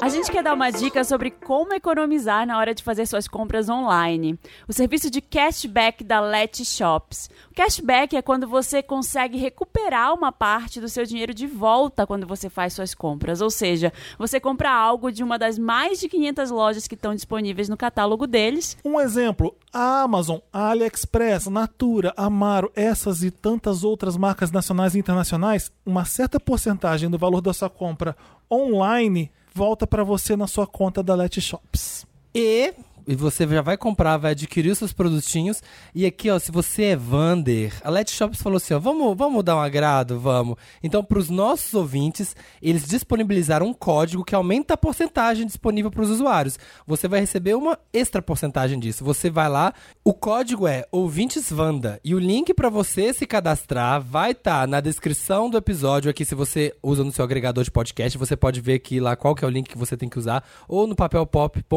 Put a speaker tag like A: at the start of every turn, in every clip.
A: A gente quer dar uma dica sobre como economizar na hora de fazer suas compras online. O serviço de cashback da Let Shops. O cashback é quando você consegue recuperar uma parte do seu dinheiro de volta quando você faz suas compras. Ou seja, você compra algo de uma das mais de 500 lojas que estão disponíveis no catálogo deles.
B: Um exemplo, a Amazon, a AliExpress, Natura, Amaro, essas e tantas outras marcas nacionais e internacionais, uma certa porcentagem do valor da sua compra online volta para você na sua conta da Let Shops.
C: E e você já vai comprar, vai adquirir os seus produtinhos. E aqui, ó, se você é Vander, a Let Shops falou assim, ó, vamos, vamos dar um agrado, vamos. Então, para os nossos ouvintes, eles disponibilizaram um código que aumenta a porcentagem disponível para os usuários. Você vai receber uma extra porcentagem disso. Você vai lá, o código é ouvintes Vanda e o link para você se cadastrar vai estar tá na descrição do episódio aqui. Se você usa no seu agregador de podcast, você pode ver aqui lá qual que é o link que você tem que usar ou no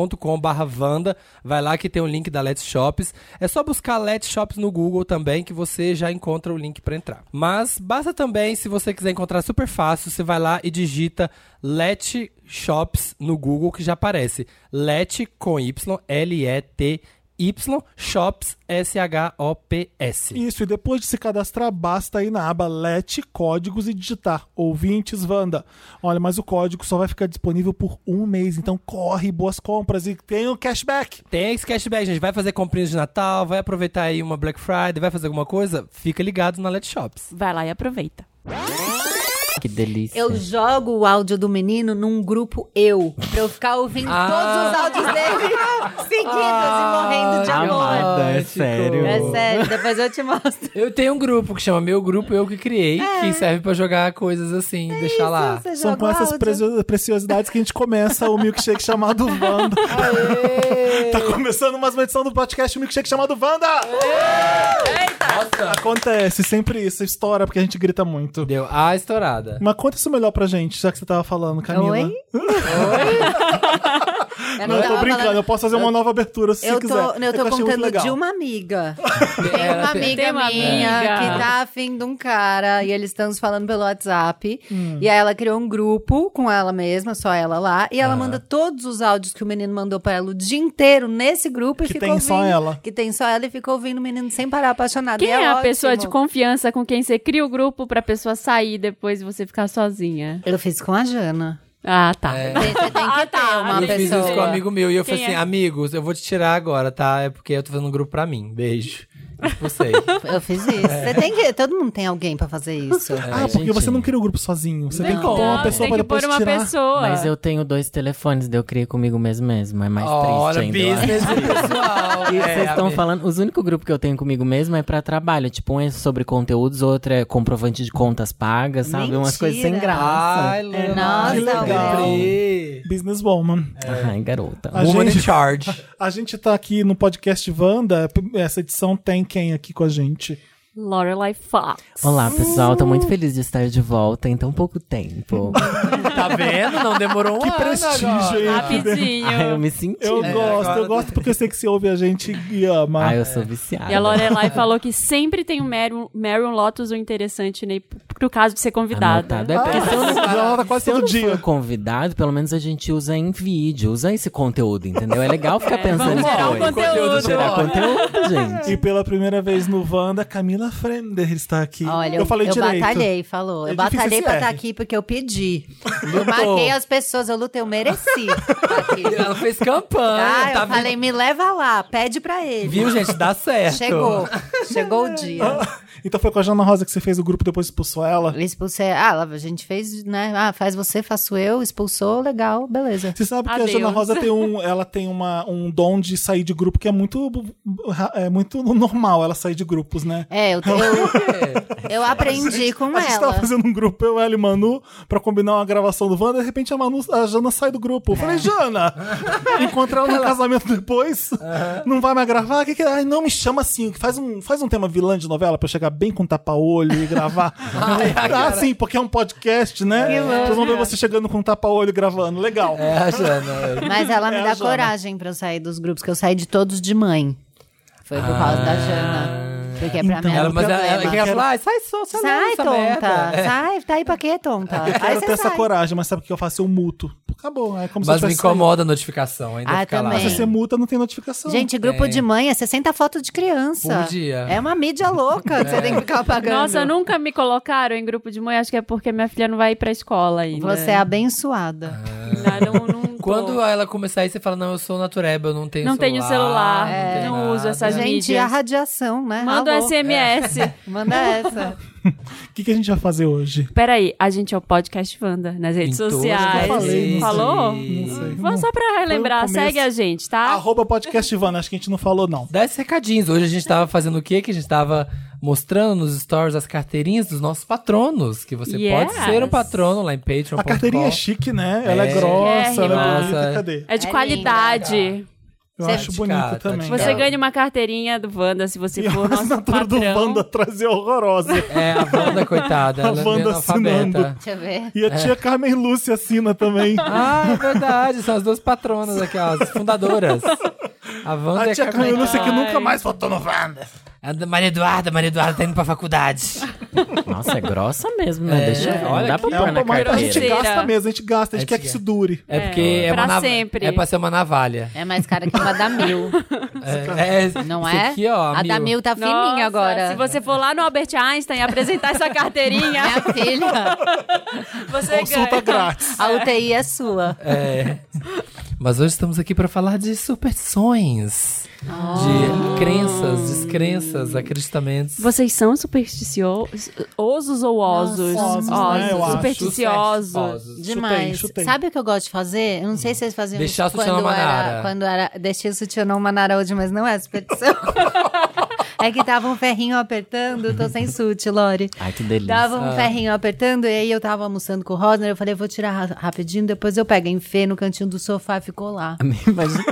C: papelpop.com/vanda vai lá que tem o um link da Let's Shops. É só buscar Let's Shops no Google também que você já encontra o link para entrar. Mas basta também, se você quiser encontrar super fácil, você vai lá e digita Let Shops no Google que já aparece. Let com Y, L-E-T Y Shops S-H-O-P-S.
B: Isso, e depois de se cadastrar, basta ir na aba LET Códigos e digitar Ouvintes Vanda. Olha, mas o código só vai ficar disponível por um mês, então corre, boas compras e tem o um cashback.
C: Tem esse cashback, gente. Vai fazer comprinhas de Natal, vai aproveitar aí uma Black Friday, vai fazer alguma coisa? Fica ligado na LET Shops.
A: Vai lá e aproveita.
D: Que delícia.
E: Eu jogo o áudio do menino num grupo eu, pra eu ficar ouvindo
C: Ah.
E: todos os áudios dele seguidos e morrendo
B: Ah.
E: de amor.
D: Amada, é
C: Chico.
D: sério.
E: É sério, depois eu te mostro.
C: Eu tenho um grupo que chama Meu Grupo Eu Que Criei,
E: É.
C: que serve pra jogar coisas assim, deixar lá.
E: Você
B: São
E: joga
B: com
E: o
B: essas
E: áudio.
B: prezio- preciosidades que a gente começa o milkshake chamado Vanda. tá começando mais uma edição do podcast o milkshake chamado Vanda.
C: Nossa!
B: Acontece, sempre isso, estoura porque a gente grita muito.
C: Deu a estourada.
B: Mas conta isso melhor pra gente, já que você tava falando, Camila.
E: Oi? É
B: Não, eu tô
E: tava
B: brincando,
E: falando-
B: eu posso fazer uma nova abertura se
E: Eu
B: você
E: tô,
B: quiser.
E: eu
B: É que
E: tô
B: achei muito
E: contando
B: legal.
E: de uma amiga.
C: É,
E: Tem uma
C: tem-
E: amiga
A: Tem uma
E: minha
A: amiga.
E: que tá afim de um cara e eles estão se falando pelo WhatsApp.
B: Hum.
E: E aí ela criou um grupo com ela mesma, só ela lá. E ela manda todos os áudios que o menino mandou pra ela o dia inteiro nesse grupo e
B: Que
E: fica
B: tem
E: ouvindo.
B: só ela.
E: Que tem só ela e ficou ouvindo o menino sem parar, apaixonado.
F: Quem
E: E
F: é, a
E: ótimo.
F: pessoa de confiança com quem você cria o grupo pra pessoa sair depois e você ficar sozinha?
E: Eu fiz com a Jana.
F: Ah, tá.
B: É,
E: Você tem que ter uma
C: eu fiz isso com um
E: pessoa.
C: amigo meu. E eu falei
A: Quem
C: assim,
A: é?
C: amigos, eu vou te tirar agora, tá? É porque eu tô fazendo um grupo pra mim. Beijo. tipo Você.
E: Eu fiz isso.
B: É.
E: Você tem que. Todo mundo tem alguém pra fazer isso.
B: Ah, porque
D: gente.
B: você não cria o grupo sozinho. Você tem que
C: Não,
B: pôr uma
C: tem
B: pessoa
F: Então, tem
B: pra
F: que
B: depois
F: pôr uma
B: tirar.
F: pessoa.
D: Mas eu tenho dois telefones, daí eu criei comigo mesmo mesmo. É mais
C: Ora,
D: triste ainda. eu acho.
C: business e pessoal.
D: E
C: É,
D: vocês estão
C: amigo.
D: falando, os únicos grupos que eu tenho comigo mesmo é pra trabalho. Tipo, um é sobre conteúdos, outro é comprovante de contas pagas, sabe? Umas coisas sem
E: Mentira.
D: graça.
C: Ai, Lana,
E: É, Nossa,
C: que legal.
B: Businesswoman.
D: Ai, garota.
B: A
C: Woman
B: gente-
C: in charge.
B: A gente tá aqui no podcast Wanda. Essa edição tem quem aqui com a gente?
F: Lorelai Fox.
D: Olá, pessoal. Tô muito feliz de estar de volta em tão pouco tempo.
C: Tá vendo? Não demorou um
B: Que
C: ano
B: prestígio,
C: agora.
B: hein?
D: Ai, Ah, eu
F: Rapidinho.
D: me senti. né?
B: Eu
C: É,
B: gosto,
C: agora
B: eu gosto porque eu sei que você ouve a gente e ama.
D: Ai, eu sou viciada.
F: E a é Lorelai falou que sempre tem o Marion, Marion Lotus o interessante né, pro caso de ser convidada.
D: Anotado. É porque se eu não
B: ela tá quase
D: Se eu
B: todo
D: não
B: dia.
D: for convidado, pelo menos a gente usa em vídeo, usa esse conteúdo, entendeu? É legal ficar pensando
F: vamos gerar um
D: em coisa.
F: conteúdo.
D: Gerar conteúdo, gente.
B: E pela primeira vez no Wanda, Camila Frender está aqui.
E: Olha, eu,
B: eu falei
E: eu
B: direito.
E: batalhei, falou.
B: É
E: eu
B: difícil
E: batalhei
B: esse
E: pra
B: R.
E: estar aqui porque eu pedi. Eu marquei as pessoas, eu lutei, eu mereci. tá aqui.
C: Ela fez campanha.
E: Ah, eu
C: tá vi-
E: falei, me leva lá, pede pra ele.
C: Viu, gente? Dá certo.
E: Chegou. Chegou o dia.
B: Então foi com a Jana Rosa que você fez o grupo depois expulsou ela.
E: Expulsei. Ah, ela- a gente fez, né? Ah, faz você, faço eu, expulsou, legal, beleza.
B: Você sabe que
F: Adeus.
B: a Jana Rosa tem um, ela tem uma, um dom de sair de grupo que é muito, é muito normal ela sair de grupos, né?
E: É, eu, eu, eu aprendi com
B: a gente
E: ela.
B: tava fazendo um grupo, eu, ela e Manu, pra combinar uma gravação do Wanda, de repente a, Manu, a Jana sai do grupo. Eu falei, Jana, encontrar ela no casamento depois, não vai mais gravar? Que que é? Ai, não, me chama assim, faz um, faz um tema vilã de novela pra eu chegar bem com tapa-olho e gravar. ah, sim, porque é um podcast, né? Vocês vão ver você chegando com tapa-olho e gravando, legal.
C: É, a Jana.
E: Mas ela me
B: É a
E: dá
B: Jana.
E: coragem pra eu sair dos grupos, que eu saí de todos de mãe. Foi por causa da Jana. Porque pra mim
B: Ah. Então,
E: era
C: Ela,
E: um
C: mas ela,
E: problema.
C: ela, ela fala, ai, sai só, sai,
E: Sai,
C: dessa merda.
E: tonta.
C: É.
E: Sai, tá aí pra quê, tonta?
B: Eu
E: aí
B: quero
E: você
B: ter essa
E: sai.
B: coragem, mas sabe o que eu faço? Eu muto. Acabou. É como
C: Mas
B: se eu
C: me
B: tivesse-
C: incomoda a notificação, ainda
E: Ah,
C: fica lá.
E: também.
B: Se você muta, não tem notificação.
E: Gente, grupo
C: É.
E: de mãe é 60 fotos de criança.
C: Por dia.
E: É uma mídia louca que você tem que ficar apagando.
F: Nossa, nunca me colocaram em grupo de mãe, acho que é porque minha filha não vai ir pra escola ainda.
E: Você é abençoada.
F: Ah. Não, não, não tô.
C: Quando ela começar aí, você fala, não, eu sou natureba, eu não tenho
F: Não
C: celular.
F: tenho celular,
C: tenho
F: não
C: nada.
F: uso essas- As
E: É. Gente,
F: mídias.
E: a radiação, né?
F: Manda um
E: Alô.
F: SMS.
E: Manda essa.
B: O que, que a gente vai fazer hoje?
F: Peraí, a gente é o Podcast Wanda nas
C: Em
F: redes
C: todas as
F: sociais.
C: redes.
F: Falou? Vamos só pra relembrar,
B: Foi o começo.
F: segue a gente, tá?
B: Arroba podcast Ivana, acho que a gente não falou, não.
C: Dá esses recadinhos. Hoje a gente tava fazendo o quê? Que a gente tava mostrando nos stories as carteirinhas dos nossos patronos. Que você
F: Yes.
C: pode ser um patrono lá em Patreon.
B: A carteirinha é chique, né? Ela é,
C: É.
B: grossa, ela é
C: Nossa,
B: bonita.
C: é.
B: Cadê?
F: É de
E: É
F: qualidade.
B: Eu
E: Você-
B: acho
C: Tá de
B: bonito
C: cara, tá de
B: também.
C: cara.
F: Você
C: Legal.
F: ganha uma carteirinha do Wanda se você
B: Então. E
F: for
B: a
F: nosso
B: assinatura do
F: patrão.
B: Wanda trazer horrorosa.
C: É, a Wanda, coitada.
B: A
C: Ela é
B: Wanda
C: meio analfabeta.
B: assinando.
E: Deixa eu ver.
B: E a tia Carmen Lúcia assina também.
C: Ah, é verdade. São as duas patronas aqui, ó, as fundadoras. A Wanda é
B: a tia Carmen Lúcia que nunca mais votou no Wanda.
C: A da Maria Eduarda, Maria Eduarda tá indo pra faculdade.
D: Nossa, é grossa mesmo, né?
C: É,
D: Deixa eu ver. Não
C: olha
D: dá
C: aqui,
D: pra
B: É
D: pôr na
B: uma mas a gente
D: carteira.
F: Carteira.
B: gasta mesmo, a gente gasta, a gente
C: A
B: quer
C: gente
B: que
C: gasta.
B: isso dure.
C: É porque é
F: pra
C: uma nav-
F: sempre.
C: É pra ser uma navalha.
E: É mais cara que uma da Mil,
C: É, é-
E: não
C: isso
E: é?
C: Aqui, ó,
E: a da Mil tá
F: Nossa,
E: fininha agora.
F: Se você for lá no Albert Einstein apresentar essa carteirinha,
E: Minha filha,
F: você ganha.
B: Consulta grátis.
E: a UTI é sua.
C: É. Mas hoje estamos aqui para falar de superstições,
E: Ah.
C: de crenças, descrenças, acreditamentos.
F: Vocês são supersticiosos ou osos?
B: Osos, né,
E: é
B: eu acho.
F: Supersticiosos.
E: Demais.
B: chutei.
E: Sabe o que eu gosto de fazer? Eu não sei se vocês faziam
C: Deixar
E: isso
C: o sutiã
E: quando
C: na
E: era,
C: manara.
E: quando era. Deixei o sutiã não manara hoje, mas não é superstição. é que tava um ferrinho apertando, tô sem sutiã, Lore.
D: Ai, que delícia.
E: Tava um ferrinho apertando, e aí eu tava almoçando com o Rosner, eu falei, vou tirar ra- rapidinho, depois eu pego, enfei no cantinho do sofá, ficou lá.
D: Imagina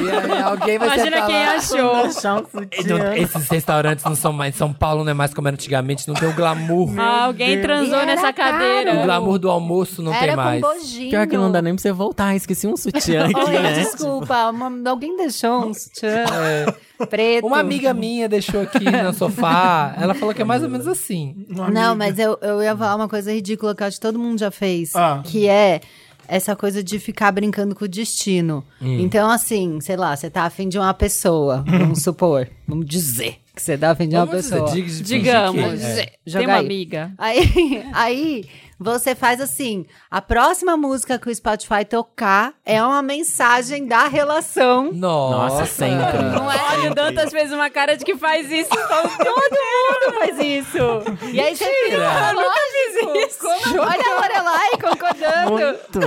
C: E aí alguém vai
F: Imagina
C: sentar
F: quem
C: lá.
F: achou.
D: achar um
C: E não-
D: sutiã.
C: Esses restaurantes não são mais, São Paulo não é mais como era antigamente, não tem o glamour.
F: Ah, alguém transou
E: E era
F: nessa
E: caro.
F: cadeira.
C: O glamour do almoço não
E: Era
C: tem
E: com
C: mais.
E: bojinho.
D: Pior que não dá nem pra você voltar, esqueci um sutiã aqui,
E: Oi,
D: né?
E: desculpa, uma- alguém deixou um sutiã
D: É.
E: preto.
C: Uma amiga minha deixou aqui no sofá. Ela falou que é mais ou menos assim.
E: Não, mas eu, eu ia falar uma coisa ridícula que eu acho que todo mundo já fez.
B: Ah.
E: Que é essa coisa de ficar brincando com o destino. Então, assim, sei lá, você tá afim de uma pessoa, vamos supor. Vamos dizer que você tá afim de uma
C: Vamos dizer,
E: pessoa.
C: diga- diga-
F: Digamos.
C: diga que- é.
E: Joga
F: Tem uma
E: aí.
F: amiga.
E: Aí, aí você faz assim: a próxima música que o Spotify tocar é uma mensagem da relação.
C: Nossa,
D: Nossa, sempre.
E: Não é?
F: Olha, o Dantas fez uma cara de que faz isso. Todo mundo faz isso.
E: E aí você fica, é nunca fiz isso. Olha a Lorelai concordando.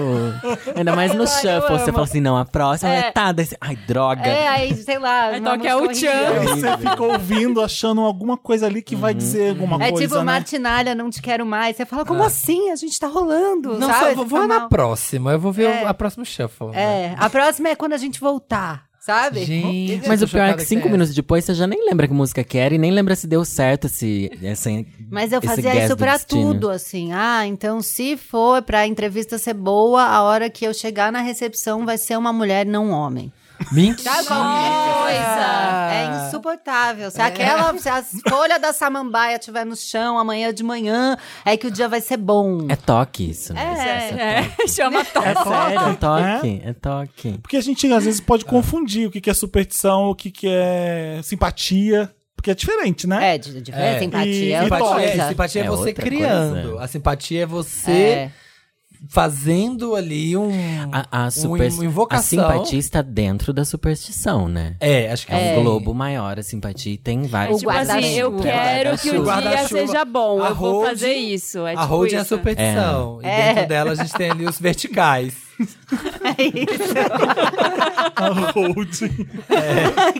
D: Muito. Ainda mais no shuffle, você fala assim, não, a próxima é, tá. daí você- Ai, droga.
E: É, aí, sei lá.
F: Aí
E: uma
F: toca é
E: música
F: o
E: horrível.
F: Tchan.
B: Aí você fica ouvindo, achando alguma coisa ali que vai dizer alguma
E: É
B: coisa,
E: tipo
B: né?
E: Martinalha, não te quero mais. Você fala, como assim? A gente tá rolando,
C: Não,
E: sabe?
C: só vou, vou
E: Fica
C: na
E: mal.
C: próxima. Eu vou ver
E: É.
C: o- a próxima shuffle. né?
E: É, a próxima é quando a gente voltar, sabe?
C: Gente,
D: Mas
C: tô
D: o pior é
C: chocado
D: que cinco
C: é.
D: minutos depois você já nem lembra que música que era e nem lembra se assim, deu certo esse. Essa,
E: Mas eu
D: esse
E: fazia
D: guess
E: isso
D: do
E: pra
D: destino.
E: tudo, assim. Ah, então se for pra entrevista ser boa, a hora que eu chegar na recepção vai ser uma mulher, não um homem.
C: Mentira.
E: Tá qualquer coisa. É insuportável. Se aquela se as folhas da samambaia tiver no chão amanhã de manhã, é que o dia vai ser bom.
D: É toque isso. né?
F: É, chama
B: É
F: top.
D: Sério, é
B: foda, né?
D: toque. É toque.
B: Porque a gente às vezes pode confundir o que que é superstição, o que que é simpatia, porque é diferente, né?
E: É, de, de é.
C: É.
E: simpatia é outra
C: Simpatia,
E: coisa.
C: é, simpatia é
D: É
C: você
D: outra
C: criando.
D: coisa.
C: A simpatia é você
E: É.
C: fazendo ali um.
D: A, a,
C: um-
D: super,
C: uma invocação.
D: a simpatia está dentro da superstição, né?
C: É, acho que é,
D: É
C: um
D: um
C: globo.
D: globo maior a simpatia e tem vários.
E: O
F: Tipo assim, eu
E: guarda-chuva.
F: quero que o dia
C: Guarda-chuva.
F: seja bom.
C: A
F: Eu vou
C: holding-
F: fazer isso. É
C: a
F: tipo
C: holding é a
F: isso.
C: superstição. E
E: É.
C: dentro dela a gente tem ali os verticais.
B: A holding.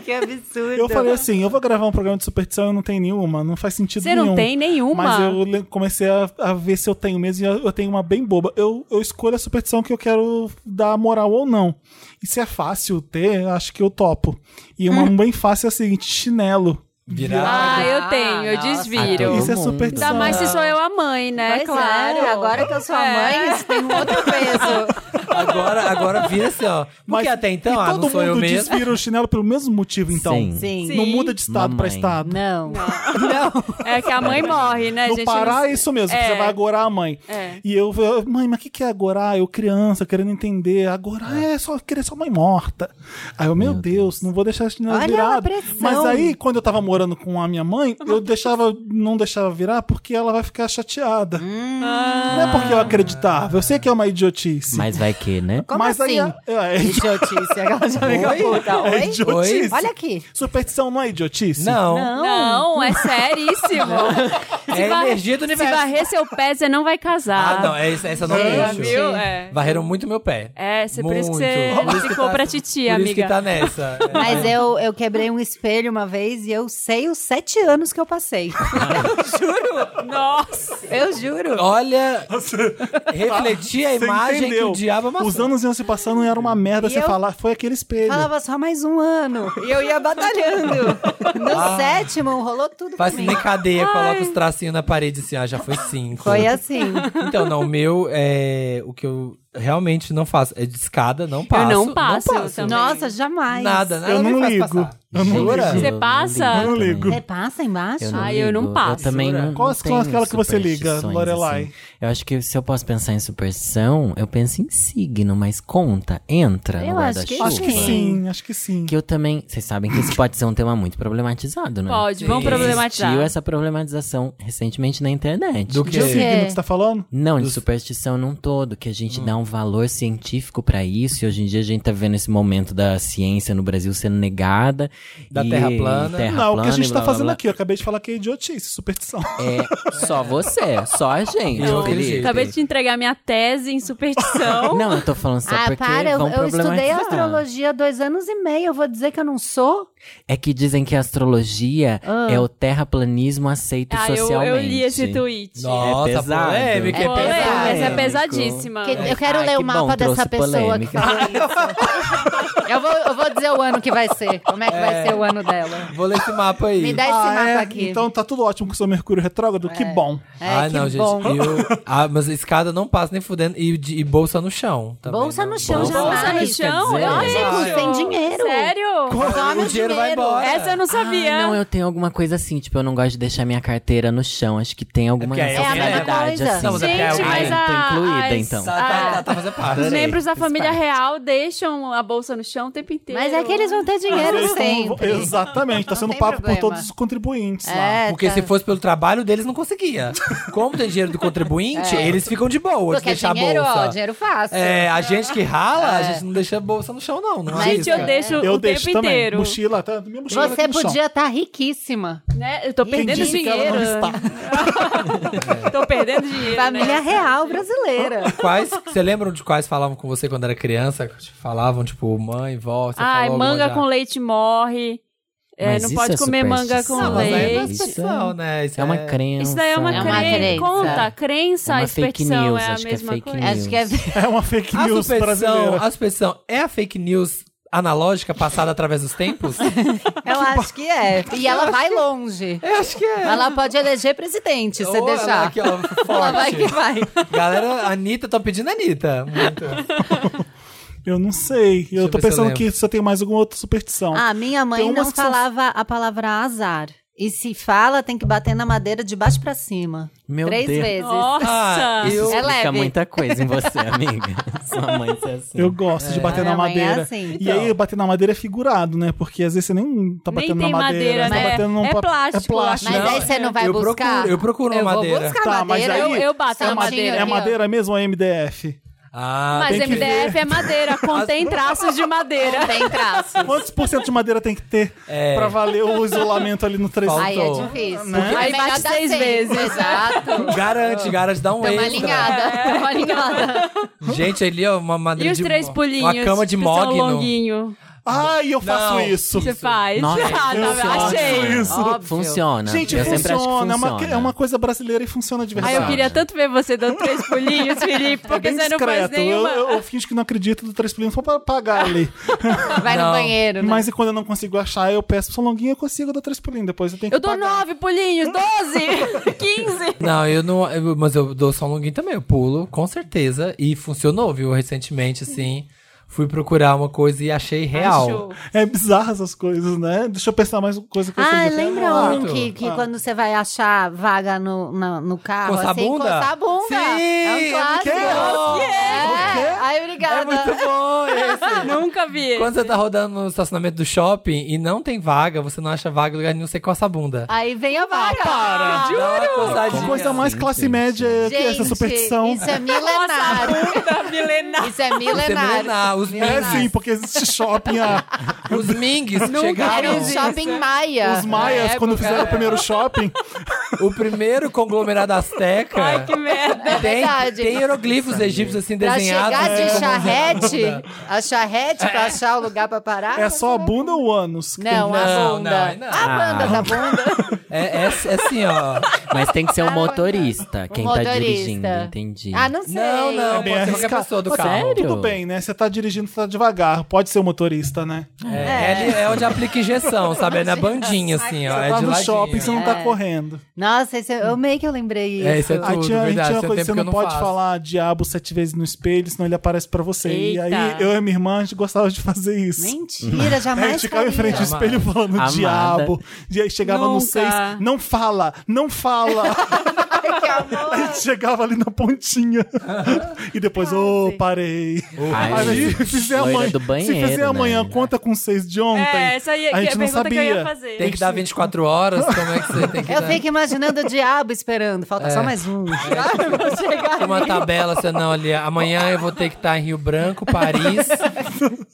E: que absurdo.
B: Eu falei assim, eu vou gravar um programa de superstição e eu não tenho nenhuma, não faz sentido
F: Você
B: nenhum.
F: não tem nenhuma?
B: Mas eu le- comecei a, a ver se eu tenho mesmo e eu eu tenho uma bem boba. Eu, eu escolho a superstição que eu quero dar moral ou não. E se é fácil ter, eu acho que eu topo. E uma
F: Hum.
B: bem fácil é a seguinte: chinelo.
C: Virar.
F: Ah, eu
E: Ah,
F: tenho, eu
E: nossa.
F: desviro.
C: então
D: Todo
B: Isso é
D: mundo.
B: superstição.
F: Ainda mais se sou eu a mãe, né?
E: Pois é,
F: claro.
E: agora que eu sou a
F: É.
E: mãe, isso tem um outro peso.
C: Agora, agora vira assim, ó. Porque até então,
B: e
C: ah,
B: todo
C: não sou
B: mundo
C: eu mesmo.
B: desvira o chinelo pelo mesmo motivo, então.
D: Sim.
E: Sim.
B: Não muda de estado pra
D: Mamãe.
B: estado.
E: Não.
F: É que a mãe morre, né,
B: No
F: gente?
B: Pará
F: Não-
B: é isso mesmo,
F: É.
B: você vai agorar a mãe.
F: É.
B: E eu, eu, mãe, mas o que, que é agorar? Eu criança, querendo entender. Agorar é, só querer sua mãe morta. Aí eu, meu, Deus, não vou deixar esse chinelo
E: Olha a
B: virado.
E: pressão.
B: Mas aí, quando eu tava morando com a minha mãe, eu deixava, não deixava virar porque ela vai ficar chateada.
E: Hum.
B: Não é porque eu acreditava. Eu sei que é uma idiotice.
D: Mas vai que, né?
E: Ah. Como
B: mas
E: assim?
B: aí. É, é, idi-
E: Idiotice, aquela já me puta.
B: é
E: Oi?
B: idiotice.
E: Olha aqui.
B: Superstição não é idiotice?
C: Não.
F: Não, é seríssimo.
C: É a
F: varre-
C: energia
F: Se
C: do universo.
F: varrer seu pé, você não vai casar.
C: Ah, não, é essa, essa eu não
F: Já
C: deixo.
F: viu? É.
C: Varreram muito meu pé.
F: É, você- por isso que
C: Muito.
F: você
C: Por isso que
F: ficou
C: tá-
F: pra titia,
C: por Isso que
F: amiga.
C: tá nessa. É.
E: Mas eu, eu quebrei um espelho uma vez e eu sei os sete anos que eu passei.
F: Nossa!
E: Eu juro.
C: Olha, refletir a
B: Você
C: imagem
B: entendeu.
C: que o diabo amassou.
B: Os anos iam se passando e era uma merda
E: E
B: você
E: eu-
B: falar. Foi aquele espelho.
E: Falava só mais um ano. E eu ia batalhando. No sétimo, rolou tudo
C: Faz
E: pra
C: que
E: mim.
C: nem cadeia, coloca os tracinhos na parede assim, ah, já foi cinco.
E: Foi assim.
C: Então, não, o meu é. O que eu realmente não faço é de escada, não passo.
F: não passo também.
E: Nossa, jamais.
C: Nada, nada.
B: Eu
C: me
B: não
C: faz
B: ligo.
C: passar.
B: Eu não
C: Jura?
B: ligo.
D: é
F: Você passa?
B: Eu não ligo.
E: Você passa embaixo?
D: Eu não
F: Ah, eu não
D: ligo.
F: passo.
D: Eu também não,
B: Qual-
D: não
B: qual é
D: tenho
B: aquela que você liga,
D: superstições,
B: Lorelai?
D: assim. Eu acho que se eu posso pensar em superstição, eu penso em signo, mas conta, entra
E: Eu
D: no
E: acho que
D: guarda-chuva.
B: Acho que sim, acho que sim.
D: Que eu também. Vocês sabem que isso pode ser um tema muito problematizado, né?
F: Pode, vamos
C: Sim.
F: problematizar.
C: assim,
D: Existiu essa problematização recentemente na internet.
E: é
C: Do que?
B: De signo que você tá falando?
D: Não, de superstição num todo, que a
C: Hum.
D: gente dá um valor científico pra isso, e hoje em dia a gente tá vendo esse momento da ciência no Brasil sendo negada.
C: Da
D: e-
C: terra plana.
D: terra
B: Não, o que a
D: plana
B: gente
D: e
B: tá
D: blá, blá,
B: fazendo
D: blá.
B: aqui, eu acabei de falar que é idiotice, superstição.
D: É só você, só a gente.
C: Eu
D: Felipe.
C: acredito.
F: Acabei de te entregar minha tese em
C: um-
F: superstição.
D: Não, eu tô falando só
E: Ah,
D: porque
E: para, eu,
D: vão
E: eu estudei
D: problematizar.
E: astrologia há dois anos e meio. Eu vou dizer que eu não sou?
D: É que dizem que a astrologia
E: Ah.
D: é o terraplanismo aceito
F: Ah, eu,
D: socialmente.
F: eu li esse tweet.
C: Nossa,
D: pesado.
C: polêmica, é
F: Polêmica, essa é
C: pesado.
F: pesadíssima.
E: Que- eu quero
D: Ai,
E: ler
D: que
E: o mapa
D: bom,
E: dessa
D: trouxe
E: pessoa
D: polêmica.
E: que falou isso. eu, vou, eu vou dizer o ano que vai ser. Como é Ah, que vai ser o ano dela.
C: Vou ler esse mapa aí.
E: Me dá esse mapa aqui.
B: Então tá tudo ótimo com o seu Mercúrio retrógrado, que bom.
E: É,
C: ah,
E: que
C: não, gente.
E: bom.
C: eu- ah, mas escada não passa nem fudendo. E, de- e bolsa no chão. também
E: Bolsa
C: não.
E: no chão,
C: Bolsa-
E: jamais.
F: Bolsa no
E: quer
F: chão?
D: dizer.
F: Lógico.
E: Lógico, sem dinheiro.
F: Sério?
E: Só meu
C: O dinheiro vai embora.
F: Essa eu não sabia.
E: Ah,
D: Ai, Ah, não, eu tenho alguma coisa assim, tipo, eu não gosto de deixar minha carteira no chão. Acho que tem alguma
C: É porque é a mesma
D: responsabilidade,
E: coisa.
D: assim.
C: Não, mas é porque é
F: Gente,
C: o-
D: Ah,
F: mas
D: eu não tô
F: a-
D: incluída,
F: as-
D: então.
C: Tá, tá, tá, tá fazendo parte.
F: Os
D: Adorei.
F: membros da
D: Faz
F: família
D: parte.
F: real deixam a bolsa no chão o tempo inteiro.
E: Mas é que eles vão ter dinheiro
B: Eles tão-
E: sempre.
B: Exatamente, tá
E: Não
B: sendo
E: tem
B: pago por
E: problema.
B: todos os contribuintes lá.
E: É,
C: Ah, Porque
E: tá.
C: se fosse pelo trabalho deles, não conseguia. Como tem dinheiro do contribuinte, eles ficam de boa de
E: É. Porque é
C: deixar
E: dinheiro,
C: a bolsa.
E: ó, dinheiro né? fácil.
C: É, a gente que rala, a
E: É.
C: gente não deixa a bolsa no chão, não. é não
F: Gente, eu
C: arrisca.
F: deixo
B: Eu
F: o
B: deixo
F: tempo
B: também.
F: inteiro.
B: Mochila, tá? Minha mochila
E: Você
B: aqui no chão.
E: podia estar riquíssima.
F: Né? Eu tô
E: Quem
F: perdendo
E: disse
B: que ela
F: dinheiro.
B: não
F: tô perdendo dinheiro. né?
E: Família real brasileira.
C: Quais, você lembram de quais falavam com você quando era criança? Falavam, tipo, mãe, vó, você
F: Ai,
C: falou
F: manga com
C: alguma já?
F: leite morre. É,
D: Mas
F: não
D: isso
F: pode
D: é
F: comer manga com
D: superstição,
C: Não, mas aí é
F: leite.
C: superstição, né? Isso
D: É uma
C: é-
D: crença.
F: Isso daí é uma,
E: É
F: crença.
E: uma crença.
F: Conta, crença,
D: É uma fake
F: superstição
D: news,
F: é a
D: acho que é
F: mesma
D: fake
F: coisa.
D: news.
E: Acho que é
B: É uma fake
C: A
B: news
C: superstição,
B: brasileira.
C: a superstição é a fake news analógica passada através dos tempos?
E: Eu acho que é. E ela vai longe.
C: Eu acho que é.
E: Ela pode eleger presidente, se você
C: Ou ela
E: deixar.
C: Aqui, ó,
E: Ela vai que
C: forte.
E: vai.
C: Galera, Anitta, tô pedindo Anitta. Muito.
B: Eu não sei. Eu
C: eu
B: tô
C: ver se eu
B: pensando
C: lembro.
B: que você tem mais alguma outra superstição.
E: Ah, minha
B: Tem
E: mãe
B: umas
E: não
B: que são-
E: falava a palavra azar. E se fala, tem que bater na madeira de baixo pra cima.
D: Meu
E: Três
D: Deus.
E: vezes.
F: Nossa!
C: Ah, eu-
E: É
D: Fica
E: leve.
D: muita coisa em você, amiga. Sua mãe ser assim.
B: Eu gosto de bater
E: A
B: na
E: minha mãe é
B: madeira.
E: assim.
B: E aí, bater na madeira é figurado, né? Porque às vezes você nem tá
F: Nem
B: batendo
F: tem
B: na madeira.
F: madeira,
B: Tá
F: né?
B: batendo num
F: É
B: pa-
F: plástico,
B: É
F: acho.
B: plástico.
E: Mas
C: Não,
E: aí você não vai
C: eu
E: buscar?
C: Procuro, eu procuro uma
E: eu
C: madeira.
E: vou buscar
B: Tá, mas
E: madeira.
B: aí-
F: Eu, eu bato
E: Santinho
F: na madeira.
B: É
E: aqui, ó.
B: madeira mesmo ou é MDF?
C: Ah,
F: Mas
C: tem que ver.
F: MDF é madeira, contém traços de madeira.
E: Tem traço.
B: Quantos por cento de madeira tem que ter
C: É.
B: pra valer o isolamento ali no 3
E: Aí é
C: Faltou.
E: difícil.
B: Né?
E: É
F: Aí
E: melhor
F: bate
E: dar
F: seis
E: cem.
F: vezes.
E: Exato.
C: Garante, garante, dá um
E: Tamo
C: extra.
E: alinhada. Tamo alinhada.
C: Gente, ali, ó, uma
F: E
C: madeira
F: os
C: de...
F: três pulinhos?
C: Uma cama de
F: que são
C: mogno.
F: longuinho.
B: Ai, eu faço
C: Não.
B: isso.
F: Você faz.
D: Nossa,
F: Ah, tá,
D: funciona.
F: achei.
B: Isso.
E: Óbvio.
D: Funciona.
B: Gente,
D: eu sempre acho que
B: funciona.
D: funciona.
B: É, uma, é uma coisa brasileira e funciona de
F: Aí
B: verdade.
F: eu queria tanto ver você dando três pulinhos, Felipe,
B: É
F: porque
B: bem
F: você não faz
B: discreto. Eu,
F: nenhuma.
B: eu, eu finjo que não acredito do Três Pulinhos só pra pagar ali.
E: Vai
C: Não.
E: no banheiro, né?
B: Mas e quando eu não consigo achar, eu peço pro longuinha, eu consigo dar Três Pulinhos. Depois eu tenho que
F: Eu dou
B: pagar.
F: nove pulinhos, doze, quinze.
C: Não, eu não. eu- mas eu dou só um longuinho também, eu pulo, com certeza. E funcionou, viu? Recentemente, assim. Fui procurar uma coisa e achei real.
F: Achou.
B: É bizarro essas coisas, né? Deixa eu pensar mais uma coisa que eu
E: Ah,
B: sei de-
E: lembra
B: Ah,
E: um que, que quando você vai achar vaga no, na- no carro,
C: Coçar a
E: assim,
C: bunda?
E: coçar a bunda.
C: Sim,
E: é
C: é
E: um clássico.
C: muito bom.
B: O
E: É.
B: quê?
E: Ai,
C: É
E: obrigada.
C: muito bom esse.
F: Ah, Nunca vi.
C: Quando você tá rodando no estacionamento do shopping e não tem vaga, você não acha vaga em lugar nenhum, você coça a bunda.
E: Aí vem a vaga. Ah,
C: Dá uma coçadinha.
B: Que coisa mais
D: Sim,
B: classe
D: gente.
B: média que
E: Gente,
B: essa superstição.
E: isso é milenário.
F: Puta, milenar.
E: Isso é
C: Isso é
E: milenário.
C: milenar. Os
B: É
C: Mings,
B: sim, porque existe shopping. ah,
C: os Mings
E: Era
C: chegaram.
E: um shopping maia.
B: os maias,
C: época,
B: quando fizeram
C: é.
B: o primeiro shopping,
C: O primeiro conglomerado asteca.
F: Ai, que merda.
E: É
C: tem,
E: verdade.
C: tem hieroglifos egípcios assim
E: Pra
C: desenhados.
E: chegar de
C: assim, como um
E: charrete,
C: zero.
E: a charrete pra achar o lugar pra parar.
B: é só a bunda ou o ânus? que tem
E: Não, a
C: Não,
E: bunda.
C: não, não.
E: A banda da bunda.
C: É, é, é assim, ó.
D: Mas tem que ser o motorista, quem tá
E: motorista.
D: dirigindo, entendi.
E: Ah, não sei.
C: Não, não,
B: bem
C: pode ser
B: arriscado.
C: qualquer pessoa do
D: Você-
C: carro.
D: Sério?
B: Tudo bem, né? Você tá dirigindo, você tá devagar. Pode ser o motorista, né?
C: É, é ali- é onde aplica injeção, sabe? É na bandinha, assim, ó.
B: Você
C: É
B: tá
C: de
B: no
C: ladinho.
B: shopping, você não tá correndo.
E: Nossa, esse, eu meio que eu lembrei isso.
C: É, isso é
B: Aí
C: tudo,
B: tinha, aí
C: verdade.
B: tinha uma
C: tem
B: coisa que
C: tempo
B: você
C: que eu
B: não, pode
C: faço.
B: falar diabo sete vezes no espelho, senão ele aparece pra você. E aí
F: Eita.
B: eu e minha irmã, a gente gostava de fazer isso.
E: Mentira,
B: É, a
E: jamais
B: gente ficava em
E: faria.
B: frente ao
C: Amada.
B: espelho falando
D: Amada.
B: diabo. E aí chegava no
F: Nunca.
B: seis, não fala, não fala.
E: Ai, que
B: a
E: amor.
B: gente chegava ali na pontinha. e depois, ô, parei.
D: Ai,
B: Aí,
D: gente,
B: se fizer
D: loira
B: amanhã,
D: do
B: se
D: banheiro,
B: fizer
D: né?
B: amanhã, conta com seis de ontem.
F: É, essa aí é
B: a
F: que-
B: gente
F: a
B: não
F: pergunta
B: sabia.
F: que eu ia fazer.
C: Tem que dar 24 horas, como é que você tem que
E: Eu
C: dar?
E: fico imaginando o diabo esperando. Falta só mais um. Vou chegar.
C: Tem uma tabela, você não, ali. Amanhã eu vou ter que estar em Rio Branco, Paris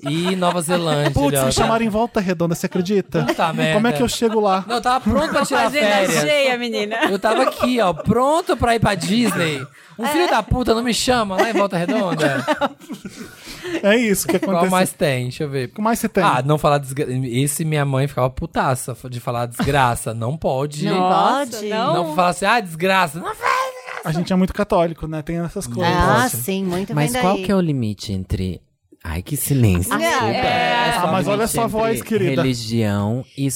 C: e Nova Zelândia.
B: Putz,
C: olha.
B: me
D: né?
B: chamaram em volta redonda, você acredita?
C: Puta
B: Como é
C: merda.
B: que eu chego lá?
C: Não, eu tava pronto pra tirar
F: Agenda
C: férias.
F: cheia, menina.
C: Eu tava aqui, ó, pronto pra ir pra Disney. Um filho
F: É.
C: da puta não me chama lá em Volta Redonda.
B: É isso que
C: Qual
B: acontece.
C: mais tem? Deixa eu ver.
B: O que mais você tem?
C: Ah, não falar desgraça. Esse minha mãe ficava putaça de falar desgraça. Não pode.
E: Não
F: Nossa,
E: pode?
F: Não,
C: Não falar assim, ah, desgraça. Não faz.
B: a gente é muito católico, né? Tem essas coisas.
E: Ah, sim, muito
D: Mas
E: bem
D: qual
E: daí.
D: que é o limite entre... Ai, que silêncio.
E: Ah,
D: desculpa.
F: é.
D: só
B: Ah, mas
D: o
B: olha
D: limite
B: sua
D: entre
B: voz, querida.
D: Religião e
F: que eu ia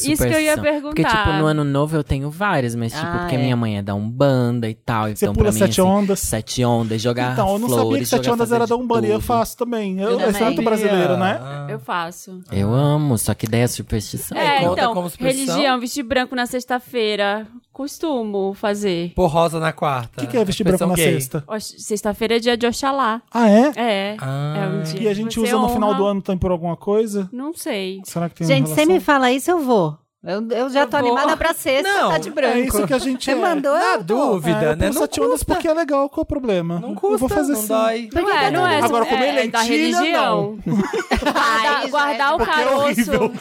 D: superstição. Porque, tipo,
F: perguntar.
D: no ano novo eu tenho várias, mas, tipo,
E: Ah,
D: porque
E: é.
D: minha mãe é da Umbanda e tal.
B: Você
D: então,
B: pula
D: pra mim,
B: sete
D: assim,
B: ondas.
D: Sete ondas, jogar
B: Então, eu não
D: flores,
B: sabia que sete
D: jogar
B: ondas
D: fazer
B: era
D: de
B: da Umbanda e eu
D: tudo.
B: faço também. Eu,
E: também.
B: isso é muito brasileiro, né?
C: Ah.
F: Eu faço.
D: Eu amo, só que daí é
B: Tá
D: superstição.
F: É,
C: conta
F: então,
C: como superstição?
F: religião, vestir branco na sexta-feira. Costumo fazer.
C: Pôr rosa na quarta.
B: O que, que é vestir branco
C: Expressão
B: na
C: um gay.
B: sexta?
F: Ox- Sexta-feira é dia de Oxalá.
B: Ah, é?
F: É.
C: Ah.
F: é um dia
B: E a
F: que
B: gente
F: você
B: usa no final
F: honra.
B: do ano também por alguma coisa?
F: Não sei.
B: Será que tem
E: Gente,
B: uma
E: você
B: relação?
E: me fala isso, eu vou. Eu, eu já
F: Eu
E: tô
F: vou.
E: animada pra sexta,
C: Não,
E: tá de
B: É
E: branco.
B: isso que a gente
E: Você mandou,
C: Na
E: eu tô.
C: dúvida,
B: é, eu
C: né?
B: pulo
C: Não
B: sete ondas
C: custa.
B: porque é legal, qual é o problema?
C: Não
B: Eu
C: custa,
B: vou fazer
C: não
B: assim.
C: dói.
F: Não é, não é.
B: Agora,
F: super-
B: comer
F: é, da
B: lentilha,
F: religião. Ah,
E: Ai,
F: Guardar- guardar o
E: gente,
B: é
F: caroço.
B: horrível.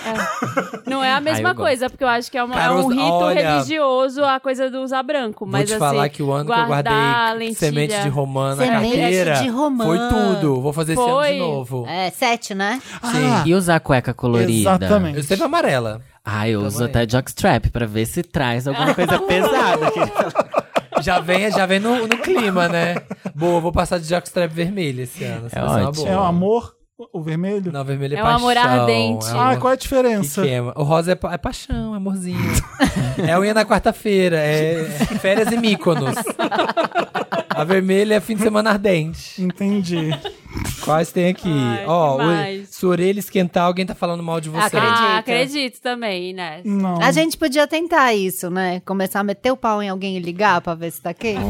F: É. Não é a mesma
D: gosto.
F: coisa, porque eu acho que é, uma- é
C: Caroço,
F: um rito
C: olha,
F: religioso a coisa do usar branco.
C: Vou
F: Mas
C: te
F: assim,
C: falar que o ano que eu
F: guardar
C: guardei
F: lentilha.
C: semente de romã na
E: Semente
C: carteira
E: de romã.
C: foi tudo. Vou fazer esse ano de
F: Foi.
C: novo.
E: É, sete, né?
B: Ah,
D: E usar cueca colorida.
B: exatamente.
C: Eu sempre amarela.
D: Ah, eu uso até jockstrap pra ver se traz alguma
F: Ah.
D: coisa pesada. que-
C: Já vem, já vem no, no clima, né? Boa, vou passar de jockstrap vermelho esse ano. essa
D: É
C: vai ser uma
D: ótimo.
C: boa.
B: É o amor, o vermelho?
C: Não, vermelho é,
F: É um
C: paixão.
F: amor ardente.
C: é um
B: Ah,
C: amor
B: qual é a
C: que
B: diferença?
C: queima. O rosa é, pa- é paixão, é amorzinho. é unha na quarta-feira. É férias e míconos. A vermelha é fim de semana ardente.
B: Entendi.
C: Quais tem aqui?
F: Ai,
C: Ó,
F: que
C: o-
F: mais?
C: sua orelha esquentar, alguém tá falando mal de você.
E: Acredito.
F: Ah, acredito também, né?
B: Não.
E: A gente podia tentar isso, né? Começar a meter o pau em alguém e ligar pra ver se tá quente.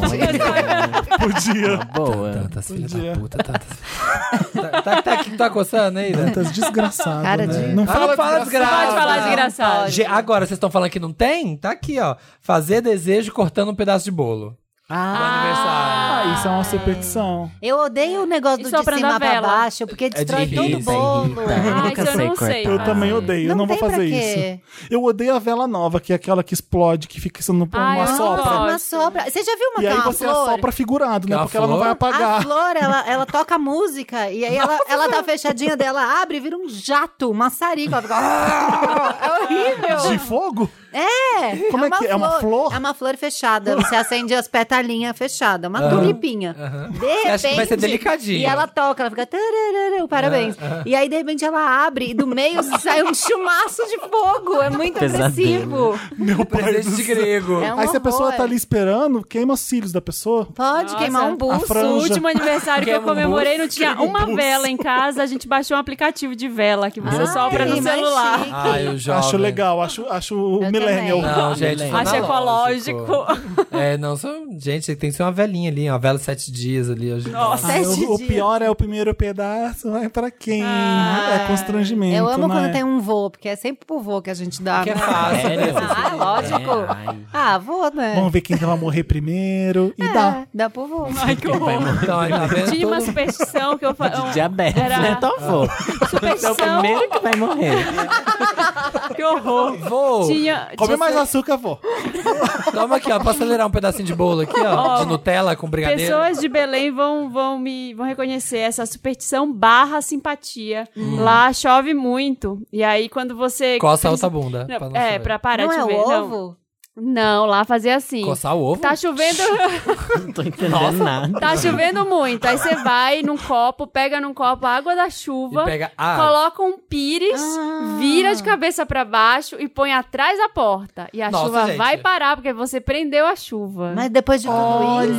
B: podia.
D: Boa.
C: Tantas filhas
B: Podia.
C: da puta, tantas. tá, tá, tá, tá coçando aí, né?
B: Tantas desgraçadas.
E: Cara
B: né?
E: de-
B: Não
C: Ah,
B: fala
C: fala desgraça.
F: Pode falar desgraçado.
C: Ge- ah, Agora, vocês estão falando que não tem? Tá aqui, ó. Fazer desejo cortando um pedaço de bolo.
E: Ah,
C: aniversário.
B: Ah, isso Isso é uma superstição.
E: Eu odeio o negócio do
F: Isso é
E: de
F: pra
E: cima
F: andar
E: pra
F: vela.
E: baixo,
B: É
E: porque destrói
C: de
E: todo o
C: rita,
E: bolo.
D: irrita.
F: Ah,
D: nunca
F: isso eu
D: sei
F: não
D: cortar.
F: sei.
B: Eu
F: Ah.
B: também odeio, é eu não vou
E: tem pra
B: fazer
E: quê.
B: isso. Eu odeio a vela nova, que é aquela que explode, que fica sendo
F: Ah,
B: uma
F: eu não
B: sopra.
F: gosto.
E: Uma sopra. Você já viu uma, é
B: E aí
E: uma
B: você
E: flor?
B: assopra figurado, né?
C: Aquela
B: Porque ela não
C: flor?
B: vai
E: A
B: apagar.
E: flor, ela, ela toca música e aí ela, ela dá a fechadinha dela, abre e vira um jato, um maçarico. Ela fica... É
B: De
E: horrível.
B: fogo?
E: É.
B: Como é que é? É uma flor?
E: É uma flor fechada. Você acende as petalinhas fechadas. Uma tulipinha. De repente...
C: Você acha que vai ser delicadinho.
E: E ela toca, ela fica... tararara, Parabéns. E aí, de repente, ela abre e do meio sai um chumaço de fogo. É muito
D: Pesadelo.
E: agressivo.
B: Meu pai do
C: Presente de
B: céu.
C: grego.
E: É um
B: Aí se a pessoa
E: horror.
B: tá ali esperando, queima os cílios da pessoa.
E: Pode
F: Nossa.
E: queimar um
B: A
E: buço.
B: franja.
F: O último aniversário que eu
C: Queima um
F: comemorei não tinha
B: queima um
F: uma
B: buço.
F: vela em casa, a gente baixou um aplicativo de vela que você
C: Ah,
E: Ai,
F: sopra no
E: mais
F: celular.
E: chique.
C: Ai, o jovem.
B: Acho legal, acho, acho o
E: Eu
B: millennial.
E: também.
C: Não, gente,
D: Acho
F: Acho é
C: analógico.
F: ecológico.
C: É, não, só, gente, tem que ser uma velinha ali, uma vela sete dias ali. Hoje.
F: Nossa.
B: Ah, eu-
E: Sete
B: o
E: dias.
B: pior é o primeiro pedaço, vai pra quem? é constrangimento.
E: Ah, Eu amo
B: né?
E: quando tem um voo, porque é sempre pro voo que a gente dá.
C: Que é
E: né?
C: fácil.
D: Sério?
E: Ah, lógico.
D: É, ai.
E: Ah, voo, né?
B: Vamos ver quem que vai morrer primeiro. E dá.
E: É, dá pro voo.
F: Ai, que horror.
C: Então, aí, tá vendo?
F: Tinha uma
C: Todo-
F: superstição que eu um,
D: De
F: falei.
D: diabetes,
F: Era-
D: né? Então vou. Então o
F: Superstição,
D: primeiro que vai morrer.
F: que horror.
C: Vou!
F: Tinha.
E: É.
B: Come
F: tinha
B: mais açúcar, vó.
C: Toma aqui, ó. Posso acelerar um pedacinho de bolo aqui, ó?
F: Ó,
C: De Nutella com brigadeiro.
F: Pessoas de Belém vão, vão me vão reconhecer essa superstição barra simpatia.
B: Hum.
F: Lá chove muito. E aí, quando você.
C: Coça a outra bunda.
F: Não,
C: pra não
F: é,
C: chover.
F: pra parar
E: não
F: de
E: é
F: chover.
E: o
F: não.
E: ovo?
F: Não, lá fazia assim.
C: Coçar o ovo?
F: Tá chovendo,
D: Não tô entendendo nada.
F: tá chovendo muito. Aí você vai num copo, pega num copo a água da chuva,
C: E pega a-
F: coloca um pires,
E: Ah.
F: vira de cabeça pra baixo e põe atrás da porta. E a
C: Nossa,
F: chuva
C: gente.
F: vai parar porque você prendeu a chuva.
E: Mas depois de tudo isso.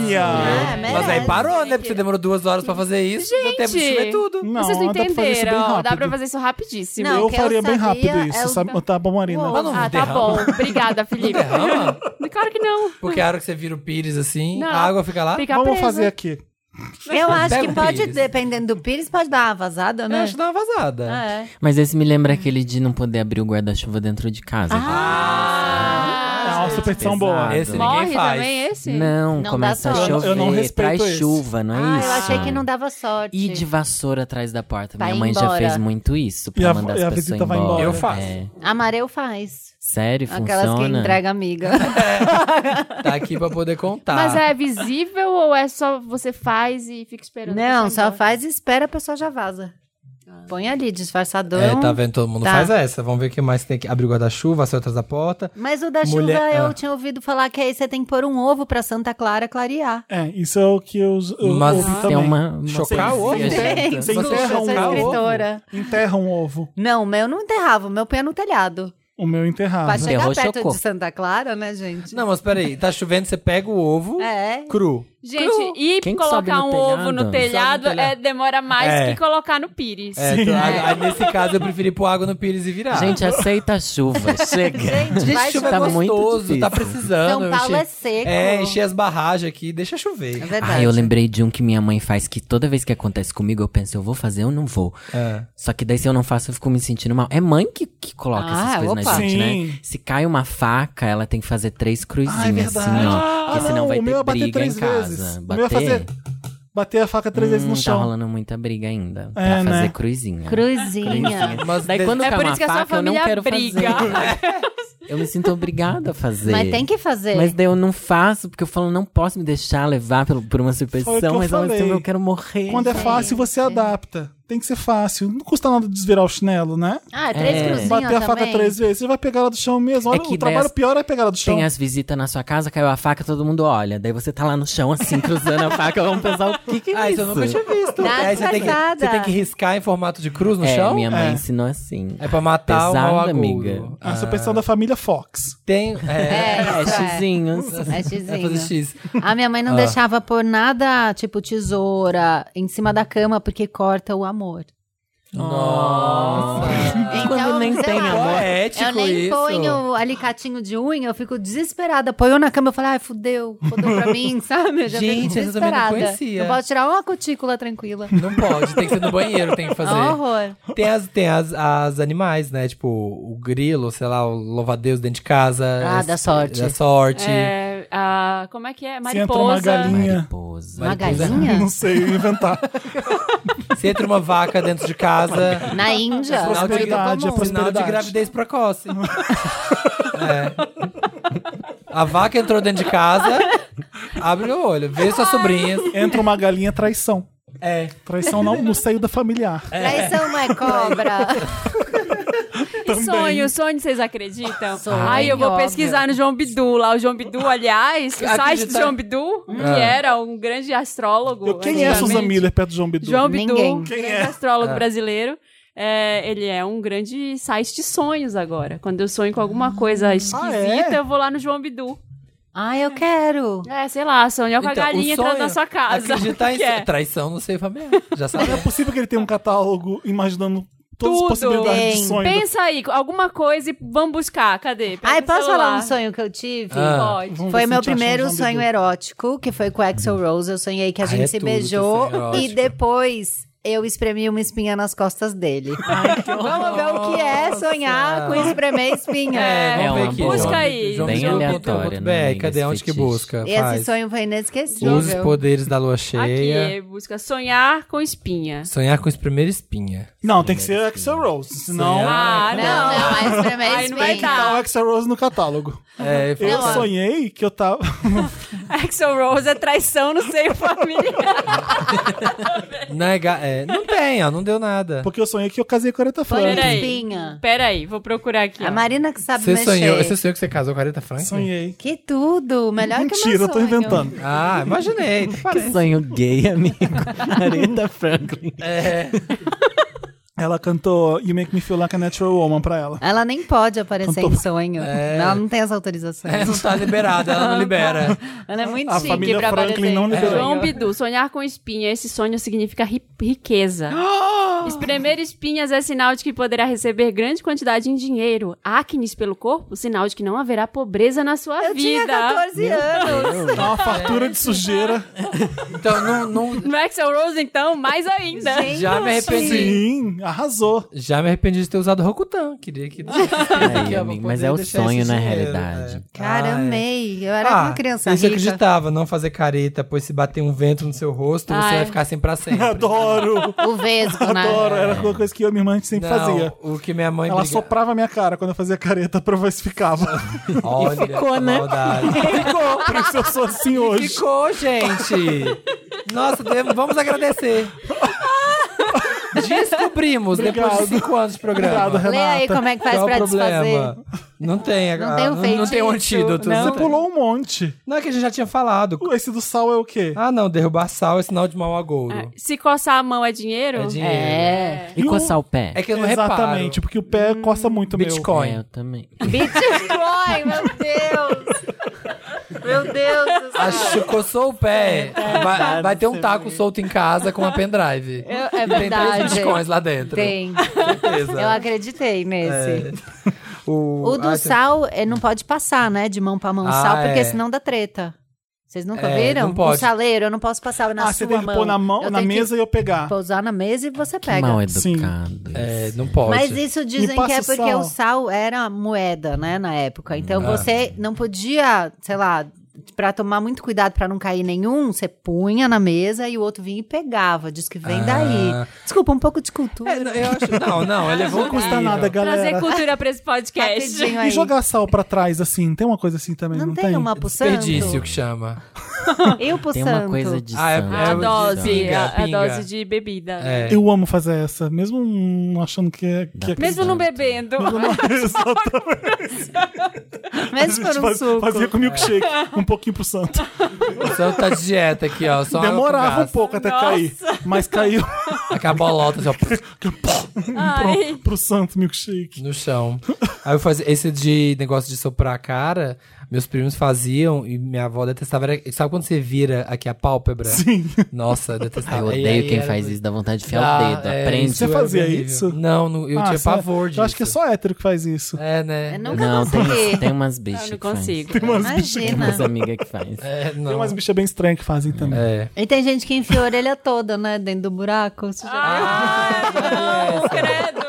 B: Olha!
F: Ah,
E: né,
C: Mas aí
E: merece.
C: parou, né? Porque você demorou duas horas pra fazer isso. Deu tempo de chover tudo.
B: Não,
F: Vocês não
B: dá pra fazer isso bem
F: entenderam. ó, Dá
B: rápido.
F: pra fazer isso rapidíssimo.
E: Não,
B: eu
E: o que eu
B: faria bem
E: sabia
B: rápido isso,
E: é o-
B: sabe? Tá bom, Marina.
E: Uou.
C: Mas não
F: ah, tá
C: derrama.
F: bom. Obrigada, Felipe.
C: derrama?
F: claro que não.
C: Porque a hora que você vira o pires assim,
F: Não.
C: a água fica lá.
F: Fica
B: Vamos
F: presa.
B: fazer aqui.
E: Eu acho
C: Pega
E: que
C: o
E: pode,
C: pires.
E: dependendo do pires, pode dar uma vazada,
C: Eu
E: né?
C: acho que dá uma vazada.
E: É.
D: Mas esse me lembra aquele de não poder abrir o guarda-chuva dentro de casa.
F: Ah,
D: Ah,
E: Ah,
B: é uma superstição boa.
D: pesado.
C: Esse ninguém
F: Morre
C: faz.
F: também esse?
D: Não,
E: Não
D: começa a
E: dá
B: sorte. Eu
D: chover,
B: não- eu não respeito
D: traz
B: esse.
D: chuva, não é
E: Ah,
D: isso?
E: eu achei que não dava sorte.
D: E de vassoura atrás da porta.
E: Vai
D: Minha mãe já
E: embora.
D: fez muito isso pra
B: E a-
D: mandar
B: e a
D: as pessoas
B: visita vai
D: embora.
B: embora.
C: Eu faço.
D: É.
E: Amarelo faz.
D: Sério,
E: Aquelas que
D: funciona?
E: entrega amiga.
C: Tá aqui pra poder contar.
F: Mas é visível ou é só você faz e fica esperando? a
E: Não,
F: pessoa
E: só
F: embora?
E: faz e espera, a pessoa já vaza. Põe ali, disfarçador.
C: É, tá vendo? Todo mundo
E: Tá.
C: faz essa. Vamos ver o que mais tem aqui. Abrir o guarda-chuva, as outras da porta.
E: Mas o da
C: Mulher-
E: chuva eu
C: ah.
E: tinha ouvido falar que aí você tem que pôr um ovo pra Santa Clara clarear.
B: É, isso é o que eu, eu
C: Mas
B: ouvi
C: tem
D: Tem
B: também.
D: uma... uma
C: Chocar o ovo?
D: coisinha assim,
E: Gente,
D: chata.
B: Sem
E: desculpa,
B: terra,
E: eu
B: um
E: sou
B: ovo.
E: escritora.
B: Enterra um ovo.
E: Não, o meu não enterrava, o meu põe no telhado.
B: O meu
E: pra
B: enterrado.
E: chegar
D: Ah, Enterrou,
E: perto
D: chocou.
E: de Santa Clara, né, gente?
C: Não, mas peraí. Tá chovendo, você pega o ovo
E: É.
C: cru.
F: Gente, e
D: Quem que sobe
F: colocar
D: no
F: um ovo no
D: telhado?
F: telhado,
C: Sobe no
F: é,
C: telhado.
F: demora mais
C: É.
F: que colocar no pires.
C: É, então, aí- aí nesse caso eu preferi pôr água no pires e virar.
D: Gente, aceita a chuva. Chega.
E: Gente,
C: chuva
E: vai chover.
D: tá
C: é
D: muito
C: gostoso, tá
D: difícil.
C: precisando.
E: São Paulo
C: encher-
E: é seco.
C: É, encher as barragens aqui, deixa
E: É
C: chover.
E: verdade.
D: Ah, eu lembrei de um que minha mãe faz que toda vez que acontece comigo, eu penso, eu vou fazer ou não vou.
C: É.
D: Só que daí se eu não faço, eu fico me sentindo mal. É mãe que, que coloca
E: Ah,
D: essas coisas
E: opa.
D: na gente,
B: Sim.
D: né? Se cai uma faca, ela tem que fazer
B: Ah,
D: três
B: é
D: cruzinhas,
B: verdade.
D: assim, ó. Porque
B: Ah,
D: senão
B: não,
D: vai
B: o meu
D: ter
B: é bater
D: briga em
B: três
D: casa.
B: vezes. O
D: Bater,
B: meu é fazer... Bater a faca três vezes
D: Hum,
B: no
D: tá
B: chão.
D: rolando muita briga ainda.
B: É,
D: pra fazer
B: né?
D: cruzinha.
E: Cruzinha.
C: Mas
D: Daí
C: de-
D: quando
F: É
D: cai
F: por
D: uma
F: isso que a sua
D: faca, eu não
F: família
D: quero
F: briga.
D: fazer. Eu me sinto obrigada a fazer.
E: Mas tem que fazer.
D: Mas daí eu não faço, porque eu falo, não posso me deixar levar pelo- por uma
B: Foi o que eu
D: superstição, mas ao mesmo
B: falei.
D: tempo eu quero morrer.
B: Quando é
E: Sim,
B: fácil, você adapta. Tem que ser fácil. Não custa nada desvirar o chinelo, né?
E: Ah, três
D: É.
E: cruzinhas
B: Bater a faca
E: também.
B: três vezes, você vai pegar ela do chão mesmo. Olha,
D: É que
B: o trabalho
D: dez-
B: pior é pegar ela do chão.
D: Tem as visitas na sua casa, caiu a faca, todo mundo olha. Daí você tá lá no chão, assim, cruzando a faca, vamos pensar o que que é
C: Ah, isso
D: isso?
C: eu nunca tinha visto.
E: Dá
C: Aí você tem, que,
E: disfarçada.
C: você tem que riscar em formato de cruz no
D: é,
C: chão?
D: minha mãe
B: É.
D: ensinou assim.
C: É pra matar
D: Pesada,
C: o mal agudo.
D: amiga.
B: A superstição da família Fox.
C: Tem. É.
E: É,
D: É,
E: isso é.
D: xizinhos.
E: É
C: é fazer
E: xizinho.
C: X.
E: A minha mãe não
D: Ah.
E: deixava pôr nada, tipo tesoura, em cima da cama, porque corta o amor.
C: Nossa.
E: Então,
D: Quando nem
E: sei
D: tem
E: lá,
D: amor.
C: Poético
E: Eu nem
C: isso.
E: ponho alicatinho de unha, eu fico desesperada. Ponho na cama e falo, ai, fudeu, fudeu pra mim, sabe? Eu já fico
C: Gente, essa eu também não
E: desesperada.
C: conhecia.
E: Eu posso tirar uma cutícula tranquila.
C: Não pode, tem que ser no banheiro, tem que
E: É
C: fazer.
E: um horror.
C: Tem as, tem as, as animais, né? Tipo, o grilo, sei lá, o louva-a-deus dentro de casa.
E: Ah,
C: Esse-
E: dá sorte.
C: Dá sorte.
F: É, a- como é que é?
B: Se entra uma
F: Mariposa.
B: galinha.
D: mariposa.
E: Uma
C: Mariposa.
E: galinha?
B: Não sei inventar.
C: Se entra uma vaca dentro de casa.
E: Na Índia?
B: Nossa,
C: Sinal de,
B: Prosperidade, é
C: sinal de
B: prosperidade.
C: gravidez precoce. É. A vaca entrou dentro de casa, abre o olho, vê sua sobrinha.
B: Entra uma galinha traição.
C: É.
B: Traição no, no seio da familiar.
E: Traição não é cobra.
B: Também.
F: Sonho, sonho, vocês acreditam?
E: Sonho,
F: Aí eu vou
E: óbvio.
F: pesquisar no João Bidu lá. O João Bidu, aliás, o site do
C: Acreditar.
F: João Bidu, que era um grande astrólogo.
B: É. Eu- quem é Susan
F: antigamente.
B: Miller perto de João Bidu?
F: João Bidu,
E: Ninguém.
F: um grande
B: Quem é?
F: astrólogo brasileiro. é, ele é um grande site de sonhos agora. Quando eu sonho com alguma
B: Ah,
F: coisa
B: é?
F: esquisita, eu vou lá no João Bidu.
E: Ai, eu quero.
F: É, sei lá, sonhar com a galinha entrando na sua casa.
C: Acreditar em
F: Que é.
C: traição não sei familiar. Já sabe.
B: É possível que ele tenha um catálogo imaginando todas
F: Tudo.
B: as possibilidades de
E: Tem.
B: sonho.
F: Pensa aí, alguma coisa e vamos buscar. Cadê? Pega
E: Ai,
F: o
E: posso
F: celular.
E: falar um sonho que eu tive?
C: Ah.
F: Pode.
B: Vamos ver
E: Foi
B: se a gente acha um
E: meu
C: é
E: primeiro
B: João
E: sonho
B: Bidu.
E: erótico, que foi com a Axel Rose. Eu sonhei que a
C: Ai,
E: gente
C: é
E: se
C: tudo, teu
E: beijou
C: sonho
E: e
C: erótico.
E: depois eu espremi uma espinha nas costas dele. Vamos ver o que é sonhar com espremer espinha.
F: É,
D: É uma
C: vamos ver aqui.
D: boa.
F: Busca aí.
C: João
D: Bem
C: Bidu,
D: aleatório,
C: ponto
D: né,
C: BR,
D: amiga,
C: Cadê?
D: esse
C: Onde que
D: fetiche.
C: busca?
E: E esse
C: Faz.
E: sonho
C: Use
E: foi
C: os
E: inesquecível.
C: poderes da lua cheia.
F: Aqui, é, busca sonhar com espinha.
C: Sonhar com os primeiros espinha.
B: Não, tem que ser Axel Rose, senão
C: Sonhar-
F: Ah,
E: Não,
F: não.
E: não, é espremer
F: Aí não vai
E: espinha.
F: dar.
B: tá o Axel Rose no catálogo.
C: É, foi-
B: Eu
E: Não,
B: sonhei que eu tava.
F: Axel Rose é traição no seio familiar.
C: Nega- é, não tem, ó, não deu nada.
B: Porque eu sonhei que eu casei com a Aretha
E: Foi
B: Franklin.
E: uma
F: Peraí.
E: espinha.
F: Pera aí, vou procurar aqui. ó.
E: A Marina que sabe
C: Você
E: mexer.
C: sonhou, você sonhou que você casou com a Aretha Franklin?
B: Sonhei.
E: Que tudo, melhor que o
B: Mentira,
E: meu
B: eu tô
E: sonho.
B: inventando.
C: Ah, imaginei.
D: Que sonho gay, amigo. Aretha Franklin.
C: É.
B: Ela cantou You Make Me Feel Like a Natural Woman pra ela.
E: Ela nem pode aparecer
B: Não tô-
E: em sonho. Ela não tem essa autorização.
C: É, não tá liberada, ela não libera.
E: Ela é muito
B: A
E: chique
B: família
E: pra
B: Franklin
E: aparecer.
B: não liberou.
F: João Bidu, sonhar com espinha. Esse sonho significa ri- riqueza. Espremer espinhas é sinal de que poderá receber grande quantidade em dinheiro. Acnes pelo corpo, sinal de que não haverá pobreza na sua
E: Eu
F: vida.
E: tinha 14 anos.
B: Dá uma fartura de sujeira.
C: Então, não, não-
F: No Axel Rose, então, mais ainda.
C: já Tá, me arrependi.
B: Sim, arrasou.
C: Já me arrependi de ter usado Rokutan. Queria que.
D: Ai,
C: que eu
D: amigo,
C: vou
D: É, mas
C: poder
D: é o
C: deixar esse
D: sonho, na
C: dinheiro,
D: realidade.
C: é.
E: Cara,
C: Ai.
E: amei. Eu era uma criança
C: Ah, isso eu
E: rica.
C: acreditava, não fazer careta, pois se bater um vento no seu rosto, você
F: Ai.
C: vai ficar assim pra sempre.
B: Adoro.
E: O Vesgo, né?
B: Adoro. Era uma coisa que eu e minha irmã a gente sempre
C: Não,
B: fazia.
C: O que minha mãe
B: Ela
C: briga-
B: soprava a minha cara quando eu fazia careta pra ver se ficava.
C: Olha, ficou, né?
B: Ficou, por isso eu sou assim hoje.
C: Ficou, gente! Nossa, devo- vamos agradecer. Descobrimos depois de
B: Obrigado.
C: cinco anos de programa.
B: Obrigado,
E: Lê aí
B: Renata.
E: como é que faz
C: Qual
E: pra
C: o
E: desfazer.
C: problema? Não tem,
E: Não
C: ah,
E: tem o
C: não, não tem um
E: feitiço,
C: antídoto.
E: não.
C: Não,
B: Você
C: tem.
B: pulou um monte.
C: Não, é que a gente já tinha falado.
B: Esse do sal é o quê?
C: Ah, não, derrubar sal é sinal de mau agouro.
F: Se coçar a mão é dinheiro?
C: É dinheiro.
E: É.
D: E
B: E o-
D: coçar o pé.
C: É que eu não
B: Exatamente, porque o pé coça muito o meu.
C: Bitcoin.
D: É, eu também.
E: Bitcoin, meu Deus. Meu Deus do céu.
C: Acho coçou o pé.
E: É,
C: Vai, vai ter um taco solto em casa com uma pendrive.
E: Eu- é
C: E Tem três
E: verdade.
C: bitcoins lá dentro.
E: Tem.
C: Certeza.
E: Eu acreditei
C: É,
E: nesse.
C: O,
E: O do
C: ah, tem-
E: sal é, não pode passar, né? De mão pra mão o sal,
C: Ah,
E: porque
C: é.
E: senão dá treta. Vocês nunca
C: É,
E: viram?
C: não pode.
E: O saleiro, eu não posso passar na
B: Ah,
E: sua
B: você tem que pôr na mão,
E: Eu
B: na
E: tenho que
B: mesa e eu pegar.
E: Pousar na mesa e você
D: Que
E: pega.
D: mal
B: Sim.
D: educado.
C: É, não pode.
E: Mas isso dizem que
B: passa
E: é
B: o
E: porque
B: sal.
E: o sal era moeda, né, na época. Então você não podia, sei lá, pra tomar muito cuidado pra não cair nenhum, você punha na mesa e o outro vinha e pegava. Diz que vem
C: Ah.
E: daí. Desculpa, um pouco de cultura.
C: É, não, eu acho- não, não, ele é levou
B: Não custa
F: Trazer
B: nada, galera.
F: cultura pra esse podcast.
E: Rapidinho aí.
B: E jogar sal pra trás, assim, tem uma coisa assim também, não,
E: Não tem uma pulsando?
C: Desperdício que chama.
E: E
D: Tem
E: o pulsando?
D: uma coisa de
C: Ah, é-
D: santo.
F: A
C: é-
F: dose,
C: Pinga,
F: a, a
C: pinga.
F: dose de bebida.
C: É.
B: Eu amo fazer essa, mesmo hum, achando que é... Que é
F: Mesmo não bebendo. Ah,
B: Exatamente. A
E: Mesmo por
B: gente
E: um
B: faz-
E: suco.
B: Fazia com milkshake, um pouquinho pro santo.
C: O santo tá de dieta aqui, ó. Só água com
B: Demorava um
C: gás.
B: pouco até cair, mas caiu
C: Acabou a lota, assim, ó,
F: Ai.
B: pro santo milkshake.
C: no chão. Aí eu fazia esse de negócio de soprar a cara, meus primos faziam e minha avó detestava. Era- Sabe quando você vira aqui a pálpebra?
B: Sim.
C: Nossa, eu detestava.
D: Ah, Eu
C: Aí-
D: odeio
C: aí
D: quem
C: era-
D: faz isso, dá vontade de enfiar
C: Ah,
D: o dedo.
C: é,
D: Aprende.
C: isso
B: Você
C: era
B: fazia
C: horrível.
B: isso?
C: Não, não, eu
B: Ah,
C: tinha
B: você-
C: pavor disso.
B: Eu acho que é só hétero que faz isso.
C: É, né?
E: Eu nunca
D: Não, tem,
E: consegui.
D: tem umas
F: Eu
D: bichas
F: não
D: que fazem.
F: consigo.
D: Tem
E: Imagina.
D: umas amigas que faz.
C: É, não.
B: Tem umas bichas bem estranhas que fazem também.
C: É.
E: E tem gente que enfia a orelha toda, né? Dentro do buraco. Isso já-
F: Ai, não, credo.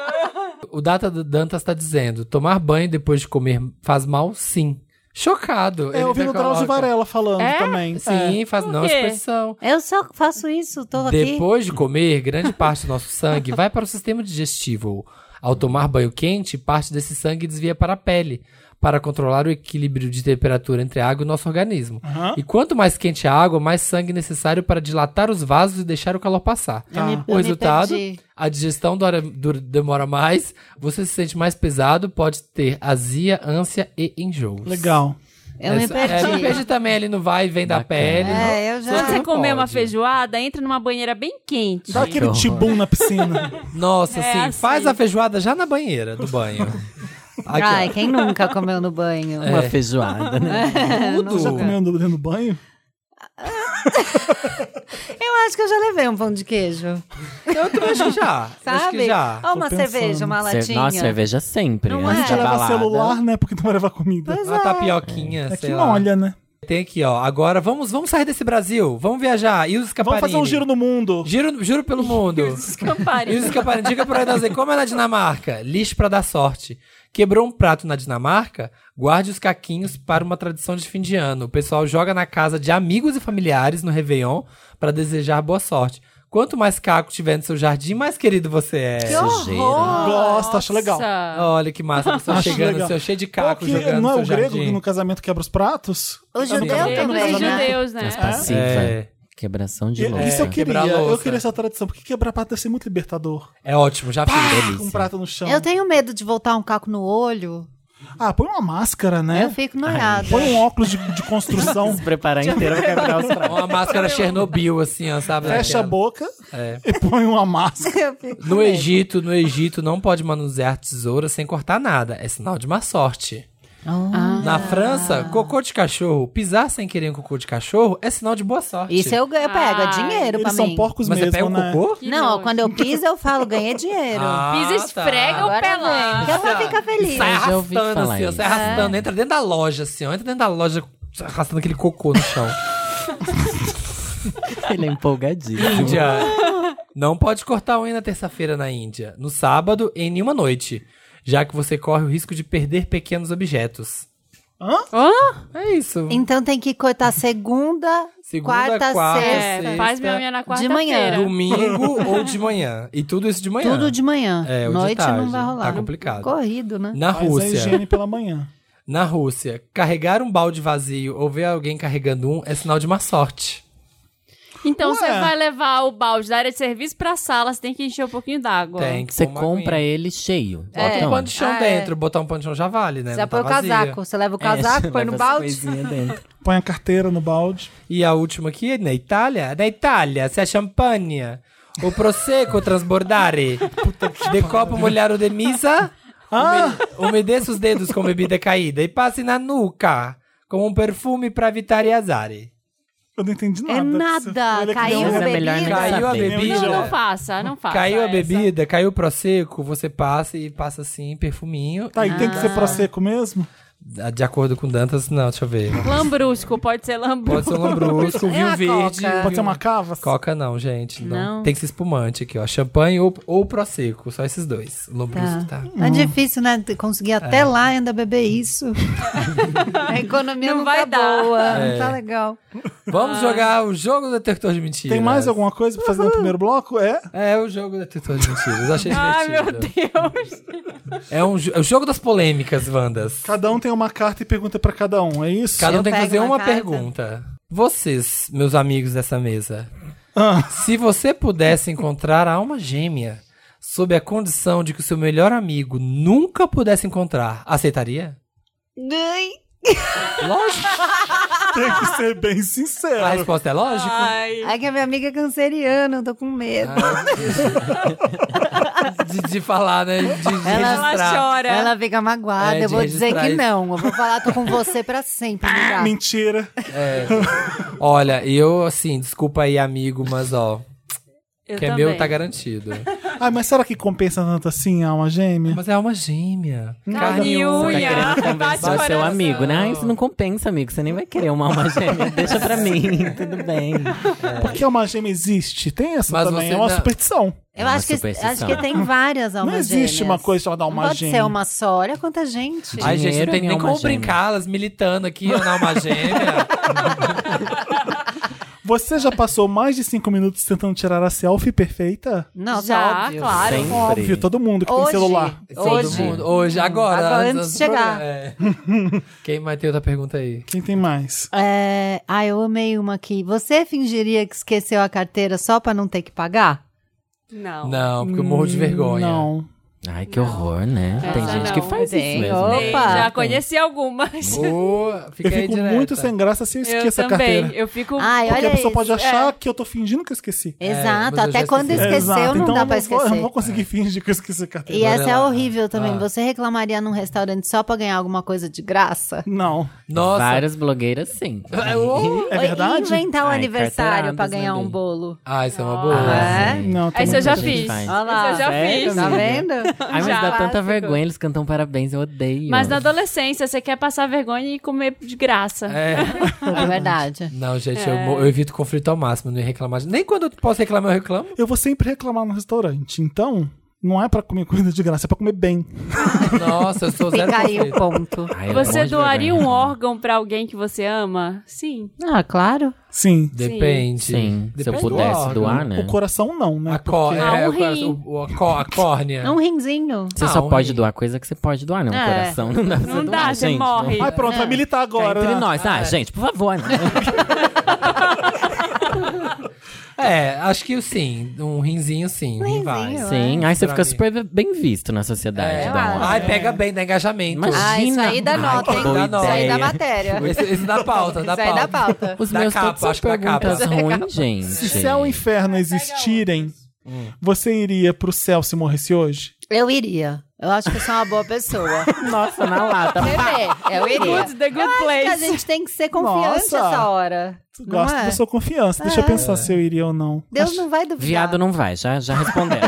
C: O Data do Dantas tá dizendo: tomar banho depois de comer faz mal, sim. Chocado.
B: É,
C: Ele
B: eu vi
C: até
B: no Drauzio
C: coloca-
B: Varela falando
F: É?
B: também.
C: Sim, faz
F: Por
C: não
F: quê?
C: expressão.
E: é. Eu só faço isso, tô aqui.
C: Depois de comer, grande parte do nosso sangue vai para o sistema digestivo. Ao tomar banho quente, parte desse sangue desvia para a pele, para controlar o equilíbrio de temperatura entre a água e o nosso organismo.
B: Aham.
C: E quanto mais quente a água, mais sangue necessário para dilatar os vasos e deixar o calor passar.
B: Tá.
C: O
E: me
C: resultado,
E: perdi.
C: a digestão dora- dur- demora mais, você se sente mais pesado, pode ter azia, ânsia e enjoos.
B: Legal.
E: Eu me
C: Essa- É, me
E: perdi.
C: perdi também, ele não vai e vem da
D: Bacana.
C: pele.
E: É, eu
C: Só
E: já.
C: que
F: Você
C: não
F: comer uma
C: pode.
F: feijoada, entra numa banheira bem quente.
B: Dá aquele
D: horror.
B: tibum na piscina.
C: Nossa,
F: É
C: sim,
F: assim.
C: faz a feijoada já na banheira do banho. Aqui, ó. É.
E: Ai, quem nunca comeu no banho?
D: Uma feijoada,
E: É.
D: né?
B: Você já comeu no- dentro do banho?
E: Eu acho que eu já levei um pão de queijo.
C: Eu tô- acho que já. Acho que
E: Sabe? Oh,
C: já.
E: Ó, uma
B: Tô pensando.
E: cerveja, uma
D: Cer-
E: latinha.
D: Nossa, é cerveja sempre.
E: Não
D: antes
E: é?
C: Tá
D: da
B: Já leva
D: balada.
B: celular, né? Porque não vai levar comida.
E: Pois
C: Uma
E: é.
C: tapioquinha,
B: É que
C: sei lá.
B: molha, né?
C: Tem aqui, ó. Agora vamos, vamos sair desse Brasil. Vamos viajar. E os
B: Vamos
C: escaparini.
B: fazer um giro no mundo.
C: Giro, giro pelo mundo.
F: Campari.
C: e os escaparini. Dica pra nós aí. Como é na Dinamarca? Lixo pra dar sorte. Quebrou um prato na Dinamarca? Guarde os caquinhos para uma tradição de fim de ano. O pessoal joga na casa de amigos e familiares no Réveillon pra desejar boa sorte. Quanto mais caco tiver no seu jardim, mais querido você é.
E: Que horror!
B: Gosta, acho tá legal.
F: Nossa.
C: Olha que massa, a pessoa
B: Acho
C: chegando,
B: legal.
C: seu cheio de
B: Qual
C: caco
B: que
C: jogando
B: não é
C: no
B: o
C: seu
B: grego que
C: jardim.
B: no casamento quebra os pratos?
E: O judeu
C: Amigos.
F: Negros
E: também,
F: e
E: né?
F: judeus, né?
D: Mas passiva.
C: É.
D: Quebração de
B: Eu-
D: louça.
B: Isso eu
C: Quebrar a
B: queria. Eu
C: louça.
B: queria essa tradição, porque quebrar prato deve ser muito libertador.
C: É ótimo, já fiz.
B: Um prato no chão.
E: Eu tenho medo de voltar um caco no olho.
B: Ah, põe uma máscara, né?
E: Eu fico noiada.
B: Põe um óculos de, de construção,
D: Se preparar inteiro pra quebrar os pratos.
C: Uma máscara Chernobyl, assim, ó, sabe?
B: fecha a
C: Aquela-
B: boca
C: É.
B: e põe uma máscara.
E: Eu fico com
C: No
E: medo.
C: Egito, no Egito, não pode manusear tesoura sem cortar nada. É sinal de má sorte.
E: Ah,
C: Na França, cocô de cachorro, pisar sem querer um cocô de cachorro é sinal de boa sorte.
E: Isso eu, ganho- eu pego, é
C: Ah,
F: Ai,
E: dinheiro pra
B: Eles são
E: mim.
B: porcos
C: Mas
B: mesmo,
C: você pega um
B: né?
C: cocô? tá.
F: Que
E: Não,
F: nojo.
E: quando eu piso, eu falo, ganhei dinheiro.
C: Ah.
F: Pisa, esfrega o
E: Agora
F: pé
E: vem.
F: lá.
E: Que é pra ficar feliz.
C: Sai
D: Eu já ouvi
C: arrastando,
D: falar
C: assim, ó, sai
D: isso.
C: arrastando. Entra dentro da loja, assim, ó. Entra dentro da loja arrastando aquele cocô no chão.
D: Ele é empolgadíssimo.
C: Índia. Não pode cortar unha na terça-feira na Índia, no sábado e em nenhuma noite, já que você corre o risco de perder pequenos objetos.
F: Hã?
C: É isso.
E: Então tem que cortar segunda,
C: Segunda,
E: quarta,
C: quarta,
E: sexta.
F: É, faz minha unha na
E: De manhã.
F: quarta-feira.
C: Domingo ou de manhã. E tudo isso de manhã.
E: Tudo de manhã.
C: É, o de
E: Noite
C: tarde.
E: não vai rolar.
C: Tá complicado.
E: Corrido, né?
C: Na
B: Faz a
C: Rússia,
B: higiene pela manhã.
C: na Rússia, carregar um balde vazio ou ver alguém carregando um é sinal de má sorte.
F: Então
B: Ué.
F: você vai levar o balde da área de serviço pra sala, você tem que encher um pouquinho d'água.
C: Tem que
D: Você
C: pôr uma
D: compra
C: aguinha.
D: ele cheio.
C: Bota
D: Então,
C: um pano de chão
E: Ah, é.
C: dentro, botar um pano de chão já vale, né?
E: Você
C: Não tá
E: põe o
C: vazia.
E: casaco. Você leva o casaco,
D: é,
E: põe
D: leva
E: no
D: as
E: balde.
D: coisinhas dentro.
B: Põe a carteira no balde.
C: E a última aqui é na Itália. Na Itália, se a champanhe, o prosecco transbordare, de copo molhado de misa,
B: Ah,
C: ume- umedeça os dedos com bebida caída e passe na nuca como um perfume para evitar azare.
B: Eu não entendi nada.
E: É
B: disso.
E: nada,
B: Olha que
E: caiu
B: deu-
E: a
D: Mas é melhor
E: bebida.
D: nem
C: Caiu a
D: saber.
C: bebida. né?
F: Não, não faça, não faça.
C: caiu a
F: essa.
C: bebida, caiu o prosecco, você passa e passa assim, perfuminho. Ah.
B: Tá, e tem
E: Ah.
B: que ser prosecco mesmo?
C: De acordo com Dantas, não, deixa eu ver.
F: Lambrusco, pode ser
C: Pode
F: lambrusco.
C: ser um lambrusco,
E: É
C: vinho
E: a
C: verde.
E: Coca.
C: vinho-
B: Pode ser uma cava?
C: Coca não, gente. Não.
E: Não.
C: Tem que ser espumante aqui, ó. Champanhe ou, ou prosecco. Só esses dois. O Lambrusco tá.
E: É difícil, né? Conseguir
D: É.
E: até lá ainda beber isso. a economia não,
F: Não vai
E: tá
F: dar.
E: boa,
D: É.
E: não tá legal. Ah.
C: Vamos jogar o jogo do detector de mentiras.
B: Tem mais alguma coisa pra fazer
E: Uhum.
B: no primeiro bloco? É?
C: É o jogo do detector de mentiras. Eu Achei
F: Ai, meu
C: divertido.
F: Deus.
C: É, um, jo- é o jogo das polêmicas, Wandas.
B: Cada um tem uma carta e pergunta pra cada um, é isso?
C: Cada um
E: Eu
C: tem que
E: pego
C: fazer uma
E: uma carta.
C: pergunta. Vocês, meus amigos dessa mesa,
B: Ah,
C: se você pudesse encontrar a alma gêmea sob a condição de que o seu melhor amigo nunca pudesse encontrar, aceitaria? Lógico.
B: tem que ser bem
C: A
B: sincero.
C: resposta é lógico.
F: Ai.
E: Ai, que a minha amiga é canceriana, eu tô com medo.
D: Ah.
C: de, de falar, né? De de registrar.
F: Ela chora.
E: Ela fica magoada,
C: É,
E: eu vou
C: de
E: dizer
C: registrar
E: que
C: isso.
E: não. Eu vou falar, tô com você pra sempre, amiga.
B: Mentira.
C: É. Olha, eu, assim, desculpa aí, amigo, mas ó.
A: Eu
C: que é
A: também.
C: meu, tá garantido.
B: Ah, mas será que compensa tanto assim a alma gêmea?
C: Mas é alma gêmea.
A: Carne e unha. Bate
D: Só seu
A: coração.
D: amigo, né? Ah, isso não compensa, amigo. Você nem vai querer uma alma gêmea. Deixa pra mim, tudo bem.
B: Porque a alma gêmea existe. Tem essa
C: Mas
B: também.
C: você
B: É uma
C: não-
B: superstição.
E: Eu
D: uma
E: acho que,
D: superstição.
E: acho que tem várias almas
B: não existe
E: gêmeas.
B: uma coisa chamada
E: Não
B: alma
E: pode
B: gêmea.
E: ser uma só, olha quanta gente.
C: Ai, gente, não
D: Dinheiro
C: tem
D: em
C: nem
D: alma
C: como
D: gêmea.
C: brincar, elas militando aqui na alma gêmea.
B: Você já passou mais de cinco minutos tentando tirar a selfie perfeita?
E: Não, tá
F: Já,
E: óbvio.
F: claro.
D: Sempre.
B: Óbvio, todo mundo que
E: Hoje,
B: tem celular.
E: hoje,
C: Todo mundo. Hoje, agora.
E: Agora, antes de
C: do
E: chegar.
C: programa. É. Quem mais tem outra pergunta aí?
B: Quem tem mais?
E: É, ah, eu amei uma aqui. Você fingiria que esqueceu a carteira só pra não ter que pagar?
F: Não.
C: Não, porque eu morro de vergonha.
B: Não.
D: Ai, que horror, né?
F: Essa
D: Tem gente
F: não.
D: que faz
E: Tem,
D: isso mesmo.
E: ó.
F: Tem,
E: Opa. É,
F: Já conheci algumas.
C: Ô, fica
B: eu
C: aí
B: fico
C: direta.
B: muito sem graça se eu
F: Eu
B: esqueço a
F: também.
B: carteira.
F: Eu fico.
E: Ai,
B: Porque
E: olha
B: a pessoa
E: isso.
B: pode achar que eu tô fingindo que eu esqueci.
D: É,
E: Exato,
C: mas eu já
E: até quando
C: esqueci.
E: esqueceu não
B: então
E: dá
B: eu vou- Eu
E: pra
B: não
E: esquecer.
B: vou
C: É.
B: conseguir fingir que eu esqueci a carteira.
E: E essa é
C: Vai lá.
E: horrível também.
C: Ah.
E: Você reclamaria num restaurante só pra ganhar alguma coisa de graça?
B: Não.
C: Nossa.
D: Várias blogueiras, sim.
C: Ô.
B: É
E: Ou
B: verdade?
E: Inventar um
D: Ai, né,
E: aniversário pra
D: carteiradas,
E: ganhar um
D: Nelly.
E: bolo.
C: Ah, isso é uma boa.
E: Ah,
D: gente.
B: Não, tem
F: Essa eu
B: muita
F: já
B: gente.
F: fiz.
D: faz.
E: Olha lá.
F: Essa eu já
D: Sério,
F: fiz.
E: Tá
D: amiga?
E: vendo?
D: Ai, mas
F: Já.
D: dá tanta
F: Clássico.
D: vergonha, eles cantam parabéns, eu odeio.
F: Mas na adolescência, você quer passar vergonha e comer de graça.
C: É.
E: É verdade.
C: Não, gente,
E: É.
C: eu, mo- eu evito conflito ao máximo, não ia reclamar. de- Nem quando eu posso reclamar, eu reclamo.
B: Eu vou sempre reclamar no restaurante. Então, não é pra comer comida de graça, é pra comer bem.
C: Nossa, eu sou zero
E: Fica aí o
C: conflito.
E: ponto.
D: Ai, eu
F: Você
D: morro É, de
F: doaria um
D: vergonha.
F: órgão pra alguém que você ama? Sim.
E: Ah, claro.
B: Sim.
C: Depende.
D: Sim, se eu
C: Depende do
D: pudesse
C: órgão.
D: doar, né?
B: O coração não, né?
C: A, có
B: Porque-
C: é,
F: Ah, um
C: o coração-
F: rim.
C: o- o- a, có- a córnea.
E: Um rinzinho.
D: Você
C: Ah,
D: só
C: um
D: pode
C: rim.
D: doar coisa que você pode doar, né? Um
E: É.
D: coração não dá pra
F: Não
D: você
F: dá,
D: doar,
F: você
D: gente.
F: morre.
B: Ai, pronto, vai militar
D: Cá
B: agora.
D: é. entre
B: né?
D: nós. Ah, gente, por favor. né?
C: É, acho que sim. Um rinzinho, sim. Um rim vai.
F: É.
E: rinzinho.
D: Sim, aí você
C: Pra
D: fica
C: mim.
D: super bem visto na sociedade. dá
E: É,
D: um
E: eu
D: órgão.
C: Ai, pega bem, dá engajamento.
D: Mas-
E: Ah, isso
D: Imagina.
E: aí dá
D: Ai,
E: nota,
D: que
E: hein?
D: boa
E: Isso aí dá
D: ideia.
E: matéria.
C: Esse, esse da pauta, é da
E: Isso aí dá
C: pauta.
E: pauta.
D: Os
C: Da
D: meus
C: capa,
D: todos são
C: acho que da
D: perguntas
C: capa.
D: ruins, gente.
B: Se é um céu e inferno existirem, você iria pro céu se morresse hoje?
E: Eu iria. Eu acho que eu sou uma boa pessoa.
D: Nossa, na lata.
E: Você vê, eu iria.
F: Good, the good
E: Acho que a
F: place.
E: gente tem que ser confiante
B: Nossa.
E: essa hora.
B: Tu
E: Não
B: gosta
E: é?
B: da sua confiança. Deixa eu pensar se eu iria ou não.
E: Deus não vai duvidar.
D: Viado não vai, já, já respondeu.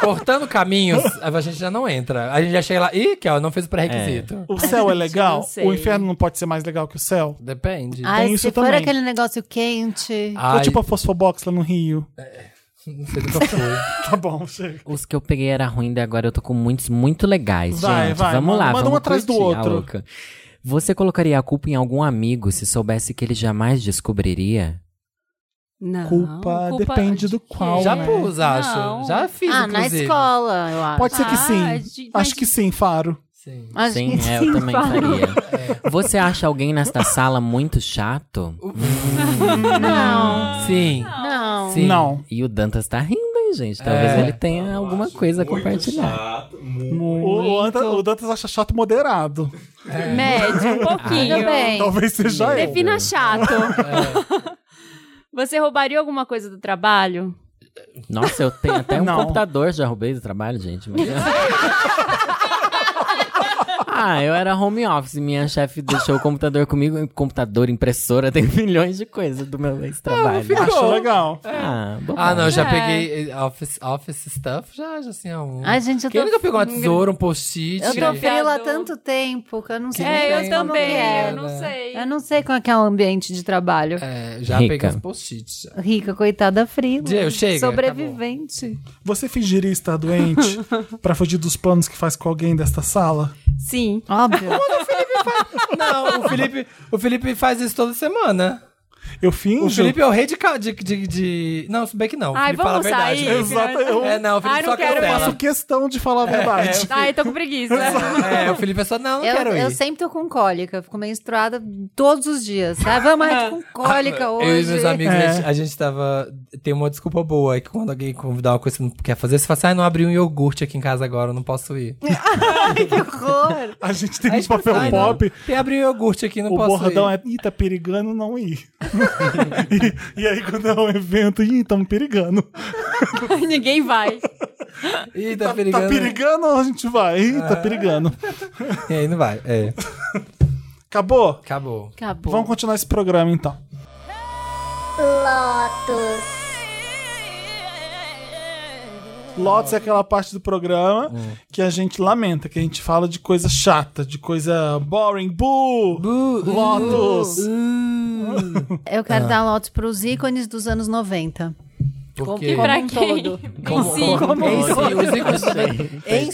C: Cortando caminhos, a gente já não entra. A gente já chega lá. Ih, que ó, não fez o pré-requisito.
B: O céu é legal?
F: não sei.
B: O inferno não pode ser mais legal que o céu?
C: Depende.
E: Ai,
B: Tem
E: se
B: isso
E: for
B: também.
E: aquele negócio quente.
B: Ou
C: Ai,
B: tipo a Fosfobox lá no Rio.
C: não sei do que foi.
B: Tá bom, chega.
D: Os que eu peguei era ruim, daí agora eu tô com muitos muito legais,
B: Vai,
D: gente.
B: vai,
D: vamos
B: manda-
D: lá,
B: manda
D: vamos
B: um atrás do
D: curtir, a
B: outro.
D: louca. Você colocaria a culpa em algum amigo se soubesse que ele jamais descobriria?
F: Não.
B: Culpa depende do qual,
C: Já
B: né?
C: pus, acho.
F: Não.
C: Já fiz,
E: ah, na
C: inclusive.
E: escola, eu acho.
B: Pode ser que
F: Ah,
B: sim.
F: de-
B: Acho que sim, Faro.
C: Sim.
E: Acho
D: Sim,
E: que
D: é, eu também faria. Você acha alguém nesta sala muito chato?
E: Não,
C: Sim.
E: não.
C: Sim.
B: Não.
D: E o Dantas tá rindo, hein, gente? Talvez
C: É.
D: ele tenha alguma coisa a compartilhar.
B: O, o Anta- o Dantas acha chato moderado.
F: Médio, um pouquinho.
E: Tudo bem.
B: Talvez
F: É
B: seja eu.
F: Defina chato. Você roubaria alguma coisa do trabalho?
D: Nossa, eu tenho até um
B: Não.
D: computador, já roubei do trabalho, gente. mas- ah, eu era home office, minha chefe deixou o computador comigo, computador, impressora, tem milhões de coisas do meu ex-trabalho.
B: Acho legal.
D: Ah, bom.
C: Ah, não, eu já
F: É.
C: peguei eh, office, office stuff, já, já assim, é um...
E: Ai, gente, eu
C: Quem
E: tô...
C: nunca pegou uma tesoura, um post-it?
E: Eu tô frio há
F: Obrigado.
E: tanto tempo que eu não sei
C: É,
E: nem
C: eu
E: como que
C: também,
E: é.
C: eu não
F: sei.
E: Eu não sei como é que é o ambiente de trabalho.
C: É, já
D: Rica.
C: peguei uns post-its. já.
E: Rica, coitada, frio.
C: Diego, chega,
E: Sobrevivente.
B: Você fingiria estar doente pra fugir dos planos que faz com alguém desta sala?
F: Sim.
E: Óbvio.
C: Não, o Felipe, o Felipe faz isso toda semana.
B: Eu
C: O
B: finjo?
C: Felipe é o rei de... ca- de, de, de- Não, se bem que não. O
F: Ai,
C: Felipe fala a
F: vamos
C: verdade.
F: sair.
B: Exato, eu-
C: É, não, o Felipe
F: Ai, não
C: só
F: quero
C: cancela.
B: Faço questão de falar a verdade.
F: Ai, Tá, tô com preguiça.
C: É, o Felipe é só, não, não
E: Eu,
C: quero ir.
E: eu sempre tô com cólica, eu fico menstruada todos os dias. Ah, vamos, eu tô com cólica hoje.
C: Eu e meus amigos,
B: É.
C: a, gente, a gente tava. Tem uma desculpa boa, é que quando alguém convidar uma coisa que você não quer fazer, você fala assim, ah, não abri um iogurte aqui em casa agora, eu não posso ir.
E: Que horror.
B: A gente tem
C: Aí
B: um
C: você fala,
B: papel
C: "Ai, não,
B: pop.
C: Tem abrir um iogurte aqui, não
B: O
C: posso
B: bordão
C: ir.
B: é, ih, tá perigando não ir. e, e aí, quando é um evento, ih, tamo perigando.
F: Ninguém vai.
C: Ih, tá,
B: Tá
C: perigando. É.
B: perigando ou a gente vai? Ih, tá perigando.
C: E aí não vai. É.
B: Acabou?
C: Acabou.
F: Acabou.
B: Vamos continuar esse programa então.
G: Lotus.
B: Lotus é aquela parte do programa que a gente lamenta, que a gente fala de coisa chata, de coisa boring, boo, Lotus.
F: Hum.
E: Eu quero
C: Ah.
E: dar lotes pros ícones dos anos 90.
C: Porque...
E: Como
F: Pra É
E: um
F: quem?
E: todo.
D: Como,
F: si,
D: como
C: Em si,
D: todo.
C: os ícones
D: Sei.
C: em si.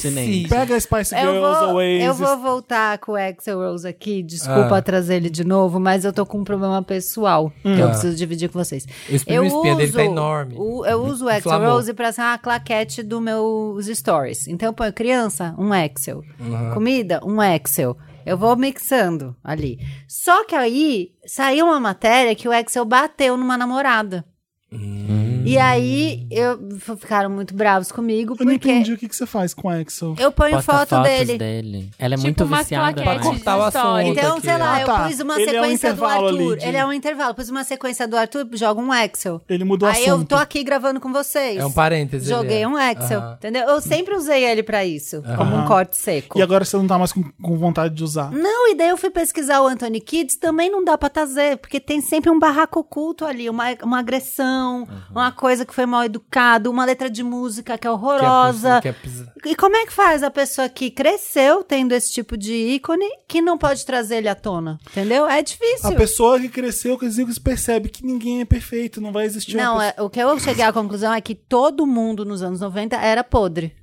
D: Pertinente.
B: Pega Spice
E: Eu
B: Girls,
E: vou,
B: Oasis.
E: eu vou voltar com o Axel Rose aqui. Desculpa
C: Ah.
E: trazer ele de novo, mas eu tô com um problema pessoal que eu preciso dividir com vocês.
C: Hum. Esse
E: eu
C: primeiro espinha dele tá enorme.
E: o- eu uso o Axel
C: Inflamou.
E: Rose pra ser uma claquete dos meus stories. Então eu ponho criança, um Axel. Comida, um Axel. Eu vou mixando ali. Só que aí saiu uma matéria que o Axel bateu numa namorada.
C: Hum.
E: E aí eu, f- ficaram muito bravos comigo,
B: Eu não
E: porque
B: entendi o que, que você faz com a Axel.
E: eu ponho
D: Posta
E: foto
D: fotos
E: dele.
D: Ela é
F: Tipo
D: muito
F: umas
D: viciada. né?
C: Pra
F: plaquetes.
C: cortar o assunto
F: Então,
E: Então,
C: aqui.
E: sei lá,
B: Ah,
E: eu
B: tá.
E: pus uma
B: Ele é um
E: sequência do
B: intervalo ali
E: Arthur.
B: de-
E: Ele é um intervalo. Pus uma sequência do Arthur, joga um Excel.
B: Ele mudou o
E: Aí eu
B: assunto.
E: tô aqui gravando com vocês.
C: É um parêntese. ele
E: Joguei
C: é.
E: um Excel,
C: Aham.
E: entendeu? Eu sempre usei ele pra isso, como um corte seco.
B: E agora você não tá mais com, com vontade de usar.
E: Não, e daí eu fui pesquisar o Anthony Kids, também não dá pra trazer, porque tem sempre um barraco oculto ali, uma, uma agressão, uma coisa que foi mal educado, uma letra de música
C: Que
E: que é
C: é
E: horrorosa.
C: pis- que é pis-
E: E como é que faz a pessoa que cresceu tendo esse tipo de ícone que não pode trazer ele à tona? Entendeu? É difícil.
B: A pessoa que cresceu, que os ícones percebe que ninguém é perfeito, não vai existir
E: Não,
B: uma
E: é- o que eu cheguei à conclusão é que todo mundo nos anos 90 era podre.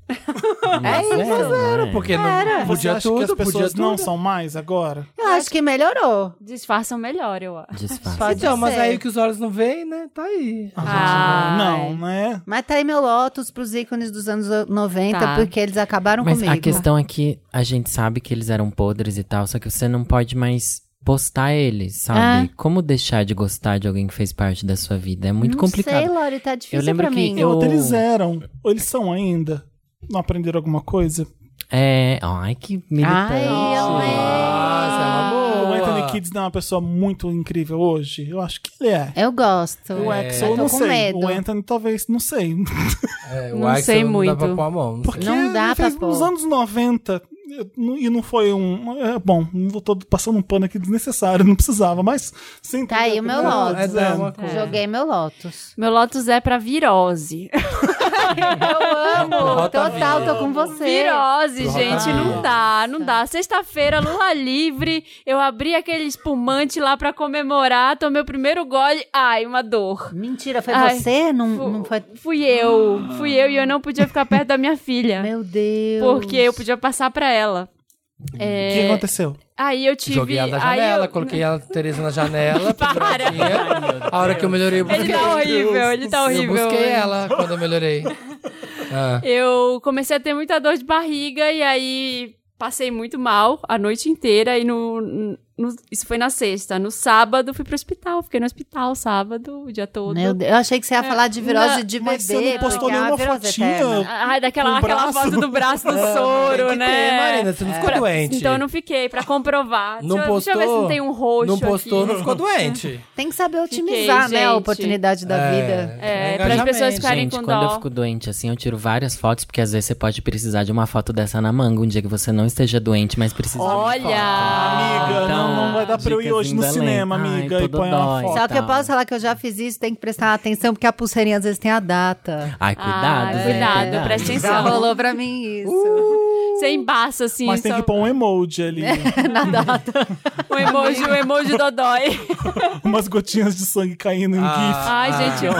E: é isso.
D: Zero, né?
C: Porque não
B: Você
C: podia
B: acha que as
C: tudo, podia
B: pessoas não
C: tudo.
B: são mais agora?
E: Eu acho que melhorou.
F: Disfarçam melhor, eu acho.
D: Disfarça.
E: Pode
C: Então, mas
E: ser.
C: aí que os olhos não veem, né? Tá aí.
F: Ah,
B: não, né?
E: Mas tá aí meu Lotus pros ícones dos anos 90,
F: Tá.
E: porque eles acabaram
D: Mas
E: comigo.
D: a questão é que a gente sabe que eles eram podres e tal, só que você não pode mais postar eles, sabe?
F: É.
D: Como deixar de gostar de alguém que fez parte da sua vida? É muito
E: não
D: complicado.
E: sei, Lori, tá difícil
D: Eu lembro que
E: pra mim.
D: eu-
B: Ou eles eram, ou eles são ainda. Não aprenderam alguma coisa?
D: É. Ai, que militante.
E: Ai,
F: Ah,
E: eu,
C: Nossa, é uma
B: O
C: boa.
B: Anthony Kids não é uma pessoa muito incrível hoje? Eu acho que ele é.
E: eu gosto.
B: O Axel, eu não
E: Eu tô É. Tá com
B: sei.
E: medo.
B: O Anthony, talvez, não sei.
C: É, o
F: Não
C: Axel
F: sei
C: Não
F: muito.
C: dá pra pôr a mão. não sei.
B: Porque
E: Não dá
B: ele fez
E: pra pôr.
B: nos anos 90 e não foi um. é, bom, não vou tô passando um pano aqui desnecessário, não precisava, mas sim.
E: Tá aí o meu
B: lado.
E: Lotus.
C: é uma coisa.
E: Joguei meu Lotus.
F: Meu Lotus é pra virose.
E: Eu amo.
C: Rota
E: Total,
C: viva.
E: tô com você.
F: Virose, gente,
C: Rotavia.
F: não dá, não dá. Sexta-feira, Lula livre, eu abri aquele espumante lá pra comemorar, tomei o primeiro gole, ai, uma dor.
E: Mentira, foi
F: Ai,
E: você? Não,
F: fu-
E: não foi...
F: Fui eu, fui eu e eu não podia ficar perto da minha filha,
E: Meu Deus.
F: porque eu podia passar pra ela.
B: O
F: É,
B: que aconteceu?
F: Aí eu tive...
C: Joguei ela da
F: aí
C: janela,
F: eu-
C: coloquei a Tereza na janela.
F: Para.
C: pendurei. A hora que eu melhorei, eu busquei.
F: Ele tá horrível, ele tá horrível.
C: Eu busquei
F: hoje.
C: ela quando eu melhorei. Ah,
F: Eu comecei a ter muita dor de barriga e aí passei muito mal a noite inteira e no, no- isso foi na sexta. No sábado fui pro hospital, fiquei no hospital sábado o dia todo.
E: Meu Deus, eu achei que você
F: É,
E: ia falar de virose de bebê.
B: Mas você não postou
E: porque é uma
B: nenhuma
E: virose
B: fotinha.
E: eterna.
F: Ai, daquela
B: Com o
F: aquela
B: braço.
F: foto do braço do soro,
C: tem É, que
F: né?
C: ter, Marina, você não ficou doente.
F: Então eu não fiquei, pra comprovar.
C: Não
F: deixa, eu- deixa eu ver se
C: postou?
F: não tem um roxo
C: Não postou,
F: aqui.
C: não ficou doente.
E: Tem que saber otimizar,
F: Fiquei,
E: né, a
F: gente.
E: oportunidade da vida.
F: É,
C: engajamento.
F: pras pessoas ficarem
D: Gente,
F: com
D: quando
F: dó.
D: eu fico doente assim, eu tiro várias fotos, porque às vezes você pode precisar de uma foto dessa na manga, um dia que você não esteja doente, mas precisa.
F: Olha!
B: Amiga,
D: então,
B: não, não vai dar pra eu ir
D: dicas
B: hoje no
D: ainda
B: cinema,
D: além.
B: amiga,
D: Ai,
B: e
D: tudo
B: põe uma
D: dói.
B: foto.
E: Só que
C: Tá.
E: eu
D: Total.
E: posso falar que eu já fiz isso, tem que prestar atenção, porque a pulseirinha às vezes tem a data.
D: um- Ai, cuidado,
F: Ai,
D: Zé,
F: cuidado,
D: cuidado.
F: presta
E: Já
F: atenção. Uh!
E: rolou pra mim isso.
F: Você embaça, assim,
B: Mas tem
F: só
B: que pôr um emoji ali.
E: Na data.
C: um
F: o emoji, o emoji dodói.
B: umas gotinhas de sangue caindo em
C: Ah.
F: Ai, gente,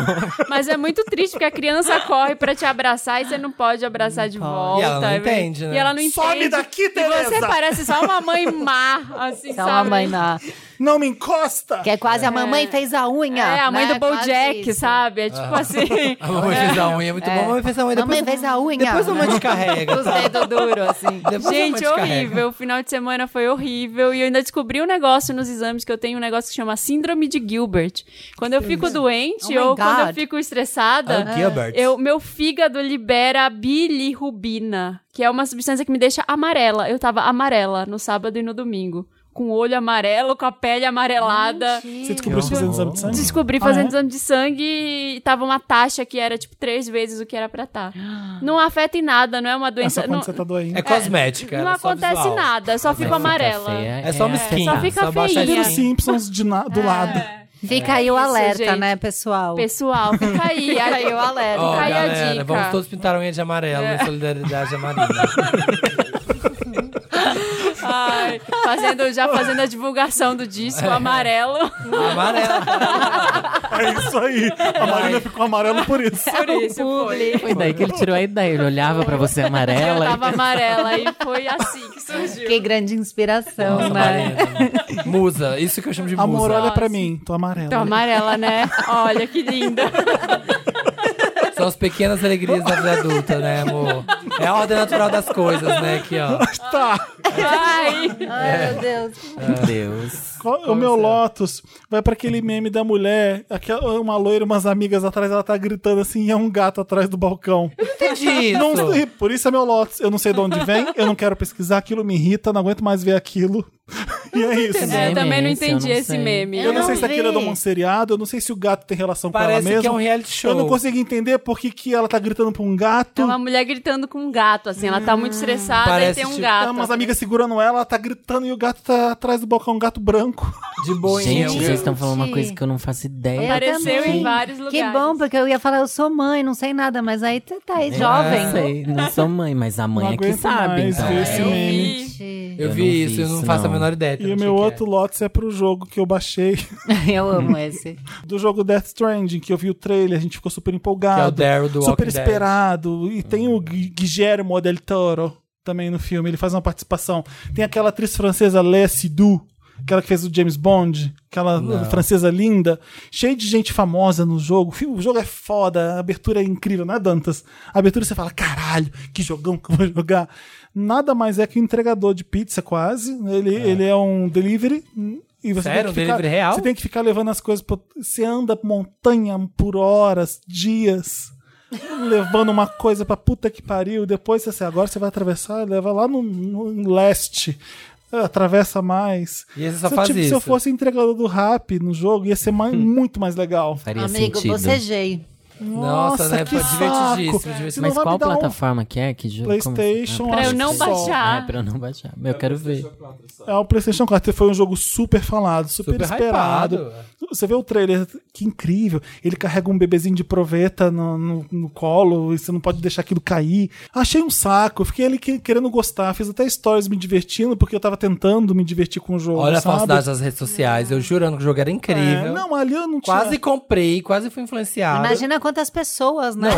F: mas é muito triste porque a criança corre pra te abraçar e você não pode abraçar de volta.
C: E ela não
F: é verdade.
C: entende, né?
F: E ela não
B: GIF. Sobe
F: entende.
B: daqui,
F: E você
B: Tereza!
F: parece só uma mãe má, assim,
E: Então,
F: sabe?
E: a mãe na...
B: Não me encosta!
E: Que é quase a mamãe fez a unha.
F: É, a mãe
E: né?
F: do
E: Quase
F: Bojack,
E: isso.
F: sabe? É
C: Ah.
F: tipo assim.
C: A mamãe fez a unha, é muito bom. A mamãe fez a unha. Depois,
E: Mamãe fez a unha.
C: Depois a mamãe te carrega. tá?
E: Os dedos duros, assim.
C: Depois a mamãe
F: Gente,
C: te carrega.
F: horrível. O final de semana foi horrível. E eu ainda descobri um negócio nos exames que eu tenho um negócio que chama Síndrome de Gilbert. Quando eu fico
E: Oh
F: doente
E: my
F: ou quando
E: God.
F: eu fico estressada,
C: Ah, Gilbert.
F: eu, meu fígado libera bilirrubina, que é uma substância que me deixa amarela. Eu tava amarela no sábado e no domingo. Com o olho amarelo, com a pele amarelada.
B: Você descobriu isso fazendo exame de sangue?
F: Descobri
B: Ah,
F: fazendo
B: é?
F: exame de sangue e tava uma taxa que era tipo três vezes o que era pra estar. Não afeta em nada, não é uma
B: É
F: doença.
B: só quando
F: não-
B: você tá doente.
C: É cosmética.
F: não
C: ela é só
F: acontece
C: visual.
F: nada, só fico
D: Fica
F: amarela.
D: feia,
C: É só uma
D: aceitável.
C: skin.
F: Só fica
C: baixa
B: Vira
C: a
F: feinha.
B: os
C: skin.
B: Simpsons de na- do lado.
E: Fica aí o
F: É Isso,
E: alerta,
F: gente.
E: né, pessoal?
F: Pessoal, fica aí.
E: Fica aí o alerta.
C: Ó,
F: Fica aí a
C: galera,
F: dica.
C: vamos todos pintar a unha de amarelo em solidariedade à Marina.
F: Ai, fazendo, já fazendo a divulgação do disco amarelo.
C: Amarela.
B: É isso aí. A Marina ficou amarela por isso.
F: Por isso, foi.
D: Foi daí que ele tirou a ideia. Ele olhava pra você amarela.
F: Eu tava amarela e foi assim que surgiu.
E: Que grande inspiração,
C: Nossa,
E: né?
C: Marina. Musa, isso que eu chamo de
B: Amor,
C: musa.
B: olha pra mim, tô amarela.
F: Tô amarela, né? Olha que linda.
C: São as pequenas alegrias da vida adulta, né, amor? É a ordem natural das coisas, né? Aqui, ó.
B: Tá.
F: Ai.
E: Ai, meu Deus.
D: Meu Deus.
B: Qual- é o meu Lotus vai pra aquele meme da mulher, aquela, uma loira, umas amigas atrás, ela tá gritando assim, e é um gato atrás do balcão.
C: Entendi.
B: Não,
C: isso.
B: e por isso é meu Lotus. Eu não sei de onde vem, eu não quero pesquisar, aquilo me irrita, não aguento mais ver aquilo. E é isso.
D: entendendo.
F: É, eu também não
D: Esse eu
F: entendi
D: não
F: esse
D: sei.
F: meme.
B: Eu não sei se
E: não
B: aquilo é
E: vi.
B: de um seriado, eu não sei se o gato tem relação com ela
C: Parece
B: mesmo.
C: que é um reality show.
B: Eu não consigo entender por que, que ela tá gritando pra um gato.
F: É uma mulher gritando com um gato, assim. Ela tá muito estressada
C: Parece
F: e tem um
C: tipo-
B: Tá
F: gato.
B: umas amigas segurando ela, ela tá gritando e o gato tá atrás do balcão, um gato branco.
C: De boinha.
D: Gente, vocês estão falando uma coisa que eu não faço ideia.
E: Eu
F: Apareceu
E: também.
F: em vários lugares.
E: Que bom, porque eu ia falar, eu sou mãe, não sei nada, mas aí tu tá aí
D: Não
E: jovem.
D: sei, não sou mãe, mas a
B: Não
D: mãe é que
B: aguento
D: sabe.
B: mais
D: Então.
B: ver esse
F: Eu
B: meme.
F: vi.
C: Eu,
D: Eu
C: vi
D: não vi
C: isso, eu não
D: isso,
C: faço a
D: não.
C: menor ideia.
B: E
C: o
B: o meu outro Lotus é pro jogo que eu baixei,
E: Eu amo esse.
B: do jogo Death Stranding, que eu vi o trailer, a gente ficou super
C: Que é o
B: empolgado,
C: Daryl do
B: super
C: Walking Dead.
B: esperado. E tem o Gui- Guillermo del Toro também no filme, ele faz uma participação. Tem aquela atriz francesa Léa Seydoux, aquela que fez o James Bond, aquela francesa linda, cheia de gente famosa no jogo. O filme- O jogo é foda, a abertura é incrível, não é, Dantas? A abertura você fala, caralho, que jogão que eu vou jogar. Nada mais é que um entregador de pizza, quase. Ele é, ele é um delivery. E você tem
C: Sério?
B: que
C: Um
B: ficar-
C: delivery real?
B: Você tem que ficar levando as coisas. Pro... Você anda montanha por horas, dias, levando uma coisa pra puta que pariu. Depois você, assim, agora você vai atravessar, leva lá no, no leste. É, Atravessa mais.
C: E você só
B: se, eu
C: faz
B: tive- se eu
C: isso. Hum.
B: fosse entregador do rap no jogo, ia ser mais- muito mais legal.
D: Faria
E: Amigo,
D: sentido.
E: bocejei.
C: Nossa, né?
B: que
C: Foi
B: saco.
C: divertidíssimo, divertidíssimo.
B: Não
D: Mas
B: vai
D: qual
B: me dar um-
D: plataforma que é? Que jogo? como-
B: PlayStation,
D: Ah,
F: Pra eu não
B: acho que só.
F: baixar.
D: Ah, pra eu não baixar. Eu quero ver.
B: É, o PlayStation 4 foi um jogo super falado, super,
C: Super
B: esperado.
C: hypado.
B: Você vê o trailer, que incrível. Ele carrega um bebezinho de proveta no, no- no colo e você não pode deixar aquilo cair. Achei um saco, fiquei ali que- querendo gostar. Fiz até stories me divertindo porque eu tava tentando me divertir com o jogo.
C: Olha a
B: sabe?
C: falsidade das redes sociais. Eu jurando que o jogo era
B: É,
C: incrível.
B: não, ali eu não tinha.
C: Quase comprei, quase fui influenciado.
E: Imagina quantas pessoas, né?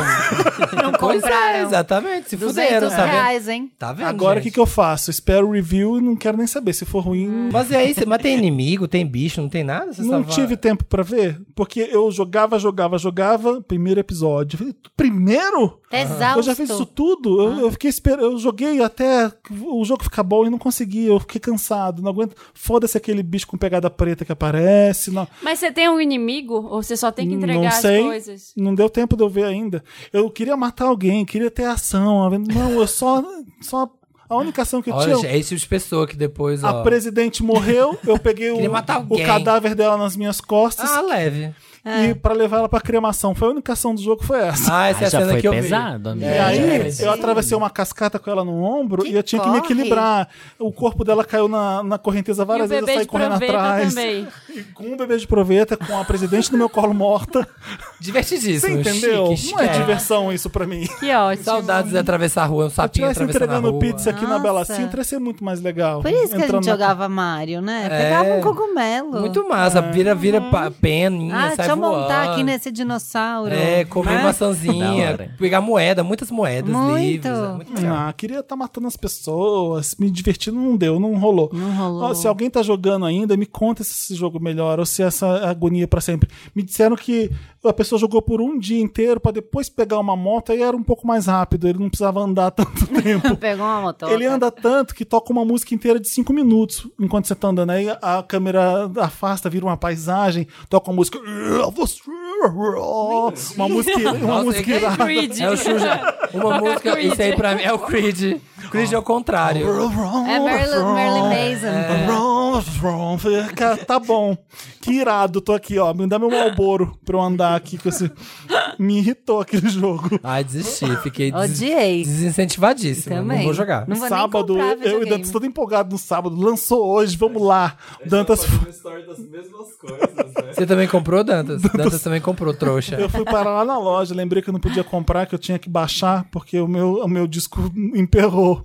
E: Não,
C: Pois é,
E: compraram.
C: exatamente. Se
E: 200
C: fuderam, tá vendo?
E: reais, hein?
C: Tá vendo,
B: Agora o que,
C: gente?
B: que eu faço? Espero o review e não quero nem saber. Se for ruim,
C: Mas e aí, você- mas tem inimigo, tem bicho, não tem nada? Você
B: Não
C: só vai-
B: tive tempo pra ver, porque eu jogava, jogava, jogava, primeiro episódio. Falei, Primeiro?
E: Tá exausto.
B: Eu já fiz isso tudo.
C: Ah.
B: Eu, eu fiquei esperando, eu joguei até o jogo ficar bom e não consegui. Eu fiquei cansado, não aguento. Foda-se aquele bicho com pegada preta que aparece. Não,
F: Mas você tem um inimigo? Ou você só tem que entregar
B: não
F: as
B: sei.
F: coisas?
B: Não deu tempo de eu ver ainda. Eu queria matar alguém, queria ter ação. Não, eu só. só a única ação que eu
C: Olha,
B: tinha. um
C: gente, é esse tipo de pessoa que depois,
B: A
C: ó...
B: presidente morreu, eu peguei o,
C: Queria matar
B: o
C: alguém.
B: cadáver dela nas minhas costas
C: Ah, leve.
E: É.
B: e pra levar ela pra cremação. Foi a única ação do jogo, foi essa.
C: Ah, essa é
D: Ah,
C: a
D: já
C: cena
D: foi
C: que eu
D: pesado, É, amigo.
B: E
C: É,
B: aí,
C: gente.
B: eu atravessei uma cascata com ela no ombro
E: Que
B: e eu tinha que me
E: corre.
B: equilibrar. O corpo dela caiu na, na
F: E
B: correnteza
F: o
B: várias vezes, eu
F: bebê
B: saí
F: de
B: correndo
F: proveta
B: atrás.
F: também.
B: E com um bebê de proveta, com a presidente no meu colo morta.
C: vi. Divertidíssimo.
B: Você entendeu?
C: Chique, chique.
B: Não é
C: É.
B: diversão isso pra mim.
F: Que ótimo.
C: Saudades de atravessar a rua, um
B: Se eu
C: sapinho
B: tivesse
C: atravessando a
B: entregando
C: rua.
B: pizza aqui na Bela
E: Nossa.
B: Sintra, ia ser muito mais legal.
E: Por isso que a
B: Entrando
E: gente
B: na-
E: jogava Mario, né?
C: É.
E: Pegava um cogumelo.
C: Muito massa. Vira, vira
B: É.
C: pa- peninha,
E: Ah,
C: sai
E: deixa eu
C: voando.
E: montar aqui nesse dinossauro. Né?
C: É,
B: Né?
C: comer
D: Da
C: maçãzinha,
D: hora.
C: pegar moeda, muitas moedas
E: Muito.
C: livres. é muito legal.
B: Ah, queria estar matando as pessoas, me divertindo, não deu, não rolou.
E: Não rolou.
B: Ó, se alguém tá jogando ainda, me conta se esse jogo melhora ou se é essa agonia pra sempre. Me disseram que a pessoa jogou por um dia inteiro pra depois pegar uma moto e era um pouco mais rápido, ele não precisava andar tanto tempo.
E: Pegou uma moto.
B: Ele anda tanto que toca uma música inteira de cinco minutos enquanto você tá andando. Aí a câmera afasta, vira uma paisagem, toca uma música. Uma música, uma
C: Nossa,
B: música
C: é que-
B: irada.
F: Creed.
C: É o Xuxa. Uma música,
F: Creed.
C: isso aí pra mim é o Creed. Creed é o contrário.
E: É Marilyn, Marilyn Mason. É.
B: Vrom, vrom. Falei, Cara, tá bom. Que irado, tô aqui, ó. Me dá meu malboro pra eu andar aqui com esse. Me irritou aquele jogo.
C: Ai, desisti. Fiquei des-
E: Odiei.
C: desincentivadíssimo.
E: Também.
C: Não vou jogar.
E: Não vou nem
B: sábado,
E: comprar
B: eu e
E: videogame.
B: Dantas todo empolgado no sábado. Lançou hoje, vamos lá. Dantas.
G: story das mesmas coisas, né?
C: Você também comprou, Dantas? Dantas também comprou, trouxa.
B: Eu fui parar lá na loja, lembrei que eu não podia comprar, que eu tinha que baixar, porque o meu, o meu disco emperrou.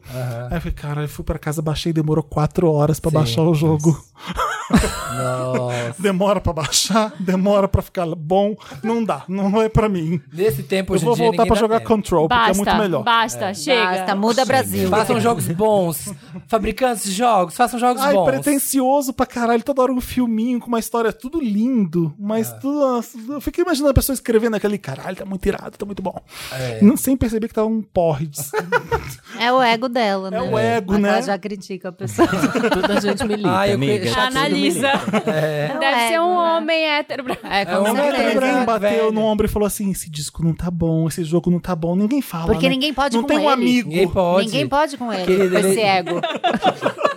B: Aí eu falei, cara, eu fui pra casa, baixei, demorou quatro horas pra
C: Sim.
B: baixar o jogo.
C: Nossa.
B: Demora pra baixar, demora pra ficar bom. Não dá, não é pra mim.
C: Nesse tempo,
B: Eu
C: hoje em
B: vou
C: dia,
B: voltar
C: ninguém
B: pra
C: dá
B: jogar
C: tempo.
B: Control,
F: Basta,
B: porque é muito melhor.
F: basta, chega.
E: Basta, muda Brasil.
C: Façam jogos bons. Fabricantes de jogos, façam jogos
B: Ai,
C: bons.
B: pretencioso pra caralho, toda hora um filminho com uma história tudo lindo, mas
C: É.
B: tudo. Eu fiquei imaginando a pessoa escrevendo aquele caralho, tá muito irado, tá muito bom.
C: É.
B: Não, sem perceber que tava um porre. de-
E: É o ego dela, né?
B: É o ego,
E: Mas
B: né?
E: Ela já critica a pessoa.
B: é.
D: Toda gente milita,
C: Ai, Ah, eu
D: amiga.
C: conheço-
D: Tá tudo
F: Analisa. Deve
E: É,
F: ser um
E: não é.
F: homem hétero. pra-
E: É,
C: um
E: com
C: homem
E: certeza.
C: hétero branco.
B: Ninguém bateu
C: velho.
B: no ombro e falou assim: esse disco não tá bom, esse jogo não tá bom, ninguém fala.
E: Porque
B: né?
E: ninguém pode
B: Não
E: com
B: tem um
E: ele.
B: amigo.
C: Ninguém pode.
E: Ninguém pode com ele,
C: Querida,
E: com
C: ele-
E: esse ego.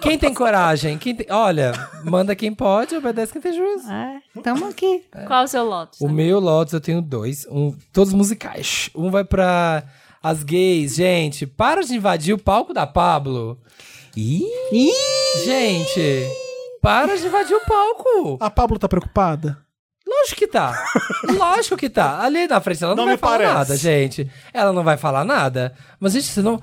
C: Quem tem coragem? Quem tem- Olha, manda quem pode, obedece quem tem juízo.
E: É, tamo aqui.
F: Qual o seu Lotus?
C: O meu Lotus eu tenho dois, um, todos musicais. Um vai pra as gays, gente. Para de invadir o palco da Pablo. Gente, para de invadir o palco.
B: A Pablo tá preocupada?
C: Lógico que tá. Lógico que tá. Ali na frente ela
B: Não
C: não, vai
B: me
C: falar
B: parece.
C: nada, gente. Ela não vai falar nada. Mas, gente, você não.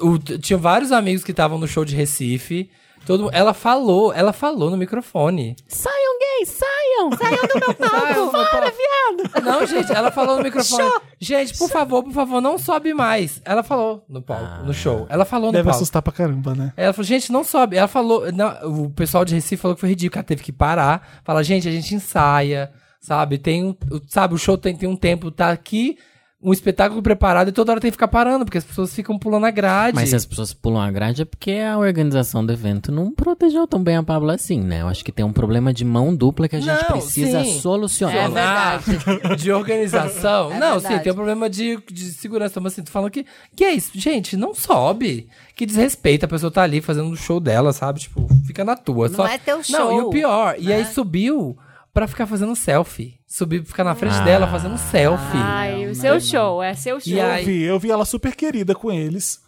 C: o- o- tinha vários amigos que estavam no show de Recife. Todo, ela falou, ela falou no microfone.
A: Saiam, gays, saiam! Saiam do meu
C: Saiam,
A: palco!
C: meu
A: Fora,
C: palco.
A: viado!
C: Não, gente, ela falou no microfone. Gente, por favor, por favor, não sobe mais. Ela falou no palco, no show. Ela falou
B: Ah.
C: no
B: Deve
C: palco.
B: assustar pra caramba, né?
C: Ela falou, gente, não sobe. Ela falou, não, o pessoal de Recife falou que foi ridículo. Ela teve que parar. Falar, gente, a gente ensaia, sabe? Tem um, o- sabe, o show tem, tem um tempo, tá aqui, um espetáculo preparado e toda hora tem que ficar parando, porque as pessoas ficam pulando a grade.
D: Mas se as pessoas pulam a grade é porque a organização do evento não protegeu tão bem a Pablo assim, né? Eu acho que tem um problema de mão dupla que a gente
C: Não,
D: precisa
C: sim.
D: solucionar. Né?
C: Ah, de organização.
E: É
C: não,
E: verdade.
C: sim, tem um problema de, de segurança. Mas assim, tu falando que. Que é isso, gente, não sobe. Que desrespeita, a pessoa tá ali fazendo o show dela, sabe? Tipo, fica na tua.
E: Não
C: só-
E: é teu
C: Não,
E: show, né?
C: e o pior, e aí subiu pra ficar fazendo selfie. Subiu pra ficar na frente dela fazendo selfie.
F: Ai, o seu show, é seu show.
C: E
B: Eu
C: aí-
B: vi, eu vi ela super querida com eles.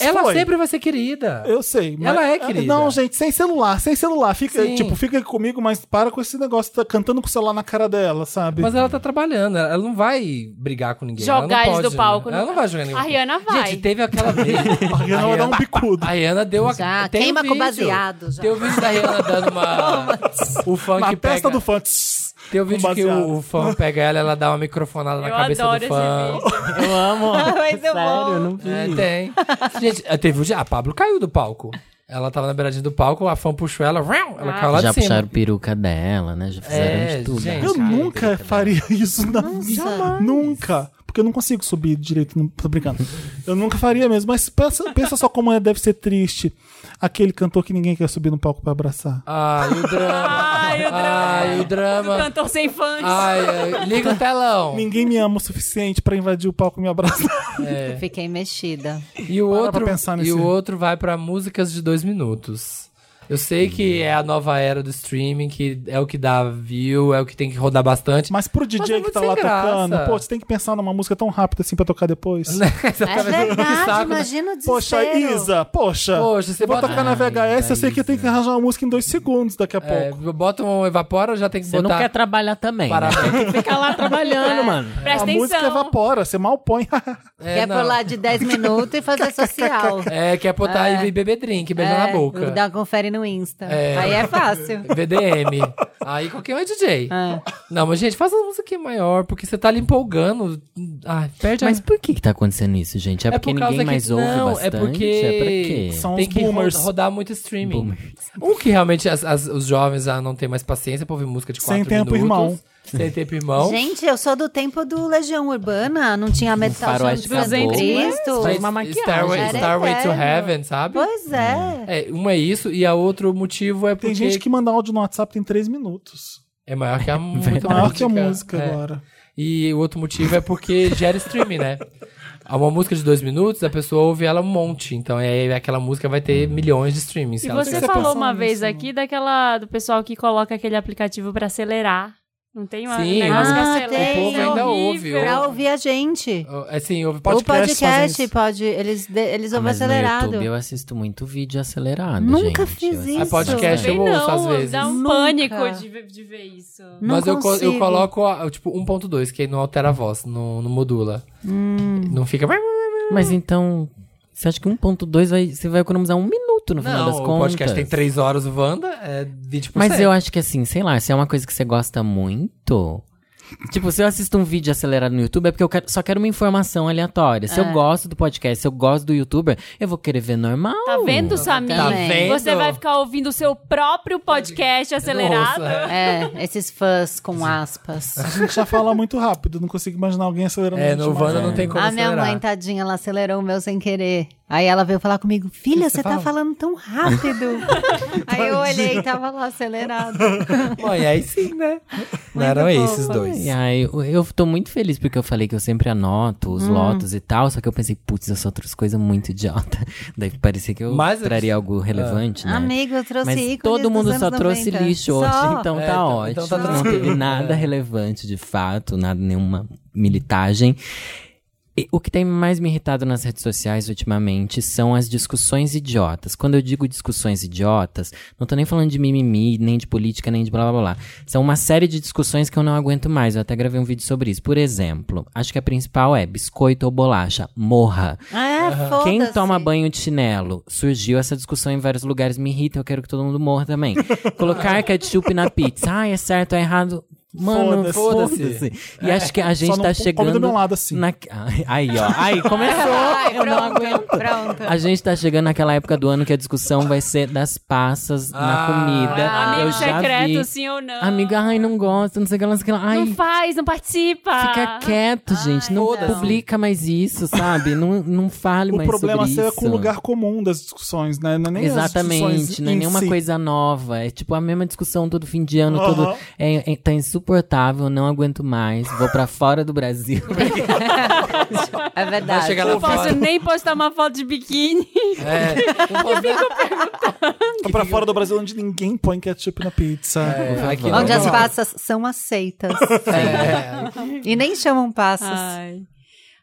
C: Ela
B: Foi.
C: sempre vai ser querida.
B: Eu sei, mas.
C: Ela é querida.
B: Não, gente, sem celular, sem celular. Fica,
C: Sim.
B: tipo, fica comigo, mas para com esse negócio, tá cantando com o celular na cara dela, sabe?
C: Mas ela tá trabalhando, ela ela não vai brigar com ninguém. ela
F: Jogar
C: não
F: eles
C: pode, né?
F: do palco,
C: Ela
F: não-
C: não vai jogar ninguém.
F: A Rihanna vai.
C: Gente, teve aquela vez.
B: A Rihanna vai dar um bicudo.
C: A Rihanna deu a.
E: Já,
C: tem um
E: queima com
C: vídeo.
E: baseado, já.
C: Tem o vídeo da Rihanna dando uma. o um funk
B: Na
C: pega.
B: testa do fã.
C: Tem o
B: com
C: vídeo que
B: baseado.
C: o, o fã pega ela, ela dá uma microfonada na
F: Eu
C: cabeça
F: adoro
C: do
F: esse
C: fã.
F: vídeo.
D: Eu amo.
E: Mas eu
D: Sério,
E: vou.
D: eu não vi.
C: É, tem. Gente, eh, teve o dia. A Pablo caiu do palco. Ela tava na beiradinha do palco, a fã puxou ela, vrau, ela
F: Ah.
C: caiu lá
D: já
C: de cima.
D: puxaram peruca dela, né? Já fizeram
C: É,
D: de tudo. né?
C: gente.
B: Eu
C: Cara,
B: nunca faria isso na vida. Nunca. Porque eu não consigo subir direito. Não, tô brincando. Eu nunca faria mesmo. Mas pensa, pensa só como é, deve ser triste. Aquele cantor que ninguém quer subir no palco pra abraçar.
C: Ai, o drama.
F: Ai, o drama.
C: Ai, o
F: O
C: drama.
F: cantor sem fãs.
C: Ai, ai, liga o telão.
B: Ninguém me ama o suficiente pra invadir o palco e me abraçar.
E: Eu Fiquei mexida.
C: E o
B: Para
C: outro,
B: pra pensar nesse-
C: e o outro vai pra músicas de dois minutos. Eu sei que é a nova era do streaming, que é o que dá view, é o que tem que rodar bastante.
B: Mas pro
C: Mas é
B: DJ que
C: muito
B: tá
C: sem
B: lá
C: graça. Né?
B: tocando, pô, você tem que pensar numa música tão rápida assim pra tocar depois.
E: É
C: Que
E: verdade,
C: saco, né?
E: imagina o desespero.
B: Poxa, Isa, poxa.
C: Poxa, você
B: eu vou
C: bota-
B: tocar na VHS, eu sei que eu tenho que arranjar uma música em dois segundos daqui a
C: É,
B: pouco.
C: bota um evapora, já tem que
D: Você não
C: botar.
B: tá-
C: É.
D: quer trabalhar também,
C: Para-
D: né? Tem que ficar lá trabalhando, mano.
F: Presta
B: a música é
F: atenção.
B: evapora, você mal põe.
E: Quer
C: É, não.
E: é por lá de 10 minutos e fazer social. É,
C: É, quer botar e beber drink, beijar na boca.
E: Dá uma confere no Insta.
C: É.
E: Aí é fácil.
C: VDM. Aí qualquer um é DJ. Não, mas gente, faz uma musiquinha maior, porque você tá ali empolgando. Ai, perde
D: Mas
C: a...
D: por que que tá acontecendo isso, gente? É,
C: É
D: porque
C: por causa
D: ninguém
C: que-
D: mais ouve
C: não, é
D: bastante?
C: porque-
D: É pra quê?
B: São
C: Tem
B: os
C: que ro-
B: boomers.
C: rodar muito streaming.
D: Boomers.
C: Um que realmente as- as- os jovens já não têm mais paciência pra ouvir música de
B: Sem
C: 4
B: tempo,
C: minutos.
B: irmão.
C: Sem tempo, irmão.
E: Gente, eu sou do tempo do Legião Urbana, não tinha metal Show
D: faroeste
E: de Santo
D: acabou,
E: Cristo.
D: Fez uma maquiagem.
C: Starway,
E: Era
C: Starway to
E: eterno.
C: Heaven, sabe?
E: Pois é.
C: É, um é isso, e a outro motivo é porque
B: Tem gente que manda áudio no WhatsApp tem três minutos.
C: é maior que a, muita
D: Verdade.
B: Maior que a
C: música.
B: música
C: É.
B: agora.
C: E o outro motivo é porque gera streaming, né? Há Uma música de dois minutos, a pessoa ouve ela um monte. Então, aí aquela música vai ter milhões de streamings. se
F: E
C: é ela
F: você
C: quiser.
F: falou
B: pensar
F: uma
B: nisso,
F: vez
B: né?
F: aqui daquela do pessoal que coloca aquele aplicativo pra acelerar. Não tem uma um
C: Sim,
F: negócio que
E: Ah,
F: acelera.
E: tem.
F: isso
E: O povo
F: é
C: ainda
F: horrível.
C: ouve, ouve.
E: Pra ouvir a gente.
C: Assim, ouve
E: O
B: podcast fazem
E: podcast
B: isso.
E: pode. Eles, de- eles
D: Ah,
E: ouvem
D: mas no
E: acelerado.
D: YouTube eu assisto muito vídeo acelerado.
E: Nunca
D: gente.
E: fiz
D: Eu assisto
E: isso.
C: Ah,
D: É.
C: podcast
F: Sei
C: eu ouço
F: não,
C: às vezes.
F: Dá um
E: Nunca.
F: pânico de, ver- de ver isso.
E: Não
C: Mas eu, co- eu
E: consigo.
C: coloco, a- tipo, 1.2, que aí não altera a voz, não, não modula. Não fica...
D: Mas então, você acha que 1.2 vai, você vai economizar um minuto no final
C: Não,
D: das
C: o
D: contas?
C: podcast tem 3 horas, o Wanda é 20%.
D: Mas eu acho que assim, sei lá, se é uma coisa que você gosta muito. Tipo, se eu assisto um vídeo acelerado no YouTube, é porque eu quero- só quero uma informação aleatória. Se eu gosto do podcast, se eu gosto do youtuber, eu vou querer ver normal.
F: Tá vendo, Samir?
E: Tá
C: vendo?
F: Você vai ficar ouvindo o seu próprio podcast acelerado.
C: Nossa.
E: É, esses fãs com aspas.
B: A gente já fala muito rápido, não consigo imaginar alguém acelerando. a
C: É,
B: gente
C: no
B: mais
C: Wanda
B: rápido.
C: não tem como
E: a minha
C: acelerar.
E: mãe, tadinha, ela acelerou o meu sem querer. Aí ela veio falar comigo, filha, você tá
C: fala?
E: falando tão rápido. Aí eu olhei e tava lá acelerado.
C: Mãe, aí sim, né? É, Não
E: Muito
C: eram
E: bom.
C: esses dois.
D: E aí, eu- eu tô muito feliz porque eu falei que eu sempre anoto os lotos e tal, só que eu pensei, putz, eu sou outras coisas muito idiota. Daí parecia que eu
C: Mas-
D: traria algo relevante, né?
E: Amigo, eu trouxe
D: Mas
E: ícones
D: todo mundo
E: dos
D: só
E: anos
D: trouxe
E: 90.
D: lixo hoje,
E: Só.
D: então
C: É,
D: tá
C: então-
D: ótimo.
C: então tá
D: não
C: tranquilo.
D: teve nada relevante de fato, nada, nenhuma militagem. E o que tem mais me irritado nas redes sociais ultimamente são as discussões idiotas. Quando eu digo discussões idiotas, não tô nem falando de mimimi, nem de política, nem de blá blá blá. São uma série de discussões que eu não aguento mais. Eu até gravei um vídeo sobre isso. Por exemplo, acho que a principal é biscoito ou bolacha. Morra.
E: É, foda-se.
D: Quem toma banho de chinelo? Surgiu essa discussão em vários lugares, me irrita, eu quero que todo mundo morra também. Colocar ketchup na pizza, ah, é certo, é errado. Mano,
B: Foda-se. É.
D: foda-se. E acho que a gente
B: não
D: tá
B: come do meu
D: chegando.
B: lado, assim.
D: na- Aí, ó. Aí, começou.
E: Ai,
D: eu não
E: pronto,
D: aguento.
E: pronto.
D: A gente tá chegando naquela época do ano que a discussão vai ser das passas na
C: Ah.
D: comida.
C: Ah,
D: eu
F: Amigo
D: já
F: secreto,
D: vi.
F: sim ou não.
D: Amiga, ai, não gosto, não sei o que lá, não sei o que lá. Ai,
F: Não faz, não participa.
D: Fica quieto, gente. Não
C: foda-se.
D: publica mais isso, sabe? Não, não fale
B: O
D: mais
B: problema
D: sobre isso.
B: seu é com o lugar comum das discussões, né? Não é nem as discussões
D: Exatamente, não é
B: em
D: nenhuma
B: si.
D: coisa nova. É tipo a mesma discussão todo fim de ano,
B: Aham.
D: todo. É, é- tá insuportável, não aguento mais. Vou pra fora do Brasil.
E: É
C: Vai
E: verdade.
C: chegar lá
F: Não
C: fora.
F: posso nem postar uma foto de biquíni.
C: É, não posso nem-
B: Tá pra fora do Brasil onde ninguém põe ketchup na pizza.
C: É, aqui não
E: Onde as
C: rola.
E: passas são aceitas.
C: É,
E: e nem chamam passas.
C: Ah.
F: Ai.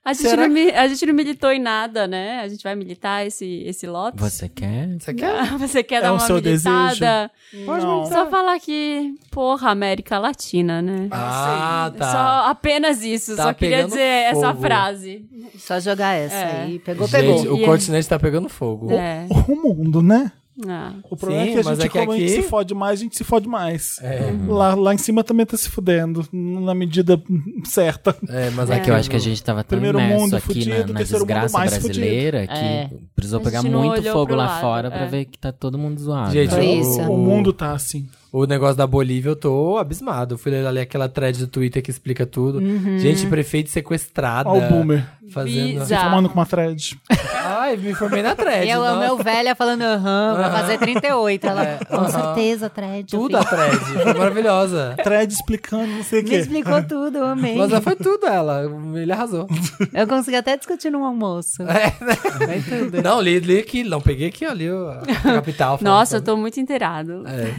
F: A gente, não, mi- a gente não militou em nada, né? A gente vai militar esse, esse lote.
D: Você quer?
C: você quer?
F: Você quer
B: É
F: dar
B: o
F: uma
B: seu
F: militada?
B: Pode não.
F: Só falar que, porra, América Latina, né?
C: Ah, tá.
F: Só apenas isso.
C: Tá
F: só queria
C: pegando
F: dizer essa
C: fogo.
F: frase.
E: Só jogar essa
F: É.
E: aí. Pegou, pegou.
C: Gente, o
F: E-
C: continente tá pegando fogo.
F: É.
B: O mundo, né?
F: Ah.
B: O problema
C: Sim,
B: é que a
C: mas
B: gente,
C: é que
B: como a gente
C: aqui- É.
B: se fode mais, a gente se fode mais. Lá, lá em cima também tá se fudendo, na medida certa.
C: É, mas
D: É
C: aqui
D: que eu acho que a gente tava tão
B: Primeiro
D: imerso
B: mundo
D: aqui
B: fudido,
D: na, na
B: terceiro mundo
D: desgraça
B: mais
D: brasileira
E: É.
D: que precisou
F: A
D: pegar
F: gente não
D: muito
F: olhou
D: fogo
F: pro
D: lá
F: lado,
D: fora
F: é.
D: pra ver que tá todo mundo zoado.
C: Gente,
E: Foi
C: o-
E: isso.
B: O mundo tá assim.
C: O negócio da Bolívia, eu tô abismado. Eu fui ler ali aquela thread do Twitter que explica tudo. Gente, prefeito sequestrada.
B: Ó o boomer.
C: Fazendo.
F: Bizarro. Tá.
B: Formando com uma thread.
C: Ai, me informei na thread.
E: E eu amo
C: nossa. É,
E: eu velha falando, aham, vai fazer 38. Ela, com
C: aham.
E: certeza, thread. eu
C: Tudo a
E: fiz.
C: thread. Foi maravilhosa.
B: Thread explicando não sei o
E: Me
B: quê.
E: explicou tudo, eu amei.
C: Mas ela foi tudo, ela. Ele arrasou.
E: Eu consegui até discutir num almoço.
C: É, né? Não, li, li aqui. Não, peguei aqui, ó, li o- a capital. falando
F: Nossa, eu
C: sobre-
F: tô muito inteirado.
C: né?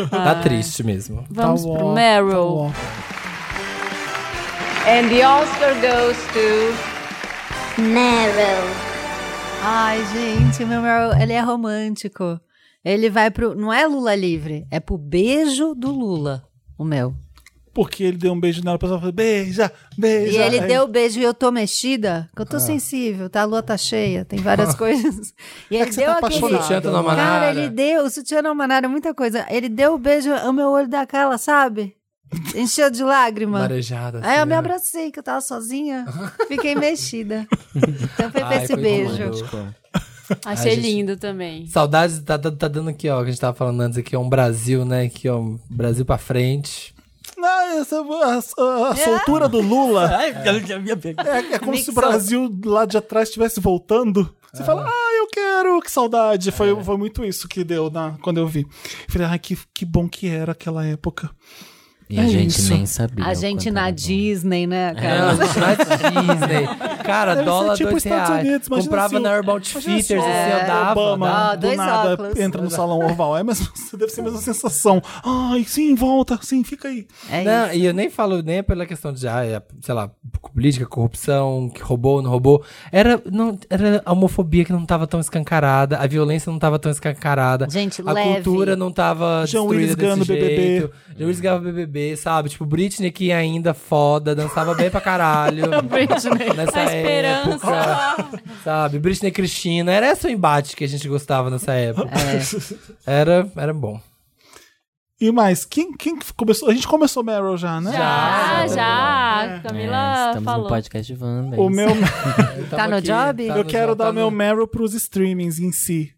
C: É. Tá triste mesmo.
F: Vamos
B: Tá
F: pro
B: bom, tá
F: Meryl.
B: bom.
H: And the Oscar goes to.
I: Meryl.
E: Ai, gente, o meu Meryl, ele é romântico. Ele vai pro. Não é Lula livre, é pro beijo do Lula, o meu.
B: Porque ele deu um beijo nela, o pessoal falou: beija, beija.
E: E ele
C: é.
B: Aí-
E: deu o beijo e eu tô mexida, que eu
C: Ah.
E: tô sensível, tá? A lua tá cheia, tem várias coisas. E ele
B: que você
E: deu
B: tá
E: aquele.
B: apaixonado.
C: Sutiã É tá na
E: Cara,
C: manara.
E: ele deu, o sutiã não manara, muita coisa. Ele deu o beijo, o meu olho da cara, sabe? Encheu de lágrima.
C: Marejada.
E: Aí eu me
C: né?
E: abracei, que eu tava sozinha. Fiquei mexida. Então foi pra
C: Ai,
E: esse
C: foi
E: beijo.
C: tudo.
F: Achei
C: gente.
F: lindo também.
C: Saudades, tá, tá- tá dando aqui, ó, que a gente tava falando antes aqui, ó, um Brasil, né, aqui, ó, um Brasil pra frente.
B: Não, essa, é a, a- a soltura do Lula. É, é como se o
E: Mixou.
B: Brasil lá de atrás estivesse voltando. Você fala, ah, eu quero, que saudade. Foi, foi muito isso que deu na, quando eu vi. Eu Falei, ah, que, que bom que era aquela época.
D: E a
C: É
D: gente
C: isso.
D: nem sabia.
E: A
D: o
E: gente
D: quanto
E: na
D: era bom.
E: Disney, né,
C: É,
E: cara?
C: a gente na Disney. Cara,
B: Deve ser
C: dólar
B: tipo
C: dois
B: Estados
C: reais.
B: Unidos, imagina
C: Comprava
B: assim,
C: na Urban
B: imagina
C: Outfitters,
B: assim,
C: assim, eu dava.
B: Obama,
C: dava.
E: Ah,
B: do
E: dois
B: nada,
E: óculos.
B: entra no salão oval. É, mas deve ser a mesma sensação. Ai, sim, volta, sim, fica aí.
E: É
C: Não,
E: isso.
C: e eu nem falo nem pela questão de, ah, é, sei lá, política, corrupção, que roubou, não roubou. Era, não, era a homofobia que não tava tão escancarada, a violência não tava tão escancarada.
E: Gente,
C: a
E: leve.
C: cultura não tava
B: John
C: destruída
B: Willis
C: desse
B: ganhando BBB.
C: jeito. John Willis ganhava BBB, sabe? Tipo, Britney que ainda foda, dançava bem pra caralho. Britney. Nessa
A: A esperança.
C: época, sabe? Britney e Cristina. Era esse o embate que a gente gostava nessa época. Era, era bom.
B: E mais, quem, quem que começou? A gente começou Meryl já, né?
F: Já,
D: sabe,
F: Ah, já.
D: É,
F: Camila
D: estamos no
F: falou.
D: podcast de Wanda. é
B: O
D: isso.
B: meu,
E: Tá no job?
B: eu quero
C: tá
B: dar meu Meryl pros streamings em si.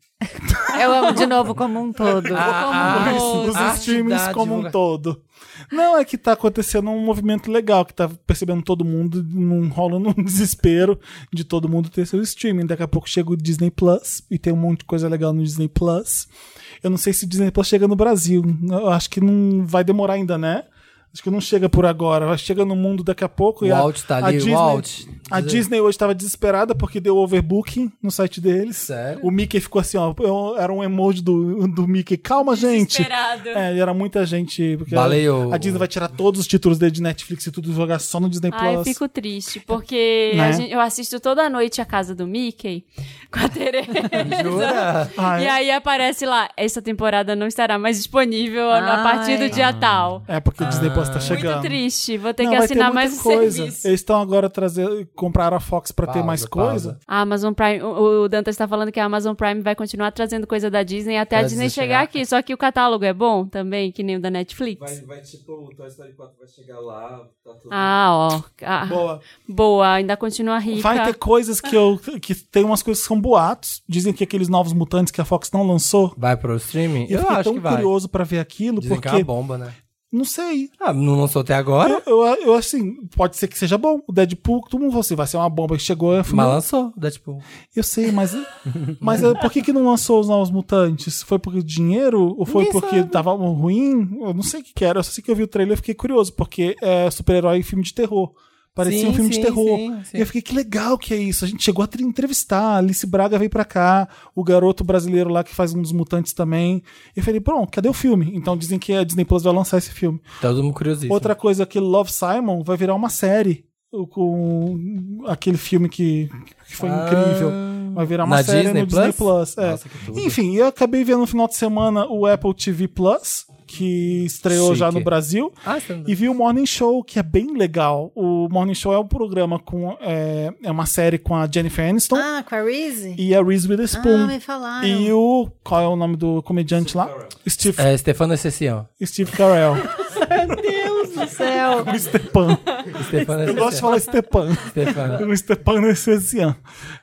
E: Eu amo de novo como um todo.
C: Ah,
B: Os-
C: ah,
B: os
C: ah,
B: streamings
C: arte
B: como
C: da
B: um todo. Não, é que tá acontecendo um movimento legal, que tá percebendo todo mundo, num, rolando um desespero de todo mundo ter seu streaming. Daqui a pouco chega o Disney Plus e tem um monte de coisa legal no Disney Plus. Eu não sei se o Disney Plus chega no Brasil. Eu acho que não vai demorar ainda, né? Acho que não chega por agora. Vai chega no mundo daqui a pouco. e
C: O
B: a-
C: Walt tá
B: a
C: ali, o
B: Disney,
C: Walt.
B: A Disney hoje tava desesperada porque deu overbooking no site deles.
C: Sério?
B: O Mickey ficou assim, ó. eu- Era um emoji do, do Mickey. Calma, gente.
A: Desesperado.
B: É, era muita gente. Porque
C: Baleou.
B: A Disney vai tirar todos os títulos dele de Netflix e tudo jogar só no Disney
F: Ai,
B: Plus.
F: fico triste, porque
B: Né?
F: a gente- eu assisto toda noite a casa do Mickey com a Tereza.
C: Jura?
B: Ah,
F: E
B: é?
F: aí aparece lá, esta temporada não estará mais disponível a partir do
E: Ai.
D: Ah.
F: dia tal.
B: É, porque o
C: Ah.
B: Disney Plus tá
F: Muito
B: chegando.
F: triste, vou ter
B: Não,
F: que
B: vai ter
F: assinar
B: muita
F: mais um
B: coisa.
F: serviço.
B: Eles estão agora trazendo. Compraram a Fox pra ter
C: Pausa,
B: mais
C: pausa.
B: coisa.
F: A Amazon Prime, o, o Dantas está falando que a Amazon Prime vai continuar trazendo coisa da Disney até
C: Pra
F: a Disney
C: Disney
F: chegar
C: chegar.
F: aqui. Só que o catálogo é bom também, que nem o da Netflix.
G: Vai, vai tipo, o Toy Story 4 vai chegar lá, tá tudo.
F: Ah, ó. Ah, boa.
B: Boa.
F: ainda continua rica.
B: Vai ter coisas que eu. que tem umas coisas que são boatos. Dizem que aqueles novos mutantes que a Fox não lançou.
C: Vai pro streaming?
B: E eu
C: Eu,
B: fiquei
C: acho
B: tão
C: que vai.
B: curioso pra ver aquilo,
C: Dizem que é
B: porque.
C: uma bomba, né?
B: não sei.
C: Ah, não lançou até agora,
B: Eu, eu, eu, assim, pode ser que seja bom. O Deadpool, todo mundo falou assim, vai ser uma bomba que chegou. Eu, falei,
C: mas lançou. Dá tipo...
B: eu sei, mas. mas eh, por que, que não lançou os novos mutantes? Foi porque dinheiro? Ou foi
C: Ninguém
B: porque
C: sabe.
B: tava ruim? Eu não sei o que, que era. Eu só sei que eu vi o trailer e fiquei curioso, porque é super-herói e filme de terror. Parecia
C: Sim,
B: um filme de
C: sim,
B: terror.
C: sim, sim.
B: E eu fiquei, que legal que é isso. A gente chegou a tre- entrevistar. A Alice Braga veio pra cá. O garoto brasileiro lá que faz um dos mutantes também. Eu falei, pronto, cadê o filme? Então dizem que a Disney Plus vai lançar esse filme.
C: Tá Todo mundo curiosíssimo.
B: Outra coisa é que Love Simon vai virar uma série o- com aquele filme que, que foi incrível. Vai virar uma
C: Ah, Na
B: série
C: Disney
B: no
C: Plus?
B: Disney Plus. é.
C: Nossa, que tudo.
B: Enfim, eu acabei vendo no final de semana o Apple TV Plus, que estreou já
C: Chique.
B: no Brasil.
C: Ah, você não...
B: E vi o Morning Show, que é bem legal. O Morning Show é um programa com. É, é uma série com a Jennifer Aniston
E: Ah, com a Reese?
B: e a Reese
E: Ah,
B: Witherspoon.
E: me falaram.
B: e o. Qual é o nome do comediante lá? Steve,
C: É, Stefano Essecião.
B: Steve Carell.
E: o céu.
B: o Stepan.
C: Stefano
B: Eu gosto de
C: Essecião.
B: falar Stepan.
C: Stefano.
B: O Stepan Nessessian.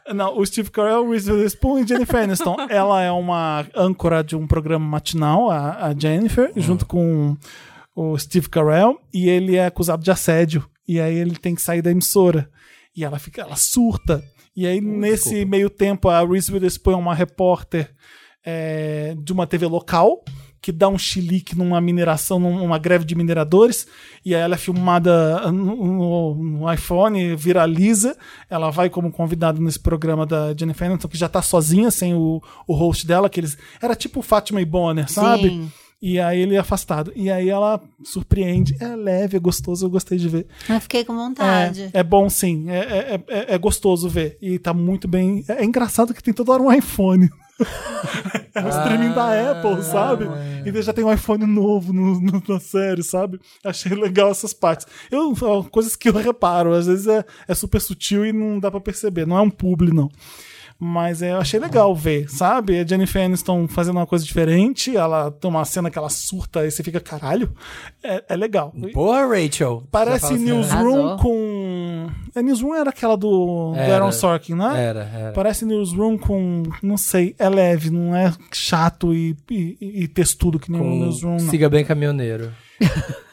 B: assim, Não, o Steve Carell, Reese Witherspoon e Jennifer Aniston. Ela é uma âncora de um programa matinal, a, a Jennifer, junto com o Steve Carell, e ele é acusado de assédio. E aí ele tem que sair da emissora. E ela fica, ela surta. E aí, nesse meio tempo, a Reese Witherspoon é uma repórter é, de uma TV local que dá um chilique numa mineração, numa greve de mineradores, e aí ela é filmada no, no- no iPhone, viraliza, ela vai como convidada nesse programa da Jennifer Aniston, que já tá sozinha, sem o, o host dela, que eles... Era tipo Fátima e Bonner, sabe?
E: Sim.
B: E aí ele é afastado. E aí ela surpreende, é leve, é gostoso, eu gostei de ver.
E: Eu fiquei com vontade.
B: É, é bom sim, é, é, é- é gostoso ver. E tá muito bem. É, é engraçado que tem toda hora um iPhone. é o streaming da Apple, sabe? E daí já tem um iPhone novo no, no- na série, sabe? Achei legal essas partes. Eu, ó, coisas que eu reparo, às vezes é, é super sutil e não dá pra perceber. Não é um publi, não. Mas é, eu achei legal ver, sabe? A Jennifer Aniston fazendo uma coisa diferente, ela tem uma cena que ela surta e você fica, caralho, é, é legal.
C: Porra, Rachel. Já
B: Parece
C: fala assim,
B: Newsroom
E: Arrasou.
B: com. A Newsroom era aquela do, do
C: Era.
B: Aaron Sorkin,
C: né?
B: né?
C: Era, era.
B: Parece Newsroom com. Não sei, é leve, não é chato e, e, e textudo que nem o Newsroom.
C: Com...
B: não.
C: Hum, Siga bem caminhoneiro.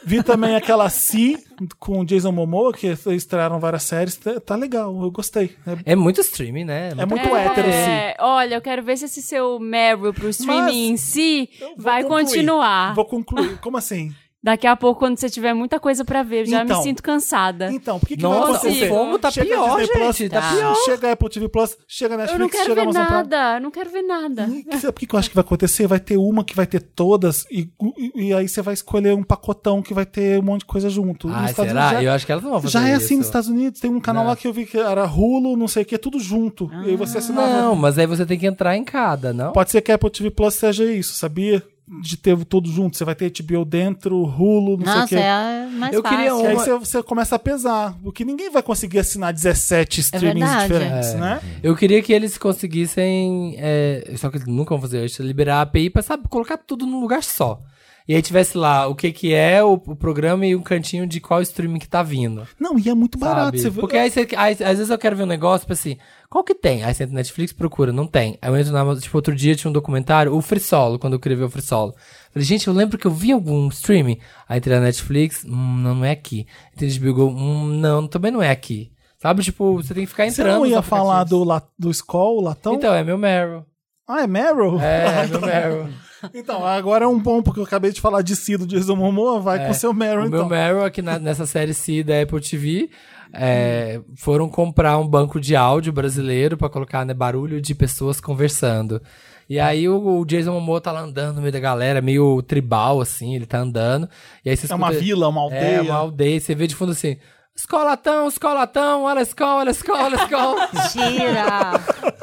B: Vi também aquela Si com o Jason Momoa, que estrearam várias séries. Tá, tá legal, eu gostei. É,
C: É muito streaming, né?
B: é muito
F: É,
B: hétero, sim.
F: é, olha, eu quero ver se esse seu Meryl pro streaming
B: Mas
F: em si
B: Eu vou
F: vai
B: concluir.
F: continuar.
B: Vou concluir. Como assim?
F: Daqui a pouco, quando você tiver muita coisa pra ver, eu já
B: Então.
F: me sinto cansada.
B: Então, por que, que vai
C: Nossa,
B: acontecer?
C: o fomo tá
B: chega
C: pior,
B: Disney Plus,
C: gente. Tá pior.
B: Chega Apple TV Plus, chega
F: Eu não
B: Netflix,
F: quero
B: chega
F: ver
B: Amazon Prime.
F: nada, eu não quero ver nada.
B: E que- Sabe o que que eu acho que vai acontecer? Vai ter uma que vai ter todas, e, e- e aí você vai escolher um pacotão que vai ter um monte de coisa junto. Nos
C: Ai,
B: Estados
C: será?
B: Unidos
C: Eu
B: já-
C: acho que elas não vão fazer
B: Já é assim
C: isso. É.
B: nos Estados Unidos. Tem um canal
C: Não.
B: lá que eu vi que era Hulu, não sei o que, tudo junto. E aí você assinava.
E: Ah.
C: Não, mas aí você tem que entrar em cada, não?
B: né? Pode ser que a Apple TV Plus seja isso, sabia? De ter tudo junto. Você vai ter HBO dentro, Hulu, não sei o
E: Nossa,
B: que.
E: é a mais
C: Eu
E: fácil.
C: queria
B: E aí
C: uma-
B: você, você começa a pesar, porque ninguém vai conseguir assinar 17 streamings
E: É verdade.
B: diferentes,
C: É.
B: né?
C: Eu queria que eles conseguissem. é, só que eles nunca vão fazer isso, liberar a API pra sabe, colocar tudo num lugar só. E aí tivesse lá o que, que é o, o programa e um cantinho de qual streaming que tá vindo.
B: Não, e é muito barato.
C: sabe?
B: Você vê-
C: Porque aí, você, aí, às vezes eu quero ver um negócio, tipo assim, qual que tem? Aí você entra no Netflix, procura, não tem. Aí eu entro na Amazon, tipo, outro dia tinha um documentário, o Free Solo, quando eu queria ver o Free Solo. Falei, gente, eu lembro que eu vi algum streaming. Aí entrei na Netflix, hum, não, não é aqui. Entrei no HBO, hum, não, também não é aqui. Sabe, tipo, você tem que ficar
B: Você
C: entrando.
B: não
C: nos
B: ia
C: aplicativos.
B: falar do, la- do Skoll, Latão?
C: Então, é meu Meryl.
B: ah, é Meryl?
C: É, é meu Meryl.
B: Então, agora é um bom, porque eu acabei de falar de Si do Jason Momoa, vai
C: É,
B: com o seu Meryl,
C: O meu
B: então.
C: Meryl aqui na- nessa série C da Apple TV é, foram comprar um banco de áudio brasileiro pra colocar né, barulho de pessoas conversando. E aí o, o Jason Momoa tá lá andando no meio da galera, meio tribal assim, ele tá andando. E aí você
B: É uma
C: escuta-
B: vila, uma aldeia.
C: É, uma aldeia. Você vê de fundo assim, escolatão, escolatão, olha a escola, olha a escola, olha a escola.
E: Gira!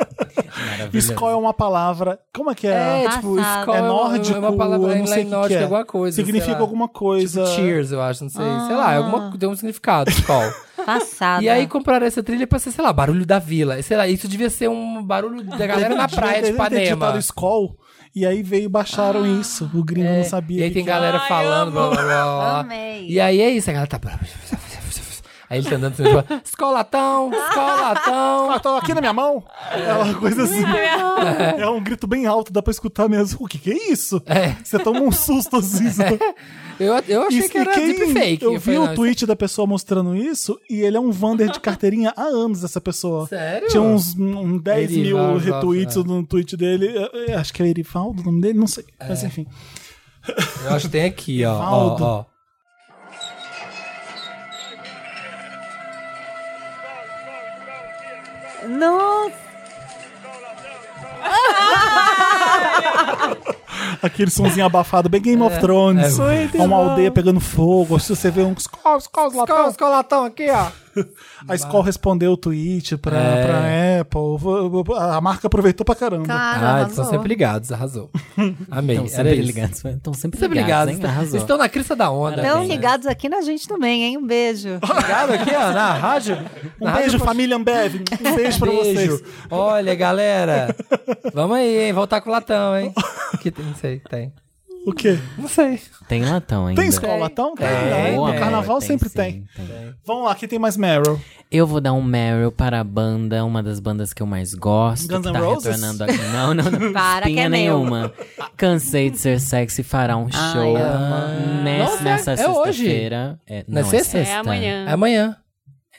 B: Skoll é uma palavra. Como é que é?
C: é, tipo,
E: Passada.
C: escola
B: É nórdico,
C: é uma palavra
B: eu não
C: lá
B: sei
C: em
B: o que
C: nórdico,
B: que é.
C: alguma coisa. sei
B: Significa
C: lá.
B: alguma coisa.
C: Tipo Cheers, eu acho, não sei. Sei lá, é alguma, tem um significado, escola.
E: Ah. Passada.
C: E aí compraram essa trilha pra ser, sei lá, barulho da vila. Sei lá, isso devia ser um barulho da galera na praia de Ipanema.
B: Skoll, e aí veio e baixaram
C: Ah.
B: isso. O gringo não sabia.
C: É, E aí
B: que
C: tem
B: que era.
C: galera falando, blá, blá, blá, blá.
E: Amei.
C: E aí é isso, a galera tá... Aí ele tá andando, assim, fala, escolatão, escolatão.
B: Ah, tô aqui na minha mão? É uma coisa assim. É um grito bem alto, dá pra escutar mesmo. O que que é isso?
C: É.
B: Você toma um susto assim. sabe?
C: Eu, eu achei
B: Isso,
C: que era
B: e quem-
C: deepfake.
B: Eu vi
C: falei, não,
B: o
C: isso-
B: tweet da pessoa mostrando isso e ele é um Vander de carteirinha há anos, essa pessoa.
C: é Sério?
B: Tinha uns um 10 mil
C: Erivaldo,
B: retweets
C: é.
B: no tweet dele. É, é, Acho que é Erivaldo o nome dele, não sei. Mas enfim.
C: Eu acho que tem aqui, ó. ó,
B: Valdo.
C: ó.
E: Nossa!
B: Aquele sonzinho abafado, bem Game of Thrones. É, uma aldeia pegando fogo. Ou Se você vê um Skol, Skol, Latão.
C: escolatão aqui, ó.
B: A Skol respondeu o tweet pra, pra Apple. A marca aproveitou pra caramba.
E: Cara,
C: Ah, eles
D: então
E: arrasou.
C: estão sempre ligados, arrasou. Amei.
D: Estão
C: era
D: sempre
C: isso.
D: ligados. Estão sempre,
C: Sempre ligados.
D: ligados, hein?
C: estão-
D: Arrasou.
C: tá- Estão na crista da onda.
E: Estão
C: né?
E: ligados aqui na gente também, hein? Um beijo.
C: Ligado aqui, ó, na rádio.
B: Um beijo, família Ambev. Um beijo pra vocês.
C: Olha, galera. Vamos aí, hein? Voltar com o latão, hein? Que tem, não sei, tem.
B: O quê?
C: Não sei.
D: Tem latão ainda.
B: Tem Skol,
E: É.
B: Latão? Tem. né? no
D: Boa, Meryl,
B: carnaval sempre
D: sim,
B: tem. Vamos lá, aqui tem mais Meryl.
D: Eu vou dar um Meryl para a banda, uma das bandas que eu mais gosto.
B: Guns
D: que
B: N'
D: tá
B: Roses?
D: retornando aqui. Não, não, não.
E: Para, que
D: espinha
E: é meu.
D: nenhuma. Cansei de ser sexy fará um
E: Ai,
D: show
C: amo. Ah,
D: nessa,
C: Nossa,
D: nessa
C: é
D: sexta-feira. É,
C: Na
D: não,
C: sexta?
D: É,
F: É
D: sexta.
F: amanhã.
C: É amanhã.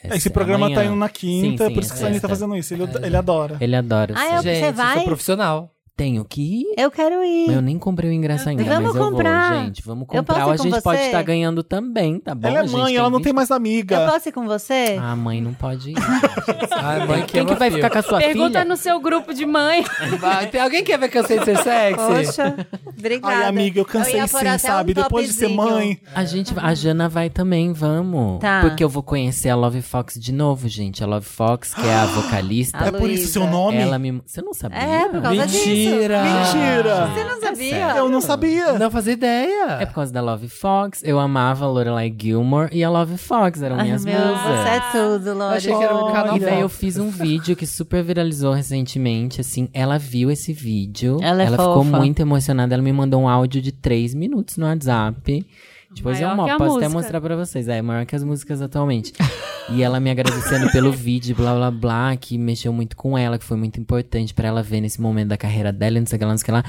D: É
B: Esse programa
D: amanhã.
B: tá um indo na quinta,
D: Sim, sim,
B: por isso
D: é
B: que o Sani tá
D: sexta.
B: fazendo isso. Ele, ele adora.
D: Ele adora.
E: Ah,
D: sexta.
E: eu- Você
C: Gente, eu
E: vai?
C: sou profissional.
D: Tenho que ir.
E: Eu quero ir.
D: Mas Eu nem comprei o ingresso ainda, mas
E: Vamos
D: eu
E: comprar.
D: vou, gente. Vamos
E: Eu
D: comprar.
E: posso ir
D: A
E: com
D: gente pode
E: você?
D: estar ganhando também, tá bom?
B: ela é
D: A gente
B: mãe, ela não
D: 20
B: tem mais
E: Eu
B: amiga.
E: posso ir com você?
D: Ah, mãe, não pode ir.
C: Ai, mãe,
D: Quem que
C: ama
D: vai
C: filho.
D: ficar com a sua
F: Pergunta
D: filha?
F: no seu grupo de mãe.
C: Vai, tem alguém que quer ver cansei de ser sexy?
E: Poxa, obrigada.
B: Ai, amiga, eu cansei
E: ia pôr até
B: sim,
E: um
B: sabe? Depois de ser
E: topzinho.
B: mãe.
D: A gente, a Jana vai também, vamos.
E: Tá.
D: Porque eu vou conhecer a Love Fox de novo, gente. A Love Fox, que é a vocalista,
E: A
B: É por isso
E: Luísa.
B: seu nome?
D: ela me, você não sabia?
E: É, por causa
C: Mentira.
E: disso.
B: Mentira!
E: Você
D: Tá
E: não sabia?
B: Eu não sabia.
C: Não fazia
D: É
C: ideia.
D: por causa da Love Fox. Eu amava a Lorelai Gilmore e a Love Fox, eram
E: Ai,
D: minhas
E: meu, você
D: musas.
E: é tudo,
C: Eu achei
E: Lore.
C: que era um canal
D: E daí eu
C: Fox.
D: fiz um vídeo que super viralizou recentemente, assim, ela viu esse vídeo.
E: Ela é
D: ficou
E: fofa.
D: muito emocionada, ela me mandou um áudio de três minutos no WhatsApp. Depois
F: Maior
D: eu
F: que a
D: mo- posso até
F: música.
D: mostrar pra vocês. É maior que as músicas atualmente. e ela me agradecendo pelo vídeo, blá blá blá, que mexeu muito com ela, que foi muito importante pra ela ver nesse momento da carreira dela, e não sei o que lá, não sei o que lá.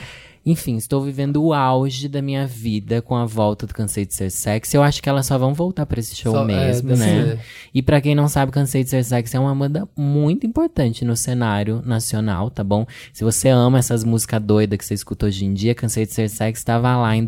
D: Enfim, estou vivendo o auge da minha vida com a volta do Cansei de Ser Sexy. Eu acho que elas só vão voltar pra esse show
C: Só- é,
D: mesmo,
C: deve
D: né?
C: ser.
D: E pra quem não sabe, Cansei de Ser Sexy é uma banda muito importante no cenário nacional, tá bom? Se você ama essas músicas doidas que você escuta hoje em dia, Cansei de Ser Sexy estava lá em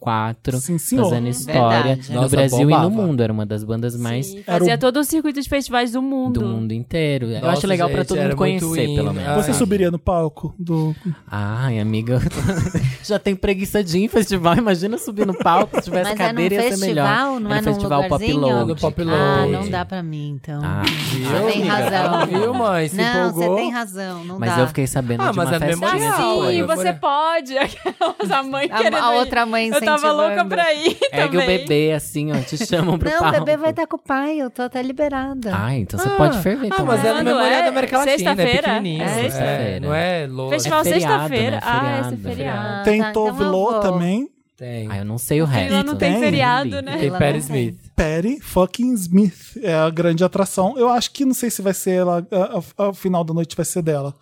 D: 2004,
B: Sim, senhor.
D: fazendo história
E: Verdade.
D: no
C: Nossa,
D: Brasil
C: bombava.
D: e no mundo. Era uma das bandas mais
F: Sim,
B: Era
F: fazia
B: o-
F: todo o circuito de festivais do mundo.
D: do mundo inteiro. Eu
C: Nossa,
D: acho legal pra
C: gente,
D: todo
C: era
D: mundo
C: muito
D: conhecer,
C: hino.
D: pelo menos.
C: Ah.
B: Você subiria no palco do.
D: Ai, amiga, já tem preguiça de ir em festival. Imagina subir no palco, se tivesse
E: Mas é num
D: cadeira, ia ser melhor.
E: festival? Não
D: Era um
E: é num
D: festival
E: lugarzinho?
D: Load.
C: No Pop
E: Ah,
C: Load.
E: não dá pra mim, então.
D: Ah,
E: Você tem
C: amiga?
E: razão.
C: Viu, mãe? Se
E: não,
C: empolgou.
E: você tem razão, não
D: mas
E: dá.
D: eu fiquei sabendo
C: Ah,
D: de
C: mas
D: uma
C: é
D: festinha.
F: Ah,
C: memorial,
D: que
F: sim,
C: eu vou-
F: você pode. Aquelas a mãe
E: A-
F: querendo
E: a
F: ir.
E: outra mãe
F: Eu tava louca
E: incentivando.
F: pra ir
D: Pega É o
F: também.
D: bebê, assim, ó, te chamam pro
E: Não, o
D: palco.
E: bebê vai estar com o pai, eu tô até liberada.
D: Ah, então você pode ferver
C: Ah,
D: também.
C: mas é no
F: Quando
C: Memorial
F: é?
C: da América Latina, é
F: Sexta-feira?
C: pequenininho.
F: É
D: sexta-feira.
C: É, não é louco.
F: Festival
D: É feriado,
F: sexta-feira.
D: né?
F: Ah, esse é
D: Feriado,
F: feriado.
E: Ah,
B: tem
E: tá, então eu
B: Tovlo
E: vou.
B: também.
C: Tem.
D: Ah, eu não sei o resto.
F: Vila não tem
B: Tem.
F: feriado, né?
C: Tem
E: Ela
C: Perry
E: não tem. Ah,
C: Smith.
B: Perry fucking Smith é a grande atração. Eu acho que não sei se vai ser ela, a- a- o final da noite vai ser dela.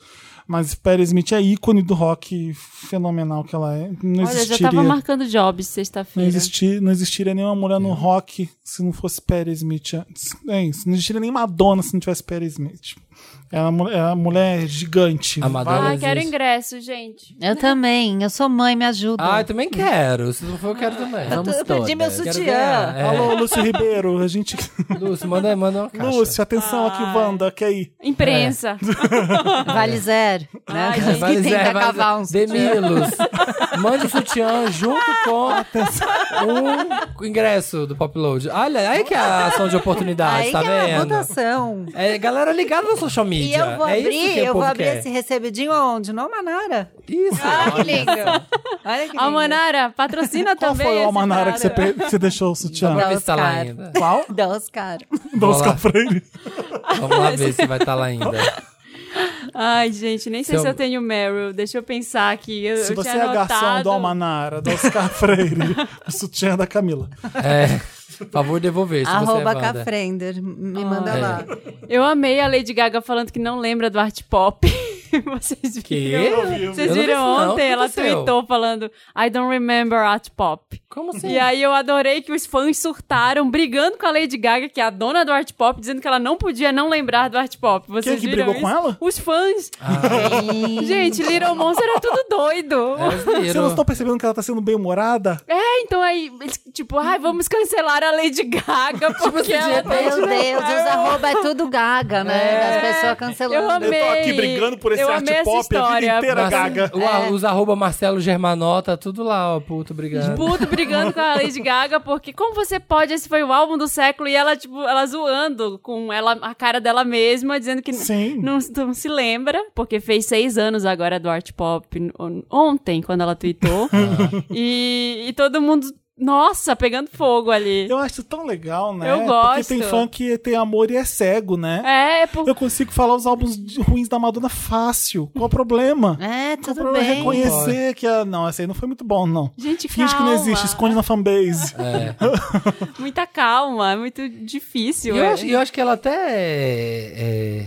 B: Mas Perry Smith é ícone do rock fenomenal que ela é. Não
F: Olha, eu já
B: existiria.
F: tava marcando jobs
B: Não,
F: sexta-feira.
B: existi, não existiria nenhuma mulher no rock se não fosse Perry Smith antes. É isso. Não existiria nem Madonna se não tivesse Perry Smith. Ela é uma mulher- é uma mulher gigante.
C: A Madonna
F: Ah,
C: existe.
F: quero ingresso, gente.
E: Eu também, eu sou mãe, me ajuda.
C: Ah, eu também quero. Se não for, eu quero também.
D: Vamos
E: eu perdi meu
D: todas.
C: Quero
E: sutiã.
C: ganhar. É.
B: Alô, Lúcio Ribeiro. A gente.
C: Lúcio, manda, manda uma caixa.
B: Lúcio, atenção aqui, Wanda, que aí.
F: Imprensa.
E: Vale zero, né?
F: Ai,
E: Aquelas
C: Vale
E: que
C: Zé,
E: tenta
C: vale
E: cavar
C: Zé.
E: uns.
C: Demilos. Mande o sutiã junto com o ingresso do Pop Load. Olha, aí que é a ação de oportunidade,
E: Aí
C: tá
E: que é uma
C: vendo?
E: votação.
C: É, galera ligada no social
E: E
C: media.
E: eu vou
C: é isso
E: abrir,
C: que o
E: eu vou
C: povo
E: abrir assim. Ah,
C: quer.
E: esse recebidinho aonde? No Manara.
C: Isso.
E: Olha que lindo. Olha que lindo.
F: Almanara, patrocina
B: Qual
F: também.
B: foi o
F: esse
B: Almanara que você,
F: cara.
B: pe- que você deixou o sutiã?
C: Pra ver
E: Oscar.
C: se tá lá ainda.
B: Qual?
E: Dá os caras.
B: Do
C: Vou lá.
B: Oscar Freire.
C: Vamos lá ver se vai estar lá ainda.
F: Ai, gente, nem sei
C: Seu-
F: se eu tenho Meryl. Deixa eu pensar aqui. Eu,
B: Se
F: eu
B: você
F: tinha
B: é garçom
F: anotado.
B: do Almanara, do Oscar Freire, o sutiã da Camila.
C: É. Por favor, devolver. Se
E: Arroba
C: você é Wanda.
E: Cafrender. Me manda
C: Ai.
E: lá.
F: Eu amei a Lady Gaga falando que não lembra do art pop. Vocês viram? Vocês
C: Quê? Eu não vi
F: viram
C: isso, não. O
F: ontem?
C: que
F: Ela
C: aconteceu?
F: tweetou falando I don't remember art pop.
C: Como assim?
F: E aí eu adorei que os fãs surtaram, brigando com a Lady Gaga, que é a dona do art pop, dizendo que ela não podia não lembrar do art pop. Vocês
B: que
F: viram
B: brigou com
F: isso?
B: ela?
F: Os fãs.
C: Ah.
F: Gente, Little Monster era tudo doido.
C: É,
B: Vocês não estão percebendo que ela tá sendo bem-humorada?
F: É, então aí, eles, tipo, ai, vamos cancelar a Lady Gaga porque ela tá...
E: Meu Deus, os arroba é tudo gaga, né?
C: É.
E: As pessoas
F: Eu
E: cancelando.
F: amei. eu amei essa história.
C: Mas, o a- Os arroba Marcelo Germanota, tudo lá, ó, puto, obrigado.
F: Puto brigando com a Lady Gaga, porque como você pode? Esse foi o álbum do século e ela, tipo, ela zoando com ela, a cara dela mesma, dizendo que
B: Sim.
F: Não, não se lembra, porque fez seis anos agora do Art Pop on- ontem, quando ela tweetou.
B: Ah.
F: e, e todo mundo, nossa, pegando fogo ali.
B: Eu acho tão legal, né?
F: Eu
B: Porque
F: gosto.
B: tem fã que tem amor e é cego, né?
F: É, por...
B: Eu consigo falar os álbuns de- ruins da Madonna fácil. Qual o problema? Qual
E: É,
B: o
C: um
E: tudo
B: problema é
E: bem.
B: reconhecer que a... Não, essa aí não foi muito bom, não.
F: gente,
B: Finge que
F: calma.
B: não existe, esconde na fanbase.
F: Muita calma, é muito difícil.
C: E eu,
F: é.
C: acho, e eu acho que ela até. é, é,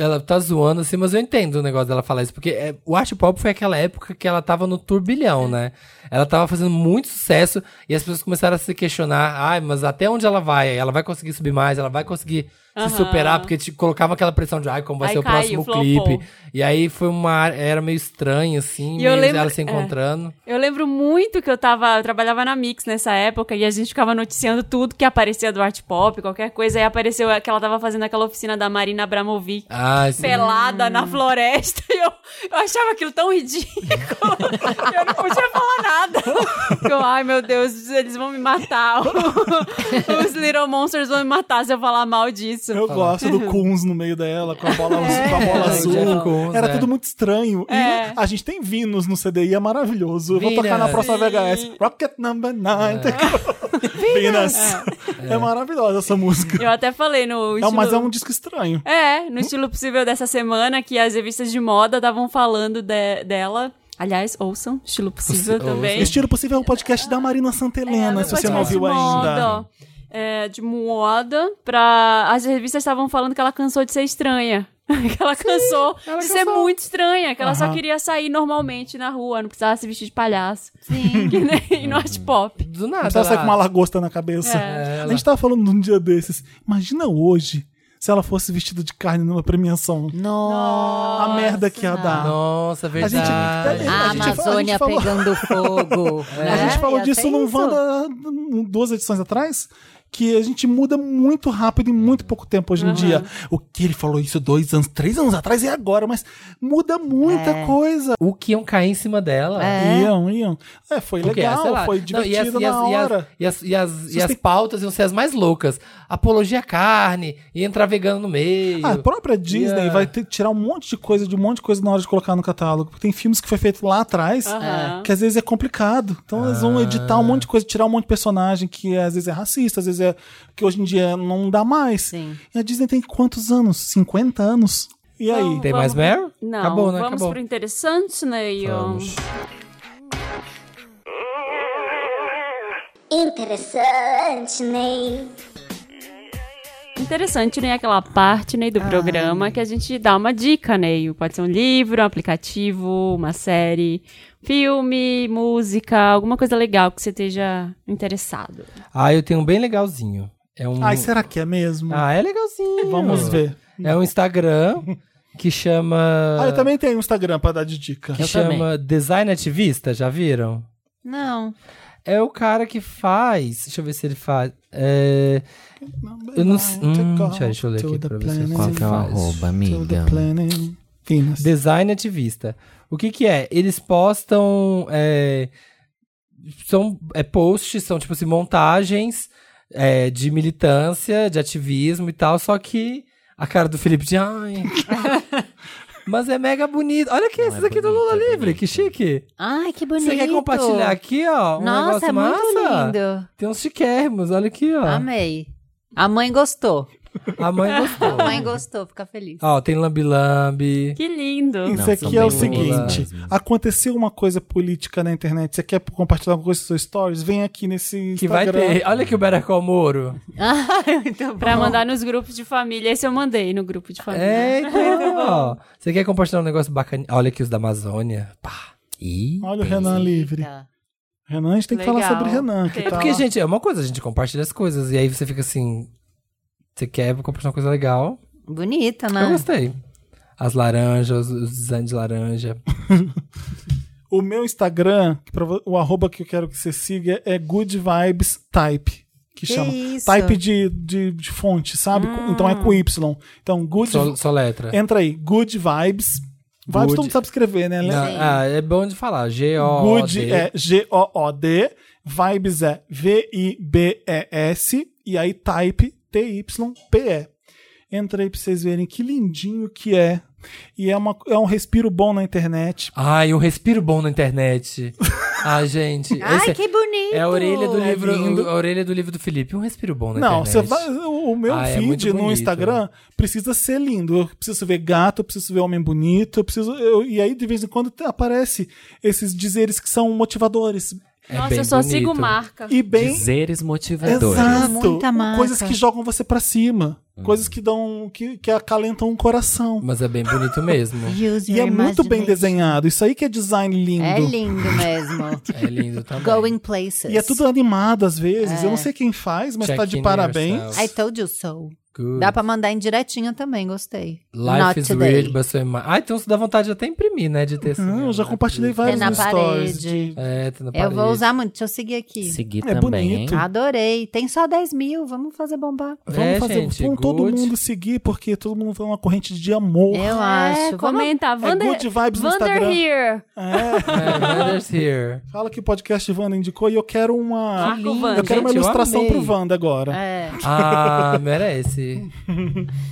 C: ela tá zoando assim, mas eu entendo o negócio dela falar isso, porque é, o Art Pop foi aquela época que ela tava no turbilhão, né? Ela tava fazendo muito sucesso e as pessoas começaram a se questionar: ai, mas até onde ela vai? Ela vai conseguir subir mais? Ela vai conseguir se
F: Aham.
C: superar? Porque te colocava aquela pressão de, ai, como vai
F: Aí
C: ser o
F: caiu,
C: próximo
F: flopou.
C: clipe? E aí foi uma. Era meio estranho, assim,
F: E eu
C: meio
F: lembro-
C: ela se
F: é.
C: encontrando.
F: Eu lembro muito que eu tava, eu trabalhava na Mix nessa época e a gente ficava noticiando tudo que aparecia do art pop, qualquer coisa, e apareceu que ela tava fazendo aquela oficina da Marina Abramovic.
C: Ah, sim.
F: Pelada
B: Hum.
F: na floresta e eu, eu achava aquilo tão ridículo. eu não podia falar nada. Eu, ai meu Deus, eles vão me matar. Os Little Monsters vão me matar se eu falar mal disso.
B: Eu gosto do Kunz no meio dela, com a bola, com a bola
C: É,
B: azul.
C: Jeff Koons,
B: Era
C: é.
B: tudo muito estranho.
F: É.
B: E a gente tem Vinus no CDI, é maravilhoso. Eu vou
C: Venus.
B: tocar na próxima VHS. Rocket Number 9. Venus. É. maravilhosa essa música.
F: Eu até falei no.
B: É, mas é
F: estilo-
B: um disco estranho.
F: É, no estilo possível dessa semana, que as revistas de moda estavam falando de- dela. Aliás, ouçam, estilo possível
C: Ouçam.
F: também.
B: Estilo Possível é o podcast da Marina Santelena,
F: É,
B: se você
F: meu
B: não
F: podcast
B: ouviu
F: de
B: ainda.
F: moda, é, de moda, pra... As revistas estavam falando que ela cansou de ser estranha. que ela cansou de ser
C: cansou.
F: muito estranha, que ela só
B: Aham.
F: queria sair normalmente na rua, não precisava se vestir de palhaço. Sim. Que nem no art pop.
C: Do nada.
B: Não precisa É. sair
C: ela-
B: com uma lagosta na cabeça.
F: É.
B: A gente tava falando num dia desses. Imagina hoje se ela fosse vestida de carne numa premiação.
E: Nossa.
B: a merda que ia dar.
C: Nossa,
B: gente- É,
C: verdade.
B: A
E: A
B: gente-
F: Ah,
B: a gente
E: Amazônia
B: falou-
E: pegando fogo. É,
B: A gente falou disso
E: não
B: no Wanda hum, duas edições atrás. Que a gente muda muito rápido em muito pouco tempo hoje em dia. O que ele falou isso dois anos, três anos atrás e agora, mas muda muita coisa.
C: O que iam cair em cima dela?
B: Iam, iam. É, foi
C: Porque, ah, sei
B: legal,
C: lá.
B: foi
C: Não, e as-
B: divertido
C: e as-
B: na
C: e as-
B: hora.
C: E as, e as, e
B: Vocês
C: as
B: têm-
C: pautas iam ser as mais loucas. Apologia à carne, e entrar vegano no meio.
B: Ah, a própria Disney
C: Yeah.
B: vai ter que tirar um monte de coisa de um monte de coisa na hora de colocar no catálogo. Porque tem filmes que foi feito lá atrás
F: Aham.
B: que às vezes é complicado. Então eles vão
C: Ah.
B: editar um monte de coisa, tirar um monte de personagem que às vezes é racista, às vezes é. que hoje em dia não dá mais.
E: Sim.
B: E a Disney tem quantos anos? 50 anos? E aí?
F: Não.
C: Tem mais Meryl?
F: Não,
C: Acabou, né?
F: vamos
C: Acabou.
F: pro interessante, né? Ion?
C: Vamos.
I: Interessante, Ney.
F: Interessante, né? Aquela parte né, do
B: Ah.
F: programa que a gente dá uma dica, né? Pode ser um livro, um aplicativo, uma série, filme, música, alguma coisa legal que você esteja interessado.
C: Ah, eu tenho um bem legalzinho. É um...
B: Ai, será que é mesmo?
C: Ah, é legalzinho.
B: Vamos ver.
C: É um Instagram que chama...
B: Ah, eu também tenho um Instagram pra dar de dica.
C: Que chama Design Ativista, já viram?
E: Não.
C: É o cara que faz... Deixa eu ver se ele faz... É... Eu não sei- hum, deixa eu- deixa eu ler
B: To
C: aqui
B: the
C: pra ver se
B: planet
C: qual
D: que é o
B: Venus.
D: arroba,
B: To
D: amiga?
B: the planet Venus.
C: Design ativista. O que que é? Eles postam é, são é, posts, são tipo assim montagens é, de militância, de ativismo e tal. Só que a cara do Felipe de ai, mas é mega bonito. Olha que esses aqui do
D: bonito,
C: Lula
D: é
C: Livre,
D: bonito.
C: que chique.
E: Ai, que bonito.
C: Você quer compartilhar aqui, ó? Um
E: Nossa,
C: negócio
E: é muito
C: massa?
E: lindo.
C: Tem uns chiquérrimos, olha aqui,
B: Ah.
C: ó.
E: Amei. A mãe gostou.
C: A mãe gostou.
E: A mãe gostou, fica feliz.
C: Ó, tem lambi-lambi.
F: Que lindo!
B: Isso
D: Não,
B: aqui
D: são
B: é o
D: bem
B: seguinte:
D: populares mesmo.
B: aconteceu uma coisa política na internet, você quer compartilhar alguma coisa nos seus stories? Vem aqui nesse
C: Que vai
B: Instagram.
C: ter. Olha que o Better Call Moro.
E: Ai, Ah, muito bom.
F: Pra mandar nos grupos de família. Esse eu mandei no grupo de família.
C: É, então, ó. Você quer compartilhar um negócio bacana? Olha aqui os da Amazônia. Pá.
D: Ih,
B: Olha o Renan Tá livre. Renan, a gente tem que falar
F: Legal.
B: sobre Renan. Que
F: É
B: tá
C: Porque,
B: lá.
C: gente, é uma coisa, a gente compartilha as coisas. E aí você fica assim. Você quer compartilhar uma coisa legal?
E: Bonita,
C: Eu
E: né?
C: gostei. As laranjas, os designs de laranja.
B: O meu Instagram, que pra vo- o arroba que eu quero que você siga é Good Vibes Type. Que,
E: Que
B: chama.
E: isso?
B: Type de, de, de fonte, sabe? Então é com Y. Então, Good.
C: Só, só letra.
B: Entra aí, Good Vibes. Vibes
C: Good-
B: todo mundo sabe escrever, né?
C: Não, ah, é bom de falar. G-O.
B: Good é G-O-O-D, Vibes é V-I-B-E-S, e aí Type, T-Y-P-E. Entra aí pra vocês verem que lindinho que é. E é, uma, é um respiro bom na internet.
C: Ai, um respiro bom na internet. Ai, gente. esse
E: Ai,
C: é-
E: que bonito.
C: É a orelha do
B: É
C: livro.
B: lindo.
C: A orelha do livro do Felipe. Um respiro bom na
B: Não,
C: internet.
B: você vai, o o meu
C: Ah, é muito
B: feed no
C: bonito.
B: Instagram precisa ser lindo. Eu preciso ver gato, eu preciso ver homem bonito, eu preciso. eu- e aí, de vez em quando, te- aparece esses dizeres que são motivadores.
C: É
F: Nossa,
C: bem
F: eu só sigo
C: bonito.
F: marca.
B: E bem
D: Dizeres
C: É
D: motivadores.
B: Exato.
E: Ah, Muita marca.
B: Coisas que jogam você pra cima.
C: Uhum.
B: Coisas que dão. Que, que acalentam o coração.
C: Mas é bem bonito mesmo.
E: Use
B: E
E: your
B: é muito bem
E: imagination.
B: desenhado. Isso aí que é design lindo.
E: É lindo mesmo.
C: É lindo também.
E: Going places.
B: E é tudo animado às vezes.
E: É.
B: Eu não sei quem faz, mas tá
C: Check
B: de
C: in
B: parabéns.
C: yourself.
E: I told you so.
C: Good.
E: Dá pra mandar em direitinho também, gostei.
C: Life
E: Not
C: is
E: today.
C: weird, but so am I. Ah, então você dá vontade de até imprimir, né? De ter assim,
B: Hum,
C: ó,
B: eu já
C: né,
B: compartilhei
C: tudo.
B: vários
E: É na
B: nos stories.
E: parede.
B: de-
C: É, tá na
E: Eu
C: parede.
E: vou usar muito, deixa eu seguir aqui.
D: Seguir
B: É
D: também,
B: bonito.
D: hein?
E: Adorei. Tem só 10 mil, vamos fazer bombar.
C: É,
B: Vamos fazer
C: gente,
B: vamos todo
C: good.
B: mundo seguir, porque todo mundo tem uma corrente de amor.
E: Eu
F: É,
E: acho. Vamos-
F: comenta. Vander,
B: good vibes no
F: Vander
B: Instagram.
F: Here.
B: É,
C: É, Wander's here.
B: fala que o podcast Wanda indicou e eu quero uma.
F: Marco Vander.
B: Eu quero uma
C: Gente, eu
B: ilustração
C: amei.
B: pro Wanda agora.
E: É.
C: Ah, merece.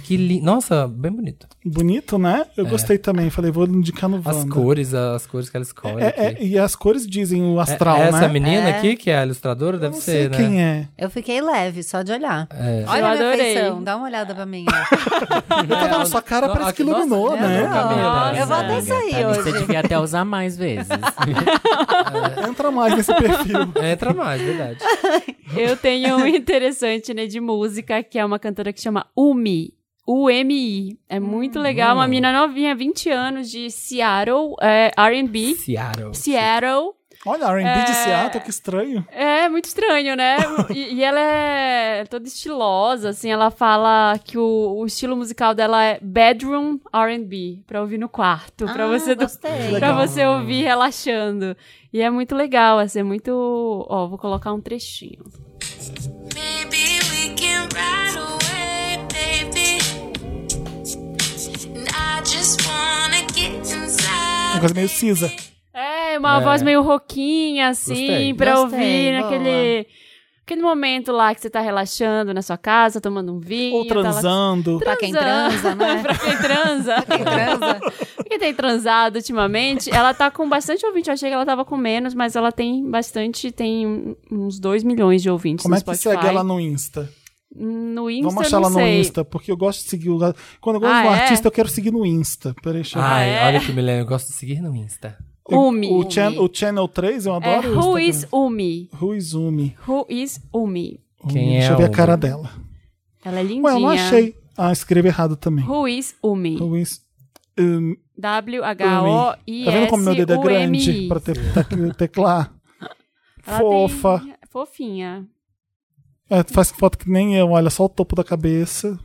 C: Que lindo. Nossa, bem bonito.
B: Bonito, né? Eu gostei também. Falei, vou indicar no Wanda.
C: É. As cores, as cores que ela escolhe.
B: É, é,
C: aqui.
B: e as cores dizem o
C: É,
B: astral,
C: Essa
B: né?
C: menina
E: É.
C: aqui, que é a ilustradora, deve
B: Não sei
C: ser, né?
B: quem é.
E: Eu fiquei leve, só de olhar.
C: É.
E: Olha
F: Eu
E: a minha
F: adorei.
E: feição, dá uma olhada pra mim.
B: Eu tava na é. sua cara,
C: No-
B: parece que
C: aqui, nossa,
B: iluminou,
C: né?
B: né?
C: Não, Camila,
E: eu vou até
D: amiga,
E: sair
D: tá,
E: hoje.
D: Você devia até usar mais vezes.
B: Entra mais nesse perfil.
C: Entra mais, verdade.
F: Eu tenho um interessante, né, de música, que é uma cantora que chama Umi. UMI. É muito legal. Uma menina novinha, 20 anos, de Seattle, é, RB.
C: Seattle.
F: Seattle.
B: Olha, R&B de
F: É.
B: Seattle, que estranho.
F: É, muito estranho, né? E, e ela é toda estilosa, assim. Ela fala que o, o estilo musical dela é bedroom RB, pra ouvir no quarto, pra você do-
E: Ah, gostei.
F: Pra
B: Legal.
F: você ouvir relaxando. E é muito legal, assim, é muito. Ó, vou colocar um trechinho.
J: Maybe we can ride away, baby. And I just wanna get
B: Uma
J: inside.
B: coisa meio cinza.
F: É, uma
C: É.
F: voz meio roquinha, assim,
C: Gostei.
F: pra
E: Gostei,
F: ouvir
E: boa.
F: naquele. Aquele momento lá que você tá relaxando na sua casa, tomando um vinho.
B: Ou
F: tá lá-
B: transando.
E: Pra quem transa, né?
F: pra quem transa.
E: Quem transa.
F: Quem tem transado ultimamente, ela tá com bastante ouvinte. Eu achei que ela tava com menos, mas ela tem bastante, tem um- uns 2 milhões de ouvintes
B: Como
F: no
B: é que
F: Spotify.
B: segue ela no Insta?
F: No Insta,
B: Vamos achar
F: eu não
B: ela no
F: sei.
B: Insta, porque eu gosto de seguir. o- Quando eu gosto
F: Ah,
B: de um
F: é?
B: artista, eu quero seguir no Insta. Peraí, deixa eu-
C: Ai,
F: É.
C: olha que milênio, eu gosto de seguir no Insta.
B: Eu-
F: Umi.
B: O, chan- o Channel 3, eu
F: É
B: adoro o
F: Who
B: Instagram.
F: is Umi?
B: Who is Umi?
F: Who is Umi?
B: Umi,
C: Quem
B: Hum, deixa
C: é
B: eu ver a
C: Umi?
B: cara dela.
F: Ela é lindinha.
B: Ué, eu não achei. Ah, escrevi errado também.
F: Who is Umi?
B: Who is... Um,
F: W-H-O-I-S-U-M-I.
B: tá vendo como meu dedo é grande pra ter, te- teclar?
F: Ela
B: Fofa.
F: tem- Fofinha.
B: É, faz foto que nem eu, olha só o topo da cabeça.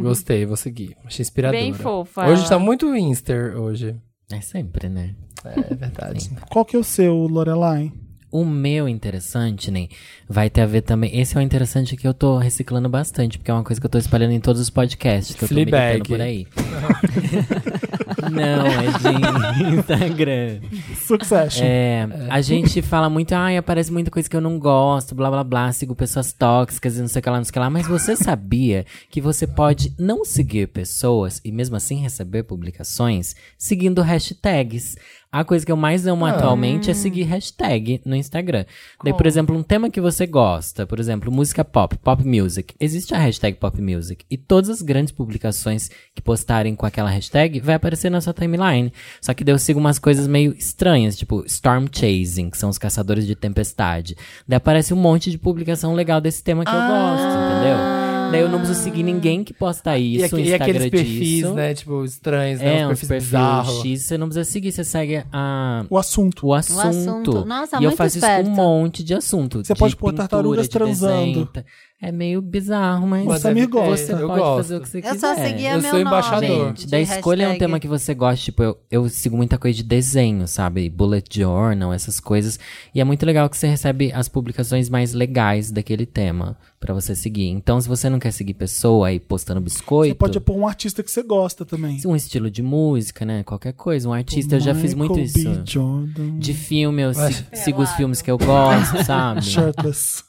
C: Gostei, vou seguir. Achei inspiradora.
F: Uhum. Bem fofa
C: Hoje
F: ela.
C: tá muito Insta hoje.
D: É sempre, né?
C: É verdade.
B: Qual que é o seu, Lorelai?
D: O meu interessante, Ney, vai ter a ver também. Esse é um interessante que eu tô reciclando bastante, porque é uma coisa que eu tô espalhando em todos os podcasts que eu tô
C: Fleabag.
D: militando por aí. Não, é de Instagram.
B: Succession.
D: É, a gente fala muito, ai, aparece muita coisa que eu não gosto, blá blá blá, sigo pessoas tóxicas e não sei o que lá, não sei o que lá, mas você sabia que você pode não seguir pessoas e mesmo assim receber publicações seguindo hashtags. A coisa que eu mais amo atualmente é seguir hashtag no Instagram. Daí, por exemplo, um tema que você gosta, por exemplo, música pop, pop music. Existe a hashtag pop music e todas as grandes publicações que postarem com aquela hashtag vai aparecer na sua timeline. Só que daí eu sigo umas coisas meio estranhas, tipo Storm Chasing, que são os caçadores de tempestade. Daí aparece um monte de publicação legal desse tema
C: Ah.
D: que eu gosto, entendeu? Daí eu não preciso seguir ninguém que posta
C: E,
D: isso,
C: aque-
D: o
C: e
D: Instagram
C: aqueles perfis,
D: disso.
C: né? Tipo, estranhos, né?
D: É,
C: uns
D: uns
C: perfis
D: perfis
C: bizarros.
D: X, você não precisa seguir, você segue a,
B: O assunto.
D: o assunto.
E: Um assunto. Nossa,
D: e eu
E: muito
D: faço
E: esperto.
D: isso com um monte de assunto.
B: Você
D: de
B: pode pôr
D: pintura,
B: tartarugas
D: de desenho,
B: transando.
D: tá- É meio bizarro, mas
B: Mas
D: você
B: Samir
C: é-
B: gosta.
D: pode
C: Eu gosto.
D: fazer o que você
E: Eu
D: quiser.
E: só seguia
C: Eu
E: meu
C: sou
E: nome
C: embaixador.
E: de
D: Gente, da escolha é um
E: hashtag.
D: tema que você gosta. Tipo, eu, eu sigo muita coisa de desenho, sabe? Bullet journal, essas coisas. E é muito legal que você recebe as publicações mais legais daquele tema pra você seguir. Então, se você não quer seguir pessoa aí postando biscoito,
B: Você pode pôr um artista que você gosta também.
D: um estilo de música, né? Qualquer coisa, um artista. eu já fiz muito
B: Michael
D: isso.
B: B. Jordan.
D: De filme, eu sig- sigo os filmes que eu gosto, sabe?
B: Shirtless.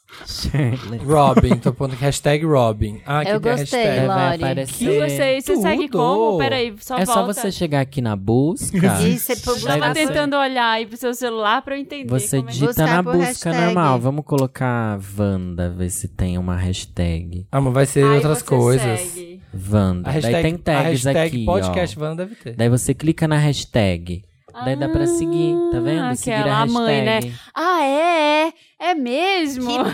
C: Robin, tô pondo aqui, hashtag Robin. Ah, que
E: Eu
C: tem a
E: gostei,
C: hashtag.
D: Aí vai
E: Lori.
D: aparecer.
F: Eu gostei. Você
C: Tudo.
F: segue como? Peraí, só
D: é
F: volta.
D: só você chegar aqui na busca.
E: E você
F: Eu
E: publica-
D: Daí
F: tava
D: você-
F: tentando olhar aí pro seu celular pra eu entender
D: Você
F: como é que...
D: digita
E: Buscar
D: na
E: por
D: busca
E: hashtag.
D: normal. Vamos colocar Wanda, ver se tem uma hashtag.
C: Ah, mas vai ser
F: Aí
C: outras
F: você
C: coisas.
F: segue.
D: Wanda.
C: A hashtag,
D: Ah, Daí tem
C: a
D: tags
C: hashtag
D: aqui,
C: podcast
D: ó.
C: Van deve ter.
D: Daí você clica na hashtag. Daí dá pra seguir, tá vendo?
F: Ah,
D: seguir
F: aquela
D: a hashtag.
F: mãe, né? Ah, é, é. É mesmo.
E: Que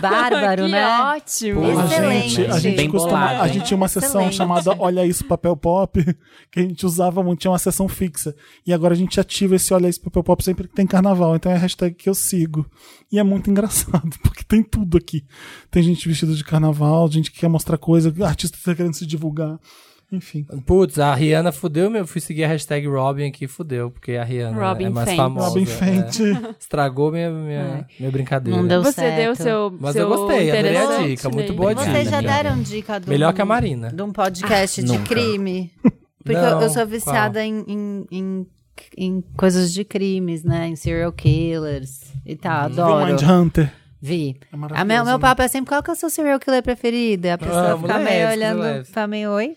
E: bárbaro,
F: que
E: né?
F: ótimo.
B: A
E: Excelente.
B: gente, é. a gente
D: Bem
B: costuma-
D: bolado,
B: a
D: hein?
B: gente tinha uma sessão
E: Excelente.
B: chamada Olha Isso Papel Pop, que a gente usava muito, tinha uma sessão fixa. E agora a gente ativa esse Olha Isso Papel Pop sempre que tem carnaval, então é a hashtag que eu sigo. E é muito engraçado, porque tem tudo aqui. Tem gente vestida de carnaval, gente que quer mostrar coisa, artista que tá querendo se divulgar. Enfim.
C: Putz, a Rihanna fudeu meu. Fui seguir a hashtag Robin aqui, fudeu, porque a Rihanna
F: Robin
C: é mais
F: Fenty.
C: famosa.
B: Robin
C: é.
B: Fenty.
C: Estragou minha, minha, minha brincadeira.
E: Não deu
F: Você
E: certo.
F: É. deu seu
C: Mas
F: seu
C: eu gostei, adorei a
F: interessante,
C: dica,
F: né?
C: muito boa
D: Obrigado,
E: Vocês já
D: amiga.
E: deram dica do.
C: Melhor que a
B: né?
C: Marina.
E: De um podcast de
D: Nunca.
E: crime. Porque eu-
C: Não,
E: eu sou viciada em, em, em, em coisas de crimes, né? Em serial killers e tal.
B: Viu
E: Adoro.
B: Mindhunter.
E: Vi.
B: É
E: A meu,
B: Uhum. maravilhoso,
E: meu
B: né? Ah,
E: papo é sempre qual que é o seu serial killer preferido? E A pessoa
C: Amo,
E: fica
C: leve,
E: meio olhando
C: leve.
E: pra meio oi.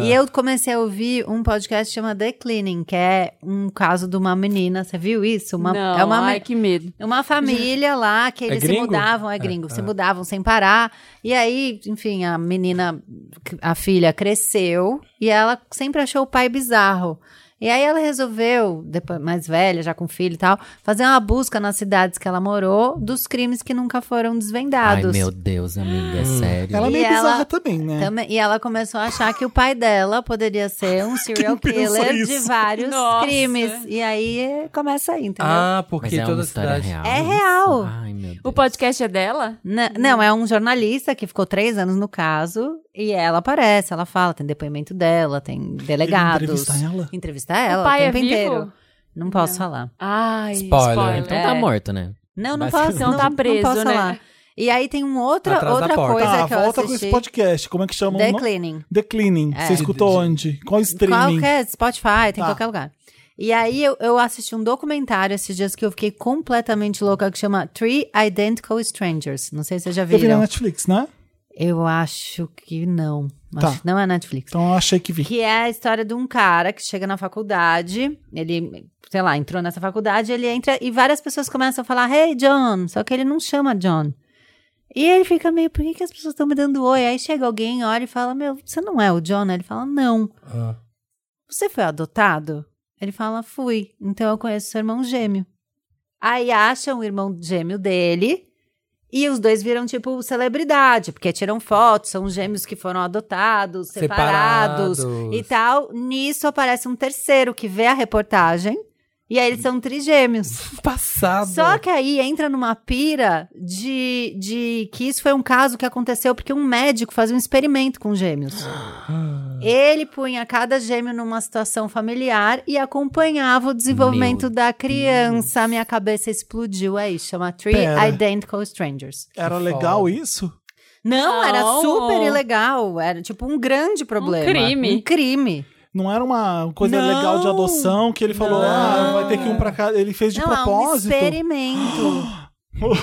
E: E eu comecei a ouvir um podcast que chama The Cleaning, que é um caso de uma menina. Você viu isso? Uma,
F: Não,
E: é uma,
F: ai,
E: me-
F: que medo.
E: uma família lá que eles se
C: gringo?
E: mudavam, é gringo, se mudavam sem parar. E aí, enfim, a menina, a filha cresceu e ela sempre achou o pai bizarro. E aí ela resolveu, depois mais velha, já com filho e tal, fazer uma busca nas cidades que ela morou dos crimes que nunca foram
D: Ai,
E: desvendados.
D: meu Deus, amiga, é
C: Hum.
D: sério.
B: Ela é meio
E: E ela-
B: bizarra também, né?
E: Também- e ela começou a achar que o pai dela poderia ser um serial
B: Quem pensa
E: killer de
B: isso?
E: vários
A: Nossa.
E: crimes. E aí é, começa aí, entendeu?
C: Ah,
D: Mas
C: porque
D: é
C: toda
D: uma
C: a
D: história
C: cidade.
D: real.
E: É real.
D: Ai, meu Deus.
A: O podcast é dela?
E: Na- não, é um jornalista que ficou três anos no caso e ela aparece, ela fala, tem depoimento dela, tem delegados.
B: entrevista ela?
E: Entrevista ela
F: o pai
E: o
F: é
E: tempo
F: vivo?
E: inteiro. Não posso falar.
F: Ai,
C: Spoiler.
F: spoiler.
D: Então tá
E: É.
D: morto, né?
E: Não, não
D: Mas-
E: posso.
D: Então
E: não,
A: tá preso,
E: não posso
A: né?
E: falar. E aí tem uma outra,
C: Atrás da
E: outra
C: porta.
E: coisa
B: tá,
E: que eu
B: volta com
E: assisti.
B: esse podcast. Como é que chama
E: The
B: o nome?
E: Cleaning.
B: The Cleaning.
E: É.
B: Você escutou onde? Qual streaming?
E: Qualquer, Spotify, tem
B: Tá.
E: qualquer lugar. E aí eu, eu assisti um documentário esses dias que eu fiquei completamente louca, que chama Three Identical Strangers. Não sei se vocês já
B: Eu vi na
E: viram.
B: Netflix, né?
E: Eu acho que não. Acho
B: Tá.
E: que não é Netflix.
B: Então eu achei que vi.
E: Que é a história de um cara que chega na faculdade, ele, sei lá, entrou nessa faculdade, ele entra e várias pessoas começam a falar, hey, John, só que ele não chama John. E ele fica meio, por que, que as pessoas estão me dando oi? Aí chega alguém, olha e fala, meu, você não é o John? Ele fala, não.
C: Ah.
E: Você foi adotado? Ele fala, fui. Então eu conheço seu irmão gêmeo. Aí acham o irmão gêmeo dele. E os dois viram, tipo, celebridade, porque tiram fotos, são gêmeos que foram adotados, separados,
C: Separados.
E: e tal. Nisso aparece um terceiro que vê a reportagem, e aí eles são trigêmeos.
C: Passado.
E: Só que aí entra numa pira de, de que isso foi um caso que aconteceu porque um médico fazia um experimento com gêmeos. Ele punha cada gêmeo numa situação familiar e acompanhava o desenvolvimento
D: Meu
E: da criança. Minha cabeça explodiu aí, chama Three
B: Pera.
E: Identical Strangers.
B: Era
C: Que
B: legal
C: foda.
B: isso?
E: Não, era
A: Não.
E: super ilegal, era tipo um grande problema.
F: crime.
E: Um crime.
B: Não era uma coisa
E: Não.
B: legal de adoção que ele falou, ah, vai ter que um pra cá. Ele fez de
E: Não,
B: propósito.
E: é um experimento.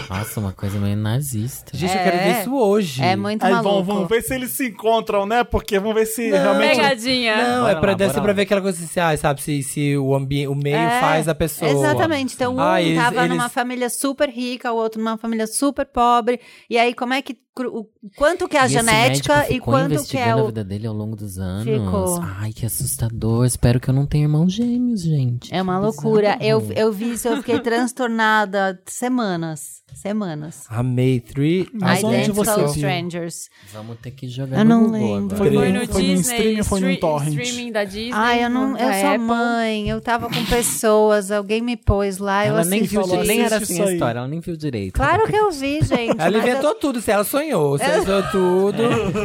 D: Nossa, uma coisa meio nazista.
C: Gente, eu quero
E: É.
C: ver isso hoje.
E: é muito
B: Aí
E: maluco.
B: vamos, vamos ver se eles se encontram, né? Porque vamos ver se realmente.
A: Pegadinha.
C: Não,
D: Bora
C: é pra, deve
D: lá, bora
C: ser
D: lá.
C: pra ver aquela coisa assim, ah, sabe, se, se o, ambi- o meio
E: É,
C: faz a pessoa.
E: Exatamente. Então, um
C: Ah, eles-
E: tava
C: eles-
E: numa família super rica, o outro numa família super pobre. E aí, como é que. cru- O, quanto que é a
D: E esse
E: genética
D: médico
E: e
D: ficou
E: quanto que é
D: investigando a
E: o.
D: vida dele ao longo dos anos.
E: Ficou.
D: Ai, que assustador. Espero que eu não tenha irmãos gêmeos, gente.
E: É uma
D: Que
E: loucura. Eu,
D: bizarro.
E: eu vi isso, eu fiquei transtornada semanas. Semanas.
C: Amei three.
B: Mas
E: é,
B: onde você
E: Identical
B: viu?
E: Strangers.
D: Vamos ter que jogar
E: Eu
D: no
E: não
D: Google
E: lembro.
D: agora.
A: Foi no
B: Foi num
A: Disney,
B: streaming, foi num
A: stre-
B: torrent.
A: streaming da Disney.
E: Ai, eu não.
A: da
E: Eu sou
A: Apple.
E: mãe, eu tava com pessoas, alguém me pôs lá, eu
D: Ela nem
E: assisti.
D: viu direito. Nem era assim
B: Isso
D: a
B: aí.
D: história, ela nem viu direito.
E: Claro que eu vi, gente. mas
C: Ela
E: eu-
C: inventou tudo, se ela sonhou, se ela sonhou tudo,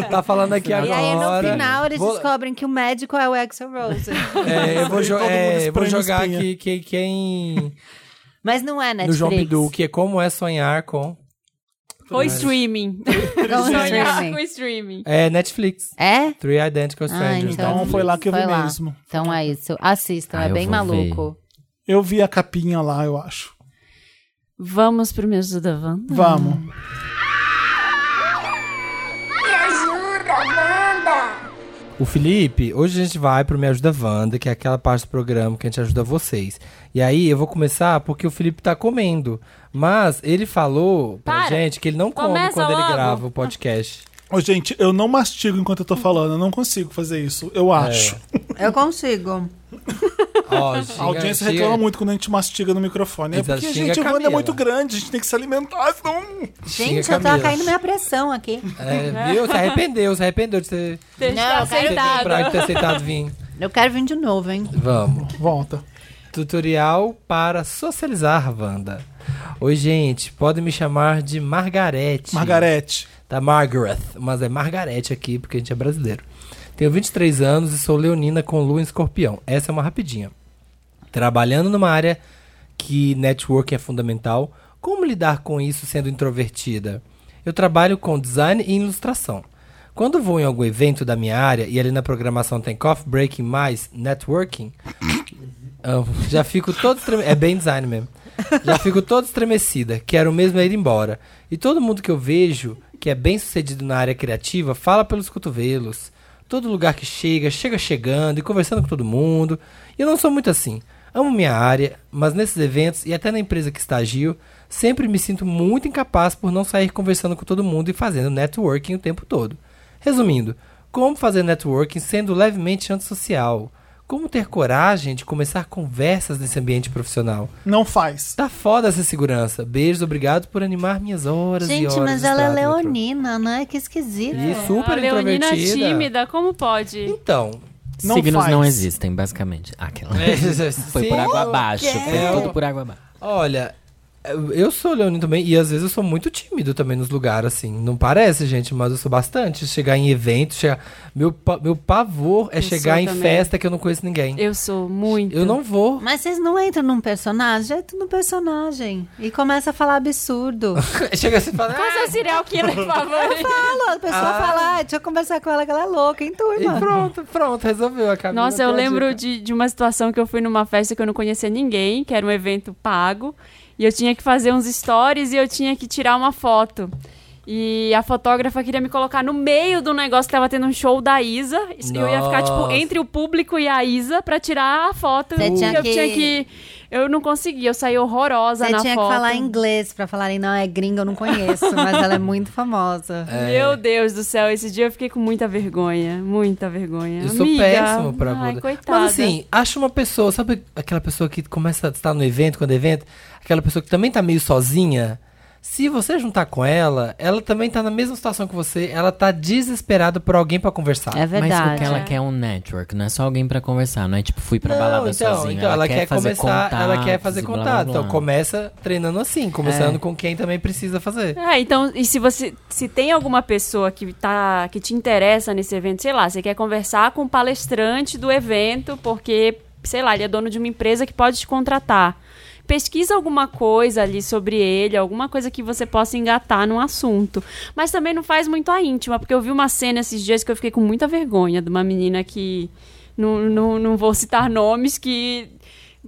C: tá falando aqui
E: E aí,
C: agora.
E: no final, eles
C: Vou-
E: descobrem que o médico é o Axel Rose.
C: É, eu
E: né?
C: vou, jo-
B: Todo mundo
C: é,
B: espreme
C: vou jogar
B: espinha.
C: aqui que- quem
E: Mas não é
C: no
E: Netflix.
C: João Bidu, que é como é sonhar com
A: Foi streaming.
E: Não,
A: Sonhar
E: streaming.
A: com streaming.
C: é, Netflix.
E: É?
C: Three Identical
E: Ah,
C: Strangers. né?
E: então-
B: Então foi lá que eu
E: Foi
B: vi
E: lá.
B: mesmo.
E: Então é isso. Assistam,
D: Ah,
E: é
D: eu
E: bem
D: vou
E: maluco.
B: Eu vi a capinha lá, eu acho.
A: Vamos pro Me Ajuda
E: Hum.
A: Wanda?
B: Vamos.
I: Me ajuda, Wanda!
C: O Felipe, hoje a gente vai pro Me Ajuda Wanda, que é aquela parte do programa que a gente ajuda vocês. E aí eu vou começar porque o Felipe tá comendo. Mas ele falou pra
A: Para.
C: gente que ele não come
A: Começa
C: quando ele
A: logo.
C: grava o podcast.
B: Ô, gente, eu não mastigo enquanto eu tô falando. Eu não consigo fazer isso,
C: É,
B: eu acho.
E: Eu consigo.
C: Ó,
B: A audiência
C: xinga-
B: reclama muito quando a gente mastiga no microfone. É
C: Exato,
B: porque,
C: xinga
B: gente, o
C: a né?
B: Wanda é
C: Camila.
B: muito grande, a gente tem que se alimentar, senão...
C: xinga
E: Gente, eu tava
C: Camila.
E: caindo minha pressão aqui.
C: É, viu? Se arrependeu, se arrependeu de ter,
A: Deixa
E: Não,
A: tá
E: eu quero
A: acertado.
C: pra ter aceitado vir.
E: Eu quero vir de novo, hein?
C: Vamos.
B: Volta.
C: Tutorial para socializar, Wanda. Oi, gente, podem me chamar de Margarete.
B: Margarete.
C: Da Tá, Margaret, mas é Margarete aqui, porque a gente é brasileiro. Tenho 23 anos e sou leonina com lua em escorpião. Essa é uma rapidinha. Trabalhando numa área que networking é fundamental, como lidar com isso sendo introvertida? Eu trabalho com design e ilustração. Quando vou em algum evento da minha área e ali na programação tem coffee breaking mais networking, Amo. Já fico todo estreme... É bem design mesmo. Já fico todo estremecida. Quero mesmo é ir embora. E todo mundo que eu vejo, que é bem sucedido na área criativa, fala pelos cotovelos. Todo lugar que chega, chega chegando e conversando com todo mundo. E eu não sou muito assim. Amo minha área, mas nesses eventos e até na empresa que estagio, sempre me sinto muito incapaz por não sair conversando com todo mundo e fazendo networking o tempo todo. Resumindo, como fazer networking sendo levemente antissocial? Como ter coragem de começar conversas nesse ambiente profissional?
B: Não faz.
C: Tá foda essa segurança. Beijos, obrigado por animar minhas horas e horas.
E: Gente, mas ela é
C: estrada, metrô.
E: leonina, né? Que esquisito.
C: E super
F: a Leonina
C: introvertida.
F: tímida, como pode?
C: Então,
B: Não
D: Signos
B: faz.
D: não existem, basicamente. Aquela.
C: é,
D: Foi por
C: sim.
D: água abaixo.
C: É.
D: Foi tudo por água abaixo.
C: Olha, eu sou leonino também e às vezes eu sou muito tímido também nos lugares, assim. Não parece, gente, mas eu sou bastante. Chegar em eventos, chegar... Meu, pa- meu pavor é
F: Eu
C: chegar
F: sou
C: em
F: também.
C: festa que eu não conheço ninguém.
F: Eu sou muito.
C: Eu não vou.
E: Mas vocês não entram num personagem? Entra num personagem. E começa a falar absurdo.
C: Chega assim e fala...
F: Qual é o serial killer, por favor?
E: Fala, a pessoa fala, "Ah, deixa eu conversar com ela, que ela é louca, hein,
C: "Ah", E
E: turma?
C: pronto, pronto, resolveu. A Camila
F: Nossa, eu
C: deu a
F: lembro
C: dica.
F: de, de uma situação que eu fui numa festa que eu não conhecia ninguém, que era um evento pago, e eu tinha que fazer uns stories e eu tinha que tirar uma foto. E a fotógrafa queria me colocar no meio do negócio que tava tendo um show da Isa. E eu ia ficar, tipo,
C: Nossa.
F: entre o público e a Isa pra tirar a foto.
E: Você
F: E
E: tinha
F: eu
E: que-
F: tinha que. Eu não conseguia, eu saí horrorosa
E: Você
F: na
E: tinha
F: foto.
E: que falar inglês pra falarem, não, é gringa, eu não conheço, mas ela é muito famosa.
C: É.
F: Meu Deus do céu, esse dia eu fiquei com muita vergonha. Muita vergonha.
C: Eu sou
F: Amiga,
C: é péssimo pra
F: ai,
C: Buda.
F: coitada.
C: Mas assim, acha uma pessoa, sabe aquela pessoa que começa a estar no evento, quando é evento, aquela pessoa que também tá meio sozinha. Se você juntar com ela, ela também tá na mesma situação que você, ela tá desesperada por alguém pra conversar.
E: É
D: Mas o
E: verdade.
D: que ela quer é um network, não é só alguém pra conversar, não é tipo fui pra
C: Não,
D: balada
C: então,
D: sozinha.
C: então, ela, quer,
D: fazer
C: começar, ela quer
D: contatos
C: fazer
D: e blá, blá,
C: contato.
D: blá.
C: Então começa treinando assim, começando
F: É.
C: com quem também precisa fazer.
F: Ah, então, e se você se tem alguma pessoa que tá que te interessa nesse evento, sei lá, você quer conversar com o palestrante do evento, porque, sei lá, ele é dono de uma empresa que pode te contratar. Pesquisa alguma coisa ali sobre ele, alguma coisa que você possa engatar num assunto. Mas também não faz muito a íntima, porque eu vi uma cena esses dias que eu fiquei com muita vergonha de uma menina que. Não, não, não vou citar nomes, que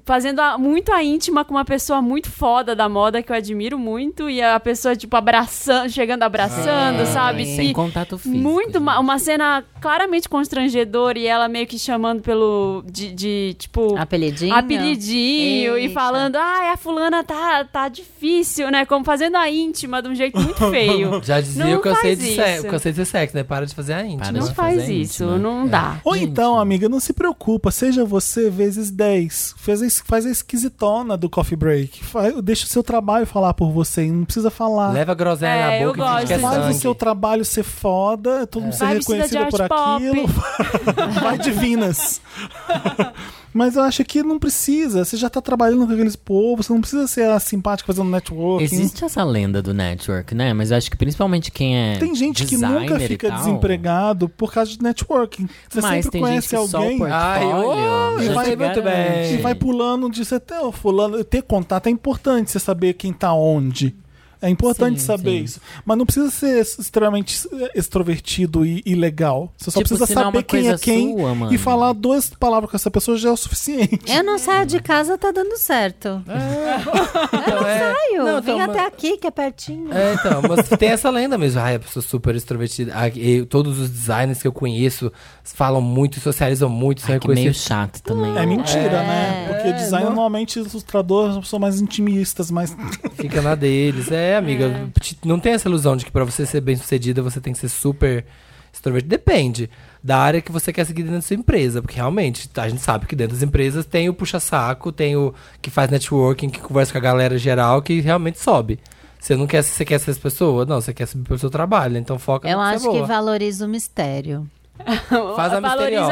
F: fazendo a- muito a íntima com uma pessoa muito foda da moda que eu admiro muito e a pessoa tipo abraçando, chegando abraçando, sabe?
D: Ah, Sem
F: E
D: contato físico.
F: muito
D: gente.
F: uma, uma cena claramente constrangedora e ela meio que chamando pelo de, de, tipo
E: Apelidinho?
F: apelidinho e
E: Eita.
F: falando: "Ah, a fulana tá tá difícil, né?" Como fazendo a íntima de um jeito muito feio.
C: Já dizia
F: Não
C: o cansei
F: faz
C: de ser,
F: isso.
C: o cansei de ser sexo, né? Para de fazer a íntima. né?
D: Para
F: Não
D: de
F: faz
D: fazer
F: isso,
D: íntima.
F: não dá.
B: Ou
D: Gente.
B: então, amiga, não se preocupa, seja você vezes 10. Faz a, es- faz a esquisitona do coffee break. Fa- deixa o seu trabalho falar por você, não precisa falar.
C: Leva a groselha
F: É,
C: na
F: eu
C: boca e diz que é
F: gosto.
B: Faz o
C: sangue.
B: seu trabalho ser foda, todo
D: É.
B: mundo ser
F: Vai vestida de
B: reconhecido por
F: art pop.
B: aquilo. Vai divinas. Mas eu acho que não precisa. Você já tá trabalhando com aqueles povos, você não precisa ser a simpática fazendo networking.
D: Existe essa lenda do network, né? Mas eu acho que principalmente quem é.
B: Tem gente que nunca
D: designer e
B: fica
D: tal,
B: desempregado por causa de networking. Você
D: mas
B: sempre
D: tem gente
B: conhece
D: que só o
B: alguém.
C: Ai,
D: portfólio.
C: ô,
D: já
B: e vai
D: te
C: muito
D: garante.
C: bem.
B: E vai pulando de você até o fulano. Ter contato é importante você saber quem tá onde. É importante
D: Sim,
B: saber
D: sim.
B: isso. Mas não precisa ser extremamente extrovertido e, e legal. Você só
D: Tipo,
B: precisa
D: se não é uma
B: saber quem é
D: coisa
B: quem
D: sua, mano.
B: e falar duas palavras com essa pessoa já é o suficiente.
E: Eu não saio de casa, tá dando certo.
C: Então, é-
E: Saio,
C: Não, então,
E: vim
C: mas-
E: até aqui, que é pertinho.
C: É, então, mas tem essa lenda mesmo. Ai, a pessoa super extrovertida. Ai, eu- todos os designers que eu conheço falam muito, socializam muito, são
D: Ai, que meio
C: reconhecidos.
D: chato também.
B: É mentira, né? Porque
C: É,
B: design
C: não-
B: normalmente ilustradores são mais intimistas, mas
C: Fica na deles. É, amiga, te- não tem essa ilusão de que pra você ser bem sucedida você tem que ser super extrovertido. Depende da área que você quer seguir dentro da sua empresa, porque realmente a gente sabe que dentro das empresas tem o puxa-saco, tem o que faz networking, que conversa com a galera geral, que realmente sobe. Você não quer, você quer ser essa pessoa? Não, você quer subir pelo seu trabalho, então foca
E: Eu
C: no que
E: acho
C: você é boa.
E: que valoriza o mistério.
C: Faz
F: Valoriza o
C: a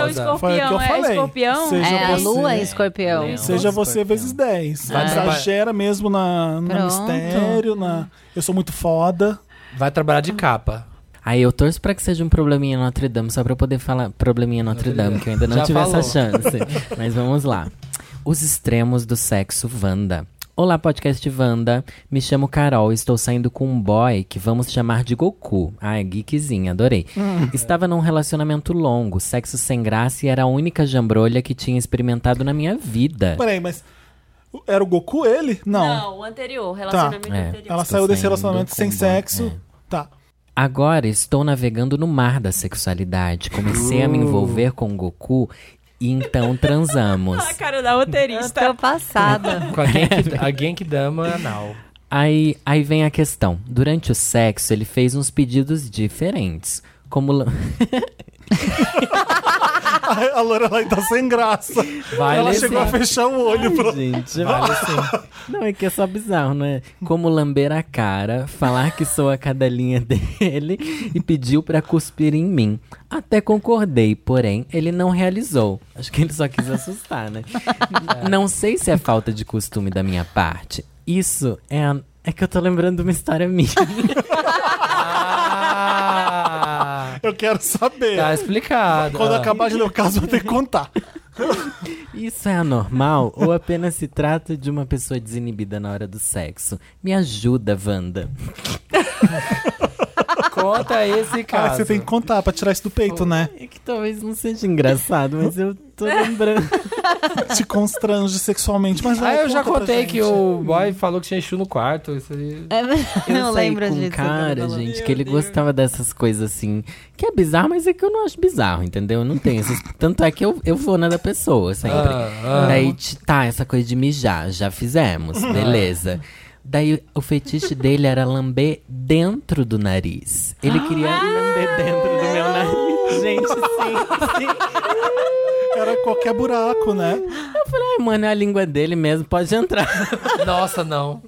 C: misteriosa.
F: escorpião,
B: Foi o que eu
F: é
B: falei.
F: escorpião.
B: Seja
E: É, a
B: você-
E: lua é escorpião.
D: Leão.
B: Seja
D: Nossa,
B: você
D: escorpião.
B: vezes 10.
C: Vai trabalhar-
B: Exagera mesmo na, no
E: Pronto.
B: mistério, na eu sou muito foda.
C: Vai trabalhar de capa.
D: Aí eu torço pra que seja um probleminha Notre Dame, só pra eu poder falar probleminha Notre Dame, que eu ainda não
C: Já
D: tive essa
C: falou.
D: chance. Mas vamos lá. Os extremos do sexo Wanda. Olá, podcast Wanda. Me chamo Carol e estou saindo com um boy que vamos chamar de Goku. Ai, geekzinha, adorei. Estava num relacionamento longo, sexo sem graça e era a única jambrolha que tinha experimentado na minha vida.
B: Peraí, mas era o Goku ele? Não.
F: Não, o anterior, relacionamento
D: É.
F: anterior.
B: Ela
D: Estou
B: saiu desse
D: saindo
B: relacionamento
D: com
B: sem
D: boy.
B: sexo.
D: É.
B: Tá.
D: Agora estou navegando no mar da sexualidade. Comecei a me envolver com Goku e então transamos.
F: A cara da roteirista.
E: Estou passada.
C: Com alguém que, alguém que dama anal.
D: Aí, aí vem a questão. Durante o sexo, ele fez uns pedidos diferentes. Como. lan-
B: A a Lorelai tá sem graça.
D: Vale
B: Ela
D: sim.
B: chegou a fechar o olho. pra-
D: Gente, vale assim. Não, é que é só bizarro, não é? Como lamber a cara, falar que sou a cadelinha dele e pediu pra cuspir em mim. Até concordei, porém, ele não realizou. Acho que ele só quis assustar, né? Não sei se é falta de costume da minha parte. Isso é. a- É que eu tô lembrando de uma história minha.
C: Ah,
B: Eu quero saber.
C: tá explicado.
B: Quando
C: Ah.
B: acabar de ler o caso, eu vou ter que contar.
D: Isso é anormal ou apenas se trata de uma pessoa desinibida na hora do sexo? Me ajuda, Wanda.
C: Conta esse
B: Cara,
C: caso.
B: Ah, você tem que contar pra tirar isso do peito, né?
D: É que talvez não seja engraçado, mas eu tô lembrando.
B: Te constrange sexualmente. Mas
C: Ah,
B: vai,
C: eu já
B: conta pra
C: contei
B: gente.
C: que o boy falou que tinha Exu no quarto. Isso aí...
D: Eu
E: É não
D: saí
E: lembro
D: com um
E: disso. tá
D: cara, gente, que ele gostava dessas coisas assim. Que é bizarro, mas é que eu não acho bizarro, entendeu? Eu não tenho esses... Tanto é que eu, eu vou na da pessoa sempre.
C: Ah, ah.
D: Daí, ti- tá, essa coisa de mijar, já fizemos, beleza. Daí o fetiche dele era lamber dentro do nariz. Ele queria lamber dentro do meu nariz. Gente, sim, sim.
B: Era qualquer buraco, né?
D: Ai, mano, é a língua dele mesmo, pode entrar.
C: Nossa, não.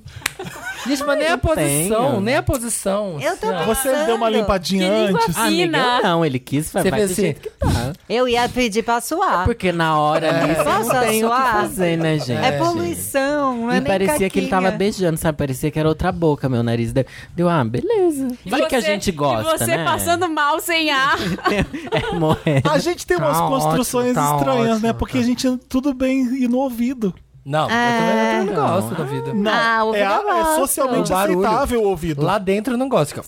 C: Gente, mas nem a posição,
D: tenho.
C: nem a posição. assim,
E: Eu tô
C: Sabe?
B: Você deu uma limpadinha
F: Que língua
B: antes.
F: fina.
D: Amiga, eu não, ele quis fazer.
C: Você
D: Vai
C: fez
D: do
C: assim?
D: jeito que tá.
E: Eu ia pedir pra suar.
D: É Porque na hora ali, você
E: É. Posso
D: não tem o que
E: suar?
D: fazer, né, gente?
E: É poluição, não é
D: E
E: nem
D: parecia que ele tava
E: caquinha.
D: beijando, sabe? Parecia que era outra boca, meu nariz. Deu, deu ah, beleza.
F: E
D: Vai que a
F: você-
D: gente gosta,
F: E você
D: né?
F: passando mal sem ar.
D: É, morrer.
B: A gente tem umas
C: Tá
B: construções
C: ótimo, tá
B: estranhas, né?
C: ótimo,
B: Porque
C: tá.
B: a gente tudo bem e no ouvido.
C: Não, eu também, eu também não gosto da vida.
B: Não,
E: Ah, o
B: é,
E: ouvido eu
B: é
E: gosto.
B: socialmente
C: O um barulho.
B: aceitável o ouvido.
C: Lá dentro eu não gosto. fica-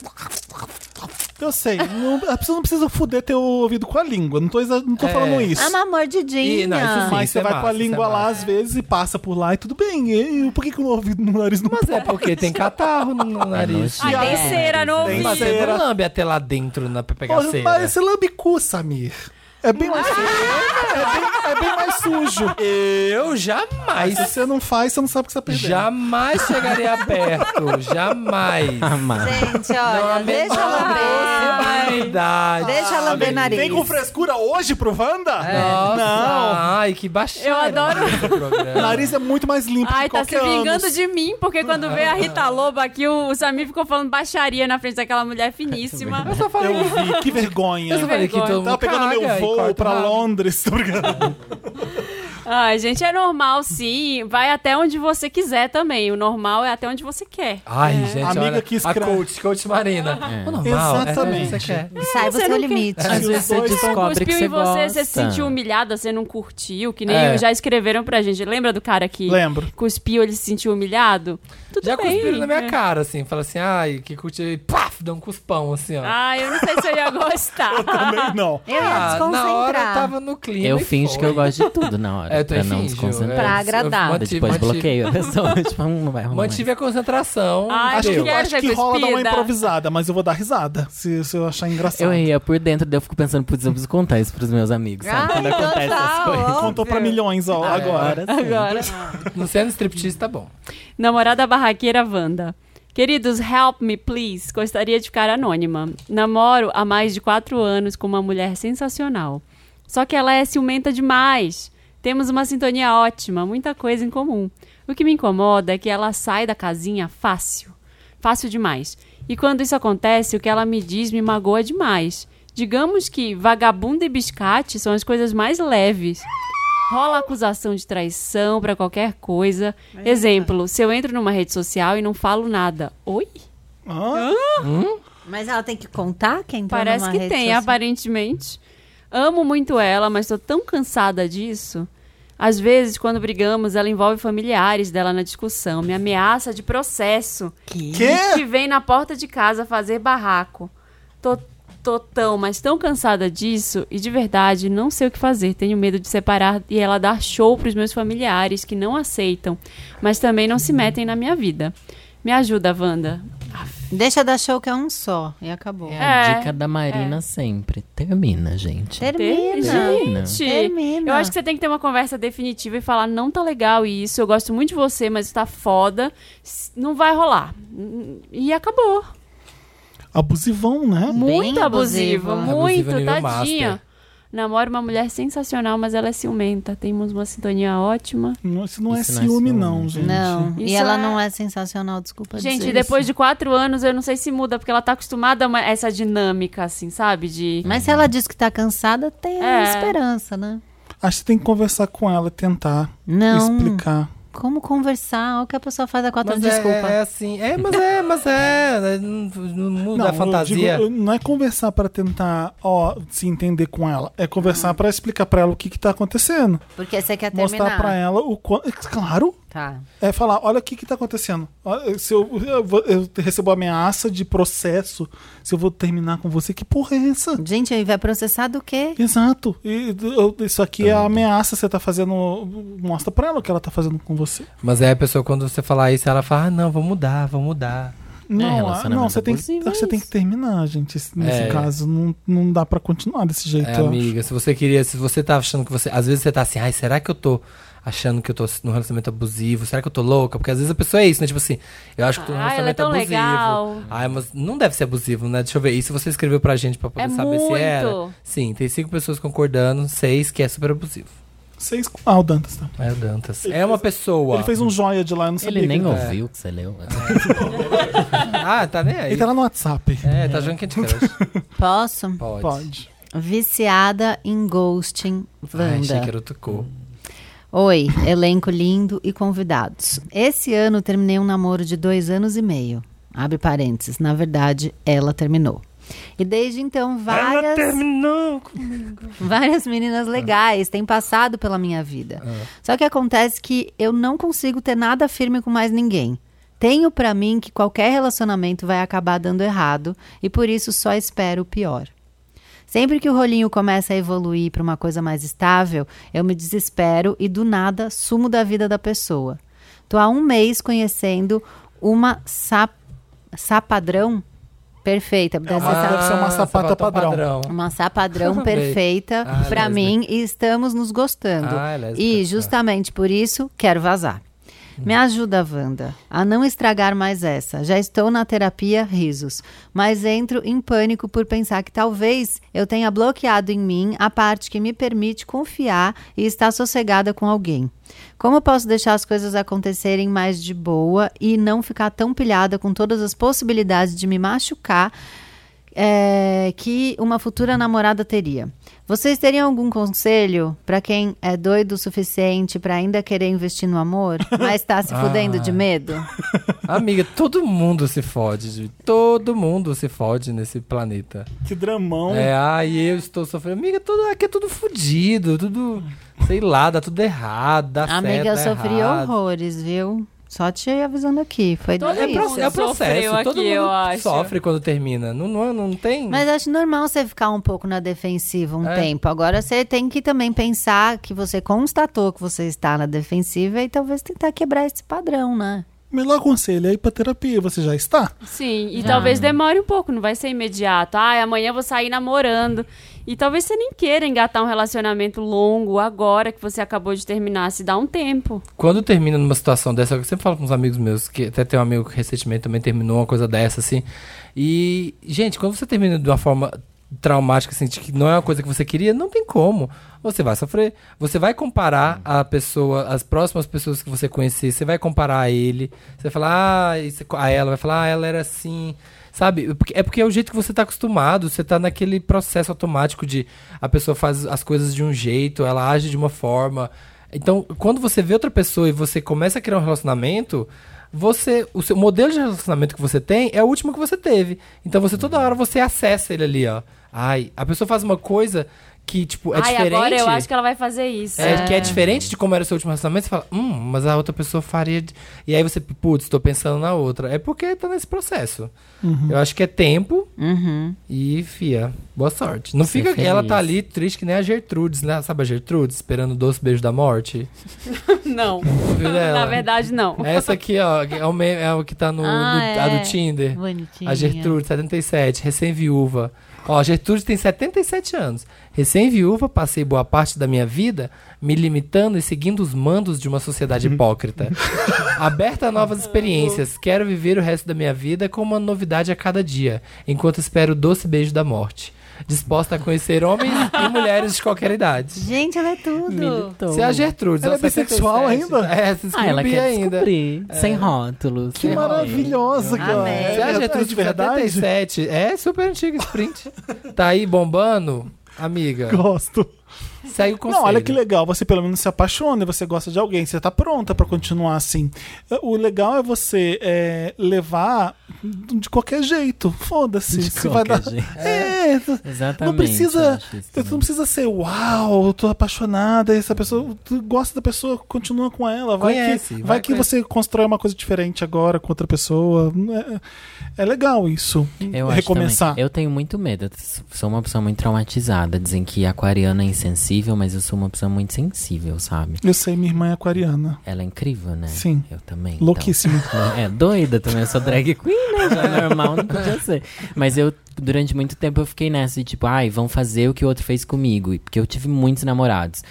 B: Eu sei, não, a pessoa não precisa foder teu ouvido com a língua. Não tô, exa- não tô falando isso.
E: Ah, uma mordidinha.
C: Ih, não, isso É. sim.
B: Mas você
C: é
B: vai
C: massa,
B: com a
C: isso é
B: língua lá
C: massa.
B: às vezes e passa por lá e tudo bem. E, e por que, que o ouvido no nariz não
C: Mas é porque tem catarro no, no nariz.
D: É nojento.
F: Ai, Ah, tem cera no
B: Tem
F: ouvido.
C: Mas você
B: cera.
C: não lambe até lá dentro na pra pegar
B: Mas
C: cera.
B: Parece lambicu, Samir. É bem mais sujo. É bem, é bem mais sujo.
C: né? Eu jamais,
B: Se você não faz, você não sabe o que você tá perdendo.
C: jamais chegaria perto. Jamais.
D: Amar.
E: Gente, olha, deixa ela lamber.
C: Possibilidade.
E: Deixa ela lamber nariz.
B: Vem com frescura hoje pro Wanda?
C: Nossa,
B: Não.
C: ai, que baixaria.
F: Eu adoro.
C: esse programa.
B: O nariz é muito mais limpo
F: Ai,
B: que
F: tá
B: qualquer
F: se vingando
B: ânus.
F: de mim, porque quando veio a Rita Lobo aqui, o, o Samir ficou falando baixaria na frente daquela mulher finíssima.
C: Eu só falei,
B: Eu vi, que vergonha.
C: eu só falei que todo mundo
B: Tava pegando
C: caga
B: meu
C: e corta
B: voo
C: o
B: pra
C: rabo.
B: Londres. Tô brincando.
F: Ai, gente, é normal sim. Vai até onde você quiser também. O normal é até onde você quer.
C: Ai, gente,
B: É. Amiga
C: olha,
B: que
C: a
B: escreve. É.
C: coach, coach Marina. O normal,
B: Exatamente.
C: É, o que você quer.
E: Saiba o
F: Você
E: seu
F: não quer-
E: limite.
D: Às
B: Se
D: vezes
B: os
D: você
B: dois tão
D: descobre que
F: Cuspiu
D: você
F: em você,
D: gosta.
F: você se sentiu humilhada, você não curtiu, que nem
C: É.
F: já escreveram pra gente. Lembra do cara que
B: Lembro.
F: cuspiu, ele se sentiu humilhado? Tudo
C: Já
F: bem.
C: cuspiram na minha
F: É.
C: cara, assim. Fala assim, ai, que curte. E paf, dá um cuspão, assim, ó.
F: Ah, eu não sei se eu ia gostar.
B: Também não.
E: Eu ia
C: Ah, na hora eu
E: é, desconcentrar.
C: tava no clima.
D: Eu
C: e
D: finjo que
C: foi.
D: eu gosto de tudo na hora.
C: É, eu
D: pra
C: também
D: não
C: finjo.
D: desconcentrar.
E: Pra
C: é,
E: agradar.
C: eu
D: Depois
C: mantive-
D: bloqueio a pessoa. tipo, hum, não vai rolar.
C: Mantive a concentração.
F: Ai,
B: Acho que,
C: deu.
B: eu acho
F: Quer
B: que
F: ser
B: rola dar uma
F: cuspida?
B: improvisada, mas eu vou dar risada. Se, se eu achar engraçado.
D: Eu ria por dentro, daí eu fico pensando, putz, eu preciso contar isso pros meus amigos, sabe? Quando acontece essas coisas.
B: Contou pra milhões, ó, agora.
D: Agora sim.
F: Agora.
C: Não sendo striptease, tá bom.
F: Namorada barraqueira Wanda. Queridos, help me, please. Gostaria de ficar anônima. Namoro há mais de quatro anos com uma mulher sensacional. Só que ela é ciumenta demais. Temos uma sintonia ótima, muita coisa em comum. O que me incomoda é que ela sai da casinha fácil. Fácil demais. E quando isso acontece, o que ela me diz me magoa demais. Digamos que vagabunda e biscate são as coisas mais leves. Rola acusação de traição pra qualquer coisa.
E: É
F: Exemplo, se eu entro numa rede social e não falo nada. Oi?
B: Hã?
E: Mas ela tem que contar quem tá
F: Parece
E: numa
F: que
E: rede
F: tem,
E: social.
F: aparentemente. Amo muito ela, mas tô tão cansada disso. Às vezes, quando brigamos, ela envolve familiares dela na discussão, me ameaça de processo.
B: Quê?
F: que vem na porta de casa fazer barraco. Tô, tô tão, mas tão cansada disso e de verdade não sei o que fazer. Tenho medo de separar e ela dar show pros meus familiares que não aceitam, mas também não se metem na minha vida. Me ajuda, Wanda.
E: Deixa dar show que é um só. E acabou.
D: É a
F: É,
D: dica da Marina sempre. Termina, gente.
E: Termina.
D: Termina.
F: Gente,
E: Termina.
F: eu acho que você tem que ter uma conversa definitiva e falar: não tá legal isso, eu gosto muito de você, mas tá foda, s- não vai rolar. E acabou.
B: abusivão, né?
F: Muito abusivo,
E: abusivo.
C: Abusivo
F: muito,
C: nível
F: tadinha.
C: master.
F: Namora uma mulher sensacional, mas ela é ciumenta. Temos uma sintonia ótima.
B: Não, Isso não
D: Isso
B: é ciúme, não, gente.
E: Não, e
F: Isso
E: ela
F: é-
E: não é sensacional, desculpa
F: Gente,
E: dizer.
F: depois de quatro anos, eu não sei se muda, porque ela tá acostumada a uma- essa dinâmica, assim, sabe? De.
E: Mas se ela diz que tá cansada, tem
F: É.
E: esperança, né?
B: Acho que tem que conversar com ela, tentar
E: Não,
B: explicar.
E: como conversar? Olha o que a pessoa faz a quatro,
C: Mas
E: desculpa.
C: É, é assim. É, mas é, mas é. né, Não, não muda
B: Não,
C: a fantasia.
B: eu digo, não é conversar pra tentar, ó, se entender com ela. É conversar pra explicar pra ela o que que tá acontecendo.
E: Porque você quer
B: Mostrar
E: terminar.
B: pra ela o quanto... Claro,
E: Tá.
B: É falar, olha o que que tá acontecendo. Olha, Se eu, eu, vou- eu recebo ameaça de processo, se eu vou terminar com você, que porra é essa?
E: Gente, aí vai processar do quê?
B: Exato. E, eu- isso aqui é a ameaça que você tá fazendo. Mostra pra ela o que ela tá fazendo com você.
C: Mas aí a pessoa, quando você falar isso, ela fala: ah, não, vou mudar, vou mudar.
B: Não, ah,
D: relacionamento
B: não você, tem que,
D: abusivo é
B: você tem que terminar, gente. Esse- Nesse
C: É.
B: caso, não, não dá pra continuar desse jeito.
C: É,
B: eu acho.
C: amiga, se você queria, se você tá achando que você. Às vezes você tá assim, ai, será que eu tô achando que eu tô num relacionamento abusivo? Será que eu tô louca? Porque às vezes a pessoa é isso, né? Tipo assim, eu acho que eu tô num
F: Ah, ela é
C: relacionamento
F: tão
C: abusivo.
F: legal.
C: Ai, mas não deve ser abusivo, né? Deixa eu ver. E se você escreveu pra gente pra poder
F: É
C: saber se era?
F: muito.
C: Sim, tem cinco pessoas concordando, seis que é super abusivo.
B: Seis. Ah, o Dantas tá.
C: É o Dantas. É uma pessoa.
B: Ele fez um joia de lá, eu não sabia.
D: Ele nem
B: que
D: ouviu o que você leu.
C: Ah, tá nem aí.
B: Ele tá lá no WhatsApp.
C: É, tá achando que a gente quer hoje.
E: Posso?
C: Pode.
B: Pode.
E: Viciada em ghosting,
C: Ai, achei
E: Wanda.
C: que era outro cor.
E: Oi, elenco lindo e convidados. Esse ano terminei um namoro de dois anos e meio. Abre parênteses. Na verdade, ela terminou. E desde então, várias.
C: terminou.
E: Várias meninas legais têm passado pela minha vida. Só que acontece que eu não consigo ter nada firme com mais ninguém. Tenho pra mim que qualquer relacionamento vai acabar dando errado e por isso só espero o pior. Sempre que o rolinho começa a evoluir pra uma coisa mais estável, eu me desespero e do nada sumo da vida da pessoa. Tô há um mês conhecendo uma sa sapadrão perfeita. Deve ser
B: Deve ser
C: Ah,
B: uma sapata
C: um
B: padrão.
E: uma sapadrão
C: Amei.
E: perfeita
C: Ah,
E: pra para
C: lésbica.
E: mim e estamos nos gostando.
C: Ah, é lésbica,
E: e
C: tá. Hum.
E: justamente por isso quero vazar. Me ajuda, Wanda, a não estragar mais essa. Já estou na terapia risos, mas entro em pânico por pensar que talvez eu tenha bloqueado em mim a parte que me permite confiar e estar sossegada com alguém. Como posso deixar as coisas acontecerem mais de boa e não ficar tão pilhada com todas as possibilidades de me machucar é, que uma futura namorada teria. Vocês teriam algum conselho pra quem é doido o suficiente pra ainda querer investir no amor, mas tá se fudendo de medo?
D: Tá
C: Amiga, todo mundo se fode. gente. Todo mundo se fode nesse planeta.
B: Que dramão.
C: É, ai, eu estou sofrendo. Amiga, tudo, aqui é tudo fudido, tudo. Sei lá, dá tudo errado, dá certo,
E: Amiga, eu
D: tá
C: dá
E: sofri
C: errado.
E: horrores, viu? Só te avisando aqui, foi
F: Todo
C: É,
E: difícil.
C: proce- é o processo,
F: Sofreu
C: todo
F: aqui, eu
C: mundo
F: acho.
C: sofre quando termina. Não, não, não tem.
E: Mas acho normal você ficar um pouco na defensiva um
C: É.
E: tempo. Agora você tem que também pensar que você constatou que você está na defensiva e talvez tentar quebrar esse padrão, né?
B: Melhor conselho é ir pra terapia. Você já está?
F: Sim,
C: Ah.
F: e talvez demore um pouco, não vai ser imediato. Ah, amanhã eu vou sair namorando. E talvez você nem queira engatar um relacionamento longo agora que você acabou de terminar, se dá um tempo.
C: Quando termina numa situação dessa, eu sempre falo com uns amigos meus, que até tem um amigo que recentemente também terminou uma coisa dessa, assim. E, gente, quando você termina de uma forma traumática, assim, de que não é uma coisa que você queria, não tem como. Você vai sofrer. Você vai comparar a pessoa, as próximas pessoas que você conhecer, você vai comparar a ele. Você vai falar, ah, isso, a ela, vai falar, ah, ela era assim. Sabe? Porque- É porque é o jeito que você tá acostumado, você tá naquele processo automático de a pessoa faz as coisas de um jeito, ela age de uma forma. Então, quando você vê outra pessoa e você começa a criar um relacionamento, você, o seu modelo de relacionamento que você tem é o último que você teve. Então, você toda
F: Uhum.
C: hora você acessa ele ali, ó. Ai, a pessoa faz uma coisa que tipo é
F: Ai,
C: diferente.
F: agora eu acho que ela vai fazer isso.
C: É, que é diferente de como era o seu último relacionamento, você fala, hum, mas a outra pessoa faria. de-" E aí você, putz, tô pensando na outra. É porque tá nesse processo.
F: Uhum.
C: Eu acho que é tempo
E: Uhum.
C: e, fia, boa sorte. Não
D: Ser
C: fica que ela tá
D: feliz.
C: ali triste que nem a Gertrudes, né? Sabe a Gertrudes, esperando o doce beijo da morte?
F: Não,
C: Tu viu dela?
F: na verdade não.
C: Essa aqui, ó, que é o, me- é o que tá no,
E: Ah,
C: no- a
E: é.
C: do Tinder.
E: Bonitinho.
C: A Gertrude, 77, recém-viúva. Ó, Gertrude tem 77 anos. Recém-viúva, passei boa parte da minha vida me limitando e seguindo os mandos de uma sociedade
B: Uhum.
C: hipócrita. Aberta a novas experiências, quero viver o resto da minha vida com uma novidade a cada dia, enquanto espero o doce beijo da morte. Disposta a conhecer homens e mulheres de qualquer idade.
E: Gente, ela é tudo.
C: Se é a Gertrude,
B: Ela
C: ó,
B: é bissexual
C: 77.
B: ainda?
C: É, se
D: Ah, ela
C: descobrir
D: quer
C: ainda.
D: descobrir. Sem rótulos.
B: É. Que
D: sem
B: maravilhosa, cara.
E: Amém.
C: Você
B: É,
C: acha
B: é
C: Getúlio de verdade? 77? É super antigo esse print. tá aí bombando, amiga.
B: Gosto.
C: Segue o conselho.
B: Não, olha que legal. Você pelo menos se apaixona e você gosta de alguém. Você tá pronta pra continuar assim. O legal é você é, levar de qualquer jeito. Foda-se.
D: De
B: se vai
D: qualquer
B: dar.
D: jeito.
B: É,
D: Exatamente.
B: não precisa.
D: acho isso
B: Tu não precisa ser uau, eu tô apaixonada. Essa pessoa. Tu gosta da pessoa, continua com ela. Vai
C: Conhece,
B: que,
C: vai
B: vai que
C: conhecer.
B: você constrói uma coisa diferente agora com outra pessoa. É, é legal isso.
D: Eu acho
B: Recomeçar.
D: também. Eu tenho muito medo. Eu sou uma pessoa muito traumatizada. Dizem que aquariana é insensível, mas eu sou uma pessoa muito sensível, sabe?
B: Eu sei, minha irmã é aquariana.
D: Ela é incrível, né?
B: Sim.
D: Eu também. então.
B: Louquíssima.
D: Não, É doida também, eu sou drag queen, né? Já é normal, não podia ser. Mas eu, durante muito tempo, eu fiquei nessa de tipo, ai, vão fazer o que o outro fez comigo. E- Porque eu tive muitos namorados.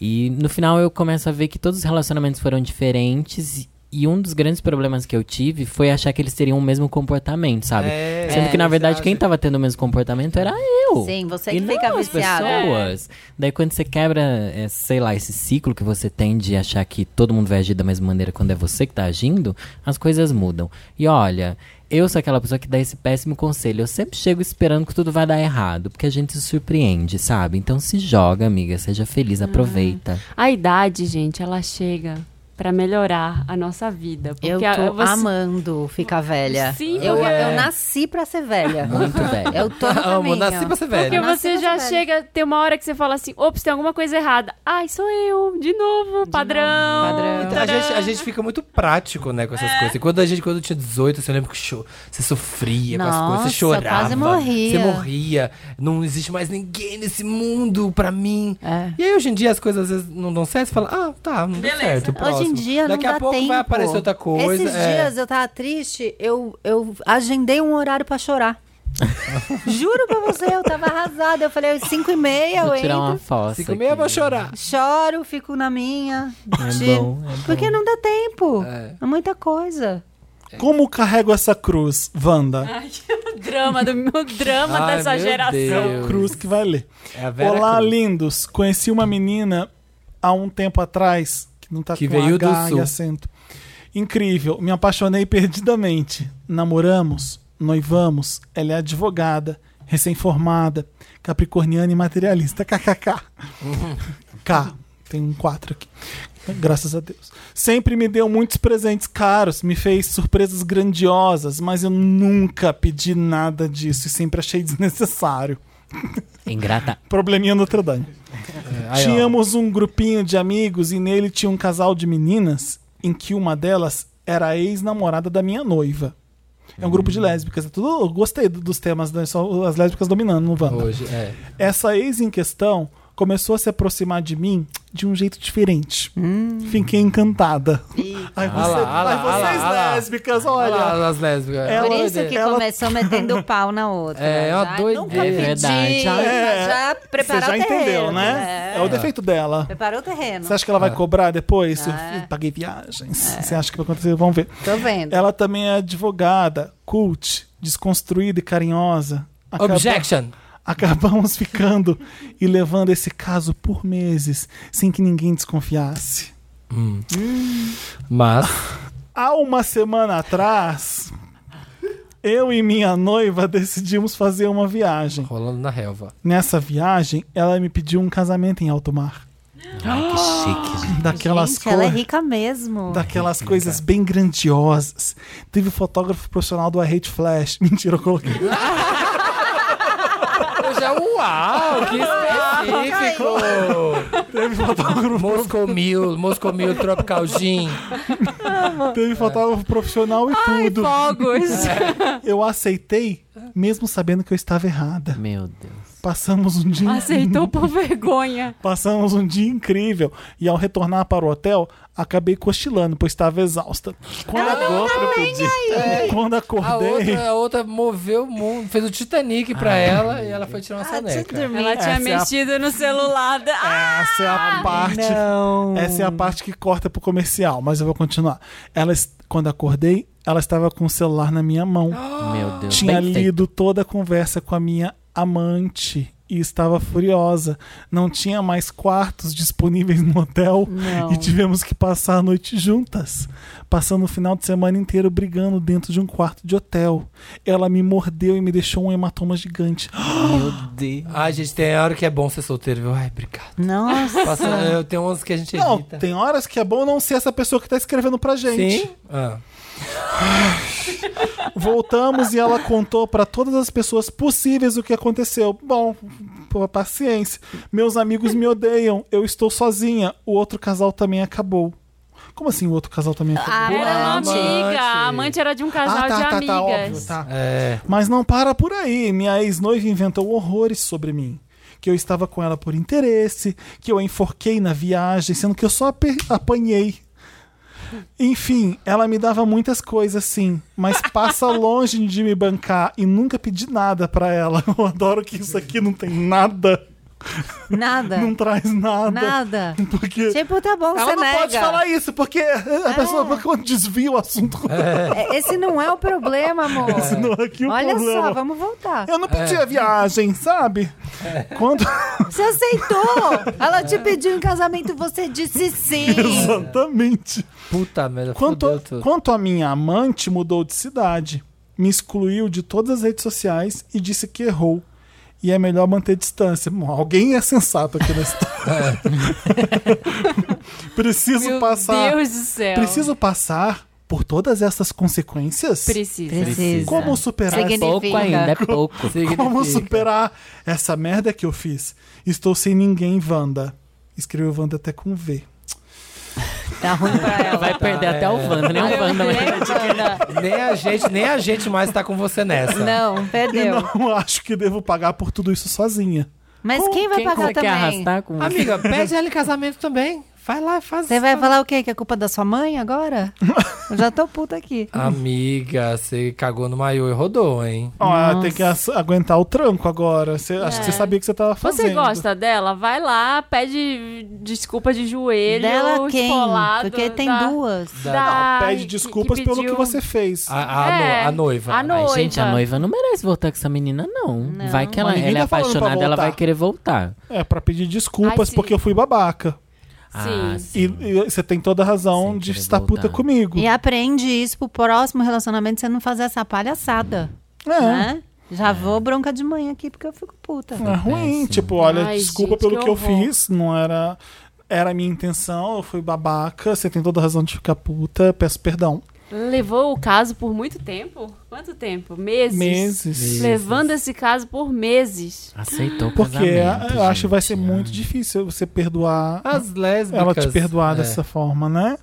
D: E no final eu começo a ver que todos os relacionamentos foram diferentes. e- E um dos grandes problemas que eu tive foi achar que eles teriam o mesmo comportamento, sabe?
C: É,
D: Sendo
E: é,
D: que, na verdade, quem
C: verdade.
D: tava tendo o mesmo comportamento era eu.
E: Sim, você
D: E
E: que fica
D: não as
E: viciado. é.
D: pessoas. Daí quando você quebra, é, sei lá, esse ciclo que você tem de achar que todo mundo vai agir da mesma maneira quando é você que tá agindo, as coisas mudam. E olha, eu sou aquela pessoa que dá esse péssimo conselho. Eu sempre chego esperando que tudo vai dar errado, porque a gente se surpreende, sabe? Então se joga, amiga, seja
E: Ah.
D: feliz, aproveita.
F: A idade, gente, ela chega pra melhorar a nossa vida. Porque
E: Eu tô
F: a- você-
E: amando ficar velha.
F: Sim,
E: eu,
F: porque- é.
E: eu nasci pra ser velha.
D: Muito velho.
E: Eu tô no
C: Amo,
E: caminho.
C: nasci pra ser
F: Porque
C: velho.
E: Nasci
F: você
E: pra
F: já
E: ser velha.
F: chega, tem uma hora que você fala assim, ops, tem alguma coisa errada. Ai, sou eu, de novo, padrão. é
E: padrão.
C: Então, a, gente, a gente fica muito prático, né, com essas
E: É.
C: coisas. E quando a gente, quando eu tinha 18, assim, eu lembro que cho- você sofria com as coisas,
E: Nossa,
C: você chorava.
E: quase morria.
C: Você morria. Não existe mais ninguém nesse mundo pra mim.
E: É.
C: E aí, hoje em dia, as coisas às vezes não dão certo, você fala, ah, tá, não deu certo. Próximo.
E: Hoje em dia
C: Daqui
E: não
C: a
E: dá
C: pouco
E: tempo.
C: vai aparecer outra coisa.
E: Esses
C: é.
E: dias eu tava triste, eu, eu agendei um horário pra chorar. Juro pra você, eu tava arrasada. Eu falei, 5 e meia eu
D: Vou tirar uma
E: entro,
D: fossa.
C: Cinco e meia eu
D: aqui.
C: vou chorar.
E: choro, fico na minha.
D: É bom, é bom.
E: Porque não dá tempo.
C: É.
E: É, muita coisa.
B: Como carrego essa cruz, Wanda?
F: O drama, do, o drama
C: Ai,
F: dessa
C: meu
F: geração.
C: Deus.
B: Cruz que vai ler.
C: É a Vera
B: Olá,
C: Cruz.
B: lindos. Conheci uma menina há um tempo atrás, que não tá
C: Que
B: com
C: veio do
B: H
C: Sul.
B: e acento. Incrível, me apaixonei perdidamente. Namoramos, noivamos, ela é advogada, recém-formada, capricorniana e materialista. KKK. K. Tem um 4 aqui. Graças a Deus. Sempre me deu muitos presentes caros, me fez surpresas grandiosas, mas eu nunca pedi nada disso e sempre achei desnecessário.
D: Ingrata.
B: Probleminha Notre Dame.
C: Aí, ó.
B: Tínhamos um grupinho de amigos e nele tinha um casal de meninas em que uma delas era a ex-namorada da minha noiva. É um grupo de lésbicas. É tudo, eu gostei do- dos temas, né? Só as lésbicas dominando no Wanda.
C: Hoje, é.
B: Essa ex em questão começou a se aproximar de mim de um jeito diferente. Fiquei encantada. Ai,
C: Ah lá,
B: você-
C: ah lá,
B: ai,
C: ah lá,
B: vocês
C: ah lá.
B: lésbicas,
C: Olha
B: olha.
C: lá, as lésbicas.
B: Ela-
E: Por isso que
B: ela-
E: começou metendo pau na outra.
C: É, uma
E: já,
C: doideira.
E: Nunca
D: É
E: pedi,
D: verdade.
E: Já,
B: É.
E: já
B: Você
E: preparou
B: já
E: o terreno.
B: entendeu, né? É. o defeito dela.
E: Preparou o terreno.
B: Você acha que ela
C: É.
B: vai cobrar depois?
E: Ah.
B: Eu paguei viagens. Você acha que vai acontecer? Vamos ver.
E: Tô vendo.
B: Ela também é advogada, cult, desconstruída e carinhosa. Acaba-
C: Objection.
B: Acabamos ficando e levando esse caso por meses, sem que ninguém desconfiasse.
C: Mas.
B: Há uma semana atrás, eu e minha noiva decidimos fazer uma viagem.
C: Rolando na relva.
B: Nessa viagem, ela me pediu um casamento em alto mar.
D: Ai,
B: Ah.
D: que chique. gente.
B: Daquelas
E: Gente, ela é
B: cor-
E: rica mesmo.
B: daquelas coisas bem grandiosas. Teve fotógrafo profissional do I Hate Flash. Mentira, eu coloquei.
C: Hoje é uau, que específico!
B: Teve fotógrafo,
C: Moscou Mil, Moscou Mil Tropical Gin.
E: Ah.
B: teve fotógrafo profissional e tudo.
F: Fogos.
B: Eu aceitei, mesmo sabendo que eu estava errada.
D: Meu Deus.
B: Passamos um dia.
F: Aceitou por vergonha.
B: Passamos um dia incrível e ao retornar para o hotel, acabei cochilando, pois estava exausta. Quando, quando
C: A
B: acordei,
C: outra, a outra moveu o mundo, fez o Titanic pra ela e ela foi tirar uma
B: Ah,
C: soneca.
F: Ela tinha
B: Essa é a-
F: mexido no celular. da- Ah,
B: essa é a parte
C: Não.
B: Essa é a parte que corta pro comercial, mas eu vou continuar. Ela, es- quando acordei, ela estava com o celular na minha mão.
D: Meu Deus.
B: Tinha
D: bem feito.
B: lido toda a conversa com a minha amante e estava furiosa. Não tinha mais quartos disponíveis no hotel e tivemos que passar a noite juntas, passando o final de semana inteiro brigando dentro de um quarto de hotel. Ela me mordeu e me deixou um hematoma gigante.
D: Meu Deus.
C: Ai, gente, tem hora que é bom ser solteiro, viu? Ai, obrigado.
E: Nossa.
C: Passa, eu tenho uns que a gente
B: Não,
C: evita.
B: tem horas que é bom não ser essa pessoa que tá escrevendo pra gente.
C: Sim? Ah.
B: Voltamos e ela contou pra todas as pessoas possíveis o que aconteceu. Bom, pô, paciência. Meus amigos me odeiam. Eu estou sozinha. O outro casal também acabou. Como assim o outro casal também acabou?
F: era é uma
C: amante.
F: amiga. A amante era de um Ah, casal
B: tá,
F: de
B: tá, tá,
F: amigas.
B: óbvio, tá.
C: É.
B: Mas não para por aí. Minha ex-noiva inventou horrores sobre mim. Que eu estava com ela por interesse, que eu a enforquei na viagem, sendo que eu só ape- apanhei. Enfim, ela me dava muitas coisas, sim, mas passa longe de me bancar e nunca pedi nada pra ela. Eu adoro que isso aqui não tem nada,
E: Nada.
B: não tá traz nada.
E: Nada.
B: Porque
E: Tipo, tá bom,
B: ela
E: você
B: não
E: nega.
B: pode falar isso, porque a pessoa quando desvia o assunto.
E: É, Esse não é o problema, amor.
B: Não, aqui o
E: Olha
B: problema.
E: só, vamos voltar.
B: Eu não
C: É.
B: pedi a viagem, sabe? Quando.
E: Você aceitou! Ela te pediu em casamento e você disse sim.
B: Exatamente.
C: Puta merda,
B: Quanto,
C: fudeu tudo.
B: quanto a minha amante mudou de cidade, me excluiu de todas as redes sociais e disse que errou. E é melhor manter distância. Bom, alguém é sensato aqui na história.
C: É.
B: preciso
F: Meu
B: passar.
F: Deus do céu.
B: Preciso passar por todas essas consequências?
F: Precisa.
E: Precisa.
B: Como superar essa
E: Significa-
D: Pouco ainda, é pouco.
B: Como
C: Significa.
B: superar essa merda que eu fiz? Estou sem ninguém, Wanda. Escreveu Wanda até com V.
E: Tá ruim pra ela.
D: Vai perder até o Wanda, nem o Wanda né? vai
C: Nem a gente, nem a gente mais tá com você nessa.
E: Não, perdeu.
B: Não acho que devo pagar por tudo isso sozinha.
E: Mas quem vai
D: Quem
E: pagar
D: você quer
E: também?
D: arrastar com você?
C: Amiga, pede ela em casamento também. Vai lá, faz
E: Você vai falar o quê? Que é culpa da sua mãe agora? Eu já tô puta aqui.
C: Amiga, você cagou no maiô e rodou, hein?
B: Ó, ela tem que as- aguentar o tranco agora. Você, Acho que você sabia o que né? você tava fazendo.
F: É. Você gosta dela? Vai lá, pede desculpa de joelho.
E: Dela quem?
F: esfolado,
E: Porque tem
F: da-
E: duas.
F: da-
B: Não, pede
F: que-
B: desculpas pelo que
F: pediu-
B: você fez.
C: A, a, no-
F: É,
C: a noiva.
F: a
D: Ai,
F: noiva.
D: gente, a noiva não merece voltar com essa menina, não. Vai que ela,
B: Mas ninguém
D: ela é
B: tá falando pra
D: apaixonada, ela vai
B: voltar.
D: querer voltar.
B: É, pra pedir desculpas
F: Ai, sim.
B: porque eu fui babaca.
F: Sim.
D: Ah,
B: E,
D: sim.
B: e você tem toda a razão
D: Sem
B: de
D: querer
B: estar puta
D: voltar.
B: comigo.
E: E aprende isso pro próximo relacionamento, você não fazer essa palhaçada,
B: É,
E: né? Já vou bronca de manhã aqui porque eu fico puta.
B: é ruim. Tipo, olha,
F: Ai,
B: desculpa
F: gente,
B: pelo
F: que
B: que, eu
F: horror.
B: fiz, não era. Era a minha intenção, eu fui babaca, você tem toda a razão de ficar puta, peço perdão.
F: Levou o caso por muito tempo? Quanto tempo? Meses.
B: Meses.
F: Levando esse caso por meses.
D: Aceitou o
B: Porque
D: casamento,
B: eu acho que vai ser
D: gente. é.
B: muito difícil você perdoar
C: As lésbicas.
B: ela te perdoar
C: é,
B: dessa forma, né?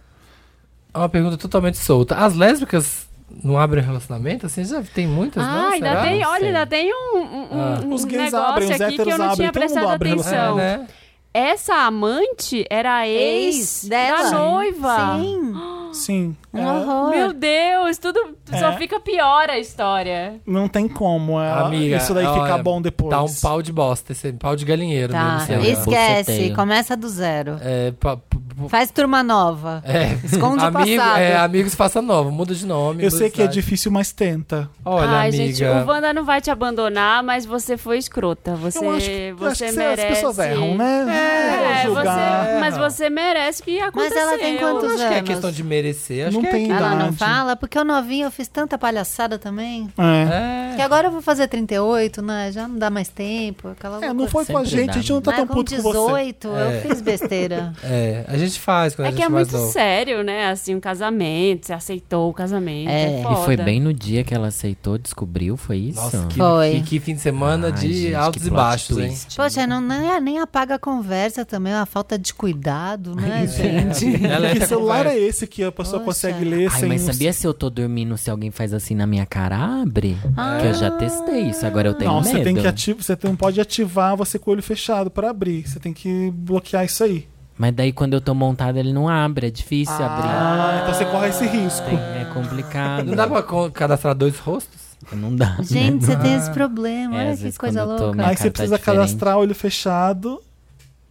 C: É uma pergunta totalmente solta. As lésbicas não abrem relacionamento? Assim, já tem muitas,
F: ah,
C: não?
F: ainda
C: Será?
F: tem,
D: Não
F: olha,
D: sei.
F: ainda tem um, um- um-
C: Ah.
F: um
B: Os gays
F: negócio
B: abrem, os
F: aqui que eu
B: héteros
F: não tinha
B: abrem, todo
F: prestado
B: mundo abre
F: atenção.
B: relacionamento.
C: É, né?
F: Essa amante era a ex,
E: Ex dela.
F: da noiva.
E: Sim,
B: Sim.
E: um
B: é,
E: horror.
F: Meu Deus, tudo
C: É.
F: só fica pior a história.
B: não tem como. é,
C: Amiga,
B: isso daí ficar
C: olha,
B: bom depois.
C: Tá um pau de bosta, esse pau de galinheiro
E: Tá,
C: mesmo. sei lá.
D: isso-
E: esquece,
D: Buceteio.
E: começa do zero.
C: É, pa- p- p-
E: Faz turma nova.
C: é.
E: Esconde o
C: Amigo-
E: passado.
C: é, amigos faça nova, muda de nome.
B: Eu
C: muda
B: sei
C: de
B: que é
C: cidade.
B: difícil, mas tenta.
C: Olha,
F: Ai,
C: amiga.
F: gente, o Wanda não vai te abandonar, mas você foi escrota. Você,
B: eu acho que,
F: você
B: acho que
F: merece.
B: as pessoas erram, né?
F: É,
B: Não vou julgar.
F: você, mas você merece que
E: Mas
F: aconteceu.
E: ela tem quantos
C: Acho que é
E: anos?
C: questão de merecer. Acho
B: Não
C: que é
B: tem
E: Ela
B: idade.
E: não fala, porque eu novinha eu fiz tanta palhaçada também.
B: É.
E: Que agora eu vou fazer 38, né? Já não dá mais tempo. Aquela
B: É, não
E: loucura.
B: foi com a
D: Sempre
B: gente,
D: dá,
B: a gente não tá
E: Mas
B: tão
E: com
B: puto com você.
E: 18, eu
C: É.
E: fiz besteira.
C: É, a gente faz quando
F: É
C: a
F: que
C: gente
F: é
C: mais
F: muito
C: novo.
F: sério, né? Assim, o casamento, você aceitou o casamento. É,
E: É. E
F: foda.
D: E foi bem no dia que ela aceitou, descobriu, foi isso?
C: Nossa, que,
E: Foi.
C: que, que fim de semana
D: Ai,
C: de
D: gente, que
C: altos e
D: plot
C: baixos, hein?
D: twist.
E: ah, Poxa, não, nem, nem apaga a conversa também, é uma falta de cuidado, né, gente?
C: Ela
B: Que
C: essa
B: celular é
C: conversa.
B: esse que a pessoa
E: Poxa.
B: consegue ler
D: Ai,
B: sem...
D: mas sabia se eu tô dormindo, se alguém faz assim na minha cara, abre? Que eu já
E: Ah.
D: testei isso, agora eu tenho
B: Não,
D: medo.
B: você tem que ativar, você não pode ativar você com o olho fechado pra abrir. Você tem que bloquear isso aí.
D: Mas daí quando eu tô montado ele não abre, é difícil abrir.
B: Ah, então você corre esse risco.
D: Tem- É complicado.
C: Não dá pra co- cadastrar dois rostos?
D: Não dá. né?
E: Gente, você tem esse problema,
D: É,
E: olha
D: às
E: que
D: vezes
E: coisa
D: quando eu tô
E: louca.
D: Minha
B: Aí
D: cara
B: você
D: tá
B: precisa
D: diferente.
B: cadastrar o olho fechado,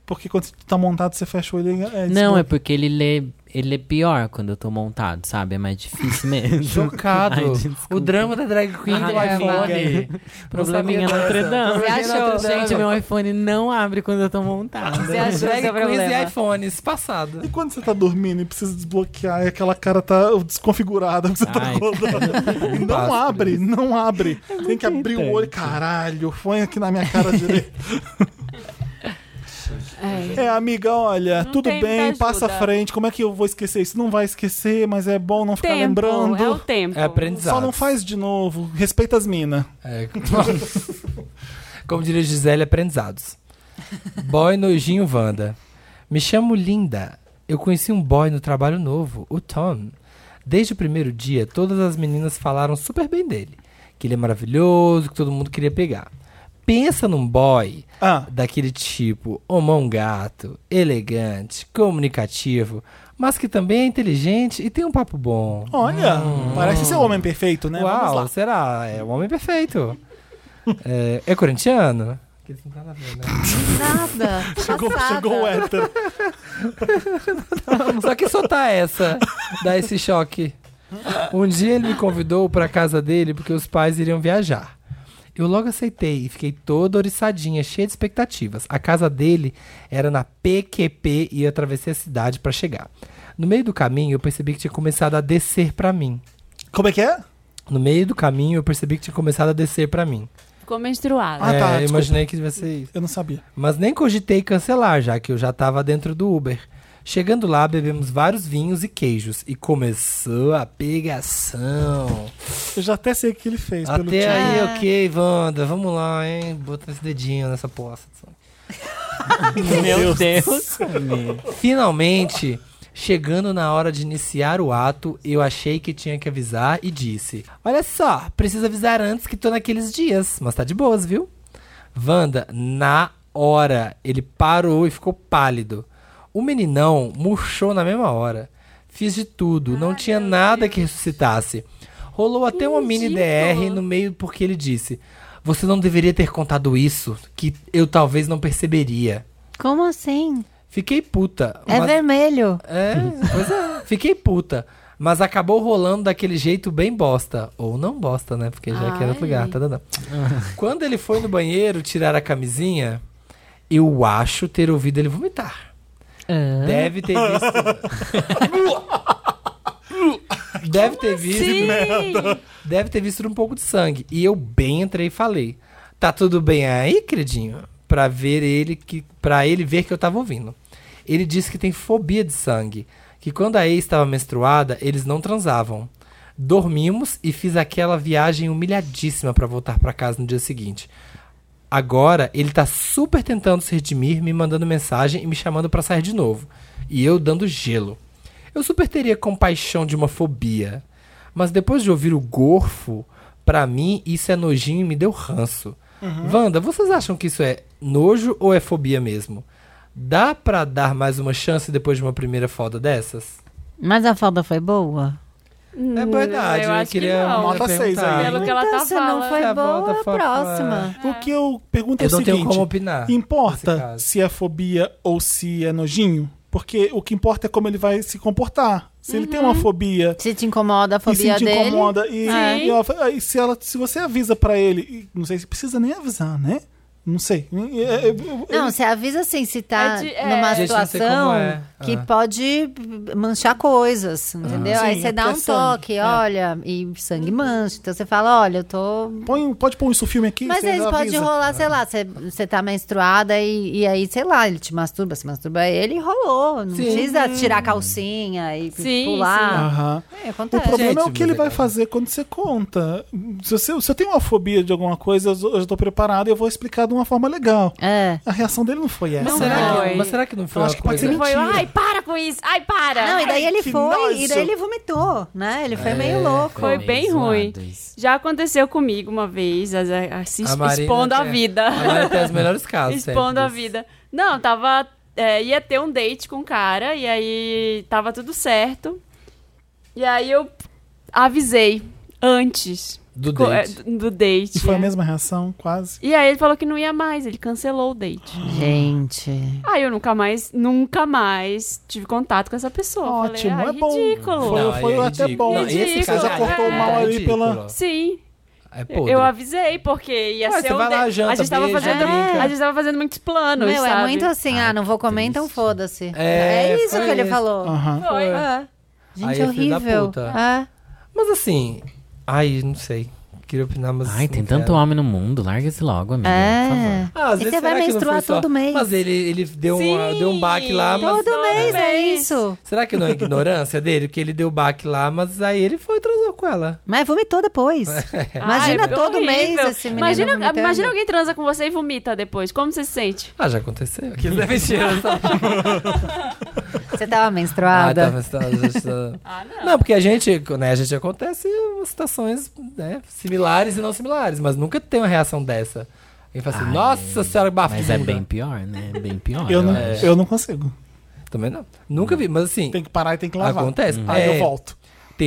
B: porque quando você tá montado, você fecha o olho e é,
D: Não,
B: desbloqueia.
D: é porque ele lê, ele lê pior quando eu tô montado, sabe? É mais difícil mesmo.
C: Chocado.
D: Ai, desculpa.
C: o drama da drag queen do
D: Ai,
C: iPhone.
D: amiga.
C: Não
D: Probleminha
C: sabia
D: Notre
C: dessa.
D: Dame.
C: Probleminha
E: Você achou?
C: Notre Dame.
D: Gente, meu iPhone não abre quando eu tô montado.
F: Você achou
C: Drag
F: seu
C: queens
F: é problema?
C: e iPhones, passado.
B: E quando você tá dormindo e precisa desbloquear e aquela cara tá desconfigurada, você tá
D: Ai, Um
B: rodando. E Não
C: passo
B: abre, não abre. Tem que abrir o olho. Caralho, põe aqui na minha cara direita. É, amiga, olha,
A: Não
B: tudo
A: tem muita
B: bem, passa à
A: ajuda.
B: frente. Como é que eu vou esquecer isso? Não vai esquecer, mas é bom não ficar
A: Tempo,
B: lembrando.
A: é o tempo.
C: É aprendizado.
B: Só não faz de novo. Respeita as minas.
C: É, como diria Gisele, aprendizados. Boy nojinho Wanda. Me chamo Linda. Eu conheci um boy no trabalho novo, o Tom. Desde o primeiro dia, todas as meninas falaram super bem dele. Que ele é maravilhoso, que todo mundo queria pegar. Pensa num boy
B: Ah,
C: daquele tipo, homão gato, elegante, comunicativo, mas que também é inteligente e tem um papo bom.
B: olha, parece ser o homem perfeito, né?
C: Hum. Uau,
B: Vamos lá.
C: será? É o homem perfeito. é, é corintiano? Que eles não tá na ver, né?
E: Nada.
B: Chegou,
E: passada.
B: chegou o hétero.
C: Só que só tá essa, dá esse choque. Um dia ele me convidou pra casa dele porque os pais iriam viajar. Eu logo aceitei e fiquei toda oriçadinha, cheia de expectativas. A casa dele era na PQP e eu atravessei a cidade pra chegar. No meio do caminho, eu percebi que tinha começado a descer pra mim.
B: Como é que é?
C: No meio do caminho, eu percebi que tinha começado a descer pra mim.
A: Ficou menstruada.
B: Ah,
C: É,
B: tá,
C: eu
B: desculpa.
C: imaginei que devia ser isso.
B: Eu não sabia.
C: Mas nem cogitei cancelar, já que eu já estava dentro do Uber. Chegando lá, bebemos vários vinhos e queijos e começou a pegação.
B: Eu já até sei o que ele fez pelo
C: Até
B: título.
C: aí, ok, Wanda, vamos lá, hein? Bota esse dedinho nessa poça.
D: Meu Deus.
C: Finalmente, chegando na hora de iniciar o ato, eu achei que tinha que avisar e disse: Olha só, preciso avisar antes que tô naqueles dias, mas tá de boas, viu? Wanda, na hora, ele parou e ficou pálido. O meninão murchou na mesma hora. Fiz de tudo, não tinha nada que ressuscitasse. Rolou até uma mini DR no meio porque ele disse: Você não deveria ter contado isso, que eu talvez não perceberia.
E: Como assim?
C: Fiquei puta.
E: É
C: mas-
E: vermelho.
C: é, pois é. Fiquei puta. Mas acabou rolando daquele jeito bem bosta. Ou não bosta, né? Porque já é que era outro lugar. Tá, tá, tá. Quando ele foi no banheiro tirar a camisinha, eu acho ter ouvido ele vomitar. Deve ter visto. Deve ter visto. Deve ter visto um pouco de sangue. E eu bem entrei e falei: Tá tudo bem aí, queridinho? Pra ver ele que. para ele ver que eu tava ouvindo. Ele disse que tem fobia de sangue. Que quando a ex estava menstruada, eles não transavam. Dormimos e fiz aquela viagem humilhadíssima pra voltar pra casa no dia seguinte. Agora ele tá super tentando se redimir, me mandando mensagem e me chamando pra sair de novo. E eu dando gelo. Eu super teria compaixão de uma fobia. Mas depois de ouvir o gorfo, pra mim isso é nojinho e me deu ranço.
B: Uhum.
C: Wanda, vocês acham que isso é nojo ou é fobia mesmo? Dá pra dar mais uma chance depois de uma primeira foda dessas?
E: Mas a falda foi boa?
C: É verdade,
A: Hum, eu acho que
C: queria
A: não.
B: Nota seis
C: perguntar.
B: aí.
A: Pelo que ela
E: então,
A: tá
E: se não
A: falando.
E: foi
C: Se a
E: boa,
C: falda for-
E: próxima.
B: O que eu pergunto é
C: Eu
B: o
C: não
B: seguinte:
C: tenho como opinar nesse
B: importa
C: caso.
B: se é fobia ou se é nojinho? Porque o que importa é como ele vai se comportar. Se ele tem
A: Uhum.
B: uma fobia.
E: Se te incomoda a fobia
B: e se te
E: dele.
B: incomoda e,
E: Sim.
B: e ela- e se ela se você avisa pra ele e não sei se precisa nem avisar né não sei E- é- é-
E: Não,
B: ele-
E: você avisa assim, se tá
A: É de- é.
E: numa
C: Gente, não sei
E: situação
C: como é.
E: que
C: Ah.
E: pode manchar coisas, entendeu? Aí
B: Sim,
E: você
B: é
E: dá um
B: porque é sangue.
E: toque,
B: É.
E: olha, e sangue mancha. Então você fala, olha, eu tô
B: põe- pode pôr isso filme aqui
E: Mas
B: você
E: aí
B: avisa.
E: pode rolar, sei lá, você- você tá menstruada e, e aí, sei lá, ele te masturba, se masturba ele e rolou. Não
C: Sim.
E: precisa tirar a calcinha e
A: Sim,
E: pular.
B: Aham.
E: É,
B: Ah. O
E: acontece.
B: problema é o
C: Gente,
B: que ele
C: mas é
B: vai
C: grave.
B: fazer quando você conta. Se eu, se eu tenho uma fobia de alguma coisa, eu eu já tô preparado e eu vou explicar de de uma forma legal.
E: É.
B: A reação dele não foi essa.
C: Mas será,
F: foi.
C: que, mas será que não foi
B: Eu
C: uma
B: acho que pode
C: coisa-
B: ser
F: Foi,
B: Mentira.
F: ai, para com isso, ai, para.
E: Não, e daí ele
B: que
E: foi,
B: nojo.
E: e daí ele vomitou, né? Ele foi meio
D: É,
E: louco.
F: Foi
D: meio
F: bem
D: zoado
F: ruim.
D: isso.
F: Já aconteceu comigo uma vez, a- a- a- se
C: A Marina
F: expondo à
C: tem-
F: vida.
C: A Mari tem os é melhores casos. sempre
F: Tá. Expondo a
C: disso.
F: vida. Não, tava. é, ia ter um date com o cara, e aí tava tudo certo. E aí eu avisei antes
C: Do
F: co- é,
C: date.
F: do do date.
B: E foi a
F: é.
B: mesma reação, quase.
F: E aí ele falou que não ia mais, ele cancelou o date.
E: Gente.
F: Aí eu nunca mais, nunca mais tive contato com essa pessoa.
B: Ótimo,
F: Falei, ah,
B: é bom.
F: ridículo.
B: Foi-
C: aí
B: foi
C: é
B: até
C: ridículo.
B: bom.
C: Não, esse
F: Ridículo,
C: caso
F: é.
C: cortou
B: mal ali pela-
F: Sim,
C: É
F: eu-
C: podre.
F: eu avisei, porque ia
C: Ué,
F: ser
C: você
F: um
C: vai lá,
F: date-
C: janta,
F: a gente tava
C: beija,
F: fazendo,
C: brinca.
F: A gente tava fazendo muitos planos,
E: Meu,
F: sabe?
E: é muito assim, ah,
D: Ai,
E: não vou comer,
D: que
E: então
D: triste.
E: foda-se.
C: É,
E: É, isso
C: foi
E: que ele
C: isso.
E: falou.
B: Aham.
F: Foi.
E: É. Gente,
C: Aí é filho da
E: horrível.
C: puta.
E: É.
C: Mas assim. Ai, não sei. Queria opinar, mas.
D: Ai, tem
C: não
D: tanto
C: quero.
D: homem no mundo, larga-se logo, amiga. por favor.
E: É.
C: Ah, às vezes
E: E você vai
C: será que não
E: menstruar
C: foi só-
E: todo mês.
C: Mas ele, ele deu, uma,
F: Sim,
C: deu um baque lá, mas.
E: Todo mês é
F: mês.
E: isso.
C: Será que não é ignorância dele? Porque ele deu baque lá, mas aí ele foi e transou com ela.
E: Mas vomitou depois. Imagina
F: Ai, é
E: todo
F: horrível.
E: mês esse menino
F: Imagina,
E: vomitando.
F: imagina alguém transa com você e vomita depois. Como você se sente?
C: Ah, já aconteceu. Aquilo é mentira.
E: Você tava
C: Ah,
E: menstruada.
C: tá, mas tá, já- já-
F: Ah,
C: não. porque a gente, né, a gente acontece umas situações né, similares e não similares, mas nunca tem uma reação dessa. Ele fala assim,
D: Ai,
C: nossa senhora, bafunda.
D: Mas é bem pior, né? É bem pior.
B: Eu, não,
D: acho.
B: eu não consigo.
C: Também não. Nunca vi, mas assim,
B: Tem
C: tem,
B: que parar e tem que lavar.
C: Acontece.
B: Uhum. Aí
C: É.
B: eu volto.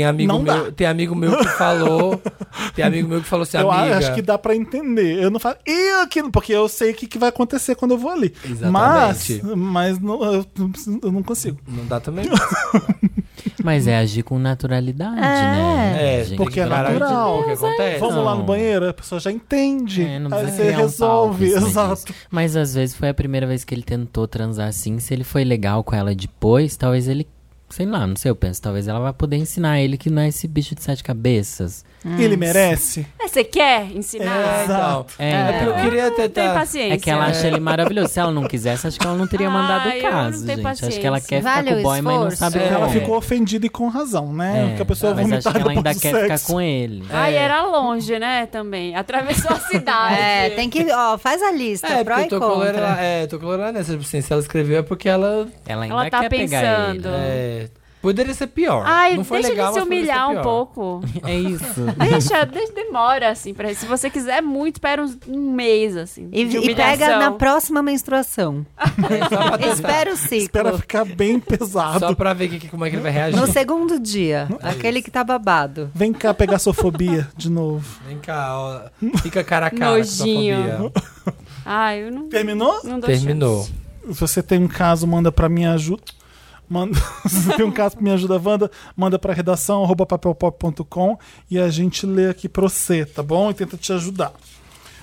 C: amigo
B: não
C: meu,
B: dá.
C: tem amigo meu que falou, tem amigo meu que falou assim,
B: eu
C: amiga.
B: acho que dá pra entender. Eu não falo. E aquilo, porque eu sei o que, que vai acontecer quando eu vou ali.
C: Exatamente.
B: Mas, mas não, eu, eu não consigo.
C: Não dá também.
D: Mas é agir com naturalidade, né?
C: É,
D: gente?
B: porque é
C: tem que parar de
B: natural.
C: dizer O que acontece?
B: Vamos lá no
D: É, Não.
B: banheiro, a pessoa já entende.
D: É, não
B: aí
D: precisa
B: você
D: criar um
B: resolve.
D: palco em cima
B: Exato.
D: disso. Mas às vezes foi a primeira vez que ele tentou transar assim. Se ele foi legal com ela depois, talvez ele. Sei lá, não sei, eu penso. Talvez ela vá poder ensinar ele que não é esse bicho de sete cabeças.
B: E Ele merece.
F: É, você quer
B: É,
F: ensinar?
B: exato.
C: Então,
D: É,
C: é
D: então.
C: porque eu queria
F: Não tenho
C: tentar.
F: paciência.
D: É que ela acha ele maravilhoso. Se ela não quisesse, acho que ela não teria mandado
F: Ai,
D: o
F: eu não
D: caso,
F: tenho
D: gente. Acho que
F: paciência.
D: ela quer ficar
E: Vale
D: com
E: o
D: o boy, mas não
E: esforço.
D: sabe
C: É.
D: como.
B: Ela
D: é.
B: ficou ofendida e com razão, né?
D: É,
B: que a pessoa
D: mas acho
B: vomitar
D: que ela
B: depois
D: ainda
B: do
D: quer ficar
B: sexo.
D: com ele.
F: Ai,
C: É.
F: era longe, né, também. Atravessou a cidade.
E: É, tem que, ó, faz a lista,
C: É,
E: pró
C: porque
E: e
C: eu tô colorando,
E: contra.
C: é, eu tô colorando nessa. Tipo assim, se ela escreveu é porque ela.
D: Ela ainda
F: Ela tá
D: quer pegar
F: pensando.
D: ele.
C: é, poderia ser pior.
F: Ai,
C: não foi
F: deixa ele
C: legal,
F: se
C: mas poderia ser
F: humilhar um
C: pior.
F: pouco.
D: É isso.
F: Deixa, deixa, demora, assim, pra Se você quiser muito, espera uns, um mês, assim.
E: E,
F: de
E: e pega
F: humilhação.
E: na próxima menstruação.
C: Só pra testar.
E: Espera o ciclo.
B: Espera ficar bem pesado.
C: Só pra ver que- que- como é que ele vai reagir.
E: No segundo dia,
C: é
E: aquele que tá babado.
B: Vem cá pegar sofobia de novo.
C: Vem cá, ó. Fica cara a cara
F: Nojinho.
C: com a fobia.
F: Ai, eu não,
B: Terminou?
F: não dou
C: Terminou.
F: chance.
B: Se você tem um caso, manda pra minha ajuda. Manda... Se você tem um caso pra me ajuda, Wanda, manda pra redação arroba papelpop.com e a gente lê aqui pra você, tá bom? E tenta te ajudar.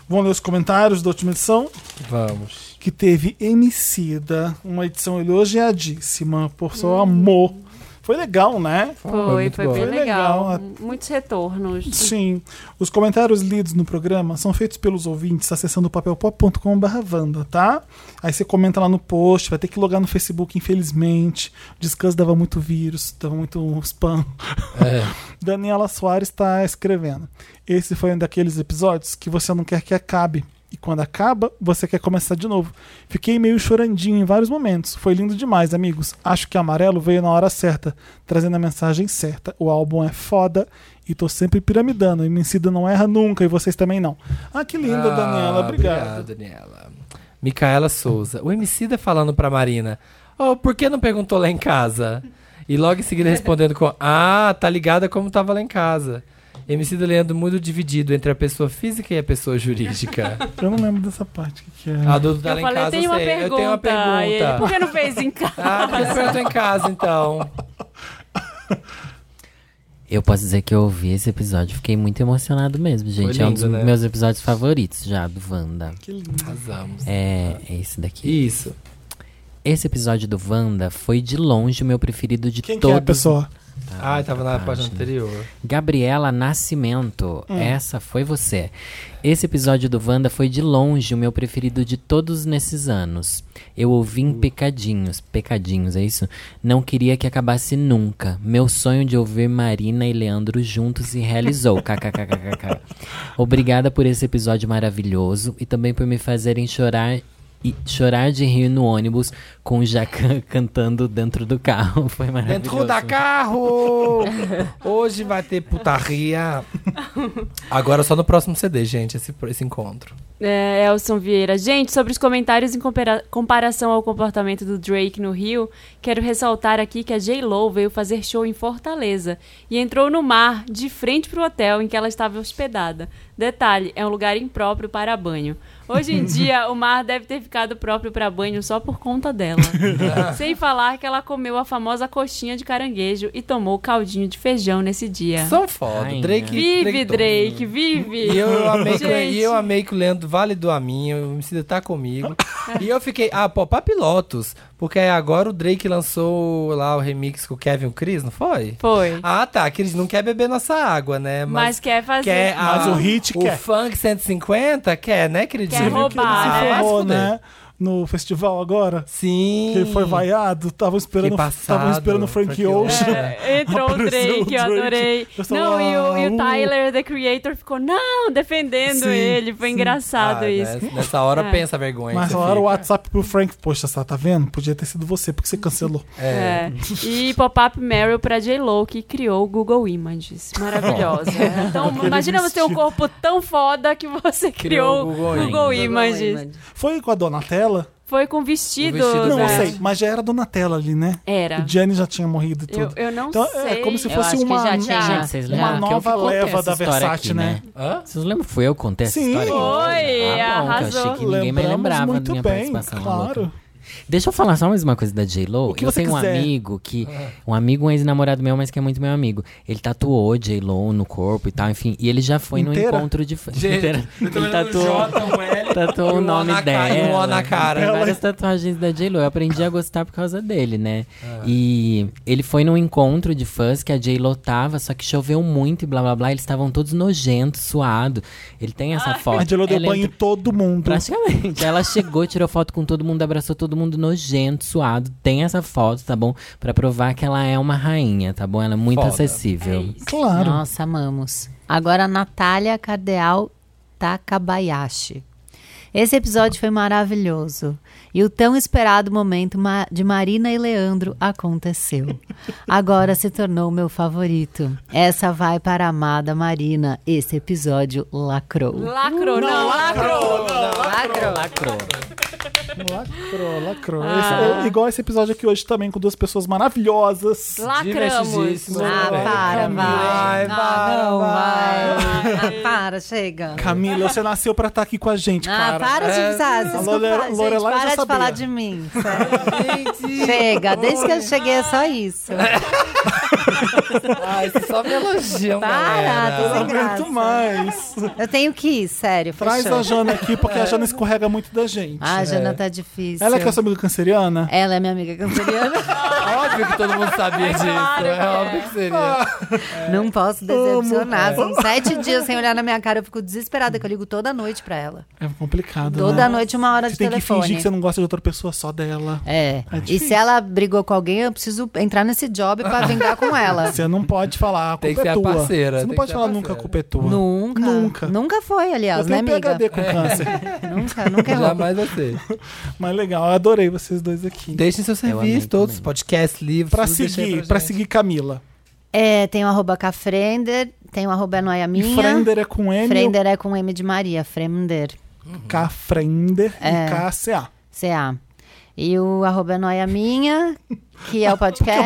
B: Vamos ler os comentários da última edição,
C: Vamos.
B: que teve Emicida, uma edição elogiadíssima por seu amor. Foi legal, né?
F: Foi,
C: muito
F: foi,
C: bom.
F: bem
B: Foi
F: legal.
B: legal.
F: Muitos retornos.
B: Sim. Os comentários lidos no programa são feitos pelos ouvintes acessando papelpop.com/vanda, tá? Aí você comenta lá no post, vai ter que logar no Facebook, infelizmente. O descanso dava muito vírus, dava muito spam.
C: É.
B: Daniela Soares está escrevendo. Esse foi um daqueles episódios que você não quer que acabe. E quando acaba, você quer começar de novo. Fiquei meio chorandinho em vários momentos. Foi lindo demais, amigos. Acho que Amarelo veio na hora certa, trazendo a mensagem certa. O álbum é foda e tô sempre piramidando. O Emicida não erra nunca e vocês também não. Ah, que linda,
C: Ah,
B: Daniela. Obrigado.
C: Obrigado, Daniela. Micaela Souza. O MC da falando pra Marina. Oh, por que não perguntou lá em casa? E logo em seguida respondendo com Ah, tá ligada como tava lá em casa. MC da Leandro muito dividido entre a pessoa física e a pessoa jurídica.
B: Eu não lembro dessa parte. que que é?
C: A do tá
F: Eu
C: lá em
F: falei,
C: casa,
F: tem uma
C: sei.
F: pergunta.
C: eu tenho uma
F: E ele, por
C: pergunta.
F: que não fez em casa?
C: Ah, por que você perguntou em casa, então?
D: Eu posso dizer que eu ouvi esse episódio, fiquei muito emocionado mesmo, gente. é um
C: lindo,
D: dos
C: né?
D: meus episódios favoritos já, do Wanda.
C: Arrasamos.
D: É, é esse daqui.
C: Isso.
D: Esse episódio do Wanda foi de longe o meu preferido de
B: Quem que é a
D: todos.
B: pessoa?
C: Ah, tava na página anterior.
D: Gabriela Nascimento,
C: Hum.
D: essa foi você. Esse episódio do Wanda foi de longe o meu preferido de todos nesses anos. Eu ouvi
C: Hum.
D: em pecadinhos, pecadinhos, é isso? Não queria que acabasse nunca. Meu sonho de ouvir Marina e Leandro juntos se realizou. KKKKK. Obrigada por esse episódio maravilhoso e também por me fazerem chorar e chorar de rir no ônibus com o Jacan cantando dentro do carro. Foi maravilhoso.
C: Dentro da carro! Hoje vai ter putaria. Agora só no próximo CD, gente, esse, esse encontro.
F: É, Elson Vieira. Gente, sobre os comentários em compara- comparação ao comportamento do Drake no Rio, quero ressaltar aqui que a J-Lo veio fazer show em Fortaleza e entrou no mar, de frente pro hotel em que ela estava hospedada. Detalhe, é um lugar impróprio para banho. Hoje em dia, o mar deve ter ficado próprio para banho só por conta dela. Sem falar que ela comeu a famosa coxinha de caranguejo e tomou caldinho de feijão nesse dia.
C: São foda.
D: Rainha.
C: Drake.
F: É. Vive,
C: Drake.
F: Drake, vive!
C: E eu amei, que,
F: Gente.
C: e eu amei que o Leandro vale do a mim, o MC tá comigo. e eu fiquei, ah, pô, Papilotos. Porque agora o Drake lançou lá o remix com o Kevin e o Chris, não foi?
F: Foi.
C: Ah, tá, que eles não quer beber nossa água, né?
F: mas, quer fazer.
C: quer a-
B: Mas o um hit
C: o
B: quer.
C: funk 150 quer, né, queridinho?
F: Quer roubar,
C: Ah,
F: né?
C: vai se
B: Ferrou,
C: fuder.
B: né? No festival agora.
C: Sim.
B: Que ele foi vaiado, estavam esperando,
C: Que passado,
B: estavam esperando o Frank,
C: Frank
B: Ocean.
F: É, entrou o
B: Apareceu o
F: Drake, eu
B: Drake.
F: adorei.
B: Eu só
F: Não, e o, e o
B: lá, uh.
F: Tyler, The Creator, ficou, não, defendendo
C: Sim,
F: ele. Foi
C: sim.
F: engraçado
C: Ah,
F: isso.
C: né? Nessa hora
F: É.
C: pensa a vergonha.
B: Mas
C: que você
B: falaram o
C: fica.
B: WhatsApp pro Frank. Poxa, Sá, tá vendo? Podia ter sido você, porque você cancelou.
F: É. E pop-up Meryl pra J-Lo, que criou o Google Images. Maravilhosa. Então, imagina você ter um corpo tão foda que você criou,
C: Criou o
F: o
C: Google
F: Google, Images.
B: Foi com a Donatella?
F: Foi com vestido.
C: vestido
B: Não, eu
F: né?
B: sei, mas já era Donatella ali, né?
F: Era.
B: O Gianni já tinha morrido e
F: Eu,
B: tudo.
F: eu não
B: Então,
F: sei.
B: é como se
F: Eu
B: fosse
D: acho que
B: uma,
D: já tinha,
B: uma,
D: gente, vocês
B: uma
D: lembram? É, Que eu
B: nova
D: que contei
B: leva
D: essa
B: da
D: história
B: Versace,
D: aqui,
B: né?
C: Hã?
D: Vocês lembram? Foi eu que contei essa
B: Sim.
D: história?
F: Foi,
D: ah, bom, que eu achei
F: arrasou.
D: que ninguém mais
B: Lembramos
D: lembrava da
B: muito
D: minha
B: bem,
D: participação é
B: claro.
D: maluca. Deixa eu falar só mais uma coisa da J-Lo.
B: O que
D: Eu
B: você
D: tenho um
B: quiser. Ah.
D: amigo que. Um amigo, um ex-namorado meu, mas que é muito meu amigo. Ele tatuou J-Lo no corpo e tal, enfim. E ele já foi
B: Inteira?
D: num encontro de. fã.
C: Gente,
D: Inteira.
C: eu tô
D: Ele
C: olhando o J, um L,
D: tatuou
C: e
D: o
C: um O
D: nome
C: na
D: dela.
C: cara, e um O na cara.
D: Tem
B: Ela- é
D: várias tatuagens da J-Lo. Eu aprendi a gostar por causa dele, né?
C: É.
D: E ele foi num encontro de fãs que a J-Lo tava, só que choveu muito e blá blá blá. Eles estavam todos nojentos, suados. Ele tem
C: Ah.
D: essa foto.
B: A J-Lo deu
D: Ela é
B: banho em
D: entrou-
B: todo mundo.
D: Praticamente. Ela chegou, tirou foto com todo mundo, abraçou todo mundo nojento, suado. Tem essa foto, tá bom? Pra provar que ela é uma rainha, tá bom? Ela é muito
C: Foda.
D: acessível.
B: Claro.
E: Nossa, amamos. Agora, Natália Cardeal Takabayashi. Esse episódio foi maravilhoso. E o tão esperado momento ma- de Marina e Leandro aconteceu. Agora se tornou meu favorito. Essa vai para a amada Marina. Esse episódio
B: um
E: lacrou.
F: Lacro, não, lacro.
D: Lacrou.
B: Lacrou, lacrou. Esse- é igual esse episódio aqui hoje também, com duas pessoas maravilhosas.
F: Lacramos.
C: Divertidíssimo.
E: Ah,
C: Vai,
E: para,
C: Camila.
E: vai.
C: Vai, vai,
E: Ah, não,
C: vai.
E: vai. Ah, para, chega.
B: Camila, você nasceu pra estar aqui com a gente,
E: Ah,
B: cara.
E: para de usar.
B: A
E: Desculpa,
B: Lore-
E: gente,
B: Lorelai já
E: para de
B: sabia.
E: falar de mim. sério. Chega, desde que eu cheguei é só isso.
C: Ai, isso só me elogiam,
E: Para,
B: Eu não
E: sem
C: galera.
B: aguento
E: graça.
B: mais.
E: Eu tenho que ir, sério.
B: Traz
E: fechou.
B: a Jana aqui, porque a Jana escorrega muito da gente.
E: é. Ah, a Jana tá difícil.
B: Ela que é sua amiga canceriana?
E: Ela é minha amiga canceriana.
C: Óbvio que todo mundo sabia disso.
F: claro
C: é
F: que é.
C: óbvio que seria.
E: Não posso decepcionar. São sete dias sem olhar na minha cara. Eu fico desesperada, que eu ligo toda noite pra ela.
B: É complicado,
E: Toda
B: né?
E: noite, uma hora
B: Você
E: de
B: tem que
E: telefone.
B: fingir que você não gosta de outra pessoa, só dela.
E: É. e
B: difícil.
E: se ela brigou com alguém, eu preciso entrar nesse job pra vingar com ela.
B: Você não pode falar, a culpa
C: Tem que
B: é
C: ser a
B: tua.
C: parceira,
B: Você não
C: tem
B: pode
C: que ser a
B: falar
C: parceira.
B: nunca a culpa é tua.
E: Nunca.
B: Nunca.
E: Nunca foi,
B: Eu
E: aliás, né,
B: tenho
E: amiga?
B: PHD com câncer.
E: Nunca, nunca é errou.
C: Jamais vai ser.
B: Mas legal, eu adorei vocês dois aqui.
C: Deixem seu
D: amei
C: serviço,
D: também.
C: todos, podcasts, livros.
B: Pra
C: tudo, deixa aí
B: seguir, pra,
C: gente.
B: seguir Camila.
E: É, tem o arroba Cafrender, tem o arroba é Noia Minha.
B: E Frender é com N, Frender.
E: Frender é com M de Maria, Frender,
B: K Frender
E: É.
B: e K C-A.
E: C-A. E o arroba é Noia Minha, que é o podcast.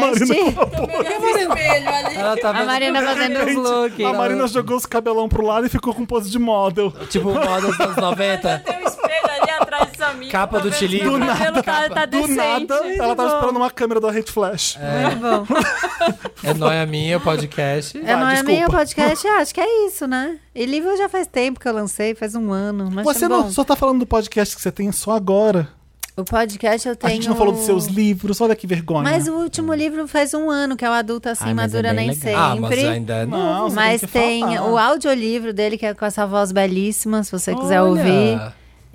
C: Ela tá
E: A
C: vendo-
E: Marina fazendo os looks.
B: A Marina jogou os cabelão pro lado e ficou com pose de model.
C: Tipo, moda dos anos 90.
F: Tem um espelho ali atrás dos amigos.
C: Capa do Tilly.
F: O cabelo tá, tá
B: Do
F: decente.
B: nada, ela tava esperando uma câmera da Rede Flash.
E: Muito Tá bom.
C: É nóia minha, podcast.
E: É
B: Vai,
E: Noia
B: desculpa.
E: Minha, o podcast, é, acho que é isso, né? E livro já faz tempo que eu lancei, faz um ano. Mas
B: Você
E: tá bom.
B: não só tá falando do podcast que você tem só agora.
E: O podcast eu tenho.
B: A gente não falou dos seus né? Hum. livros, olha que vergonha.
E: Mas o último livro faz um ano que é o Adulto Assim,
D: Ai, mas é
E: Madura
D: bem
E: Nem
D: legal.
E: Sempre.
C: Ah, mas ainda não.
B: Não, você
E: Mas
B: que
E: tem
B: falar.
E: o audiolivro dele, que é com essa voz belíssima, se você quiser ouvir.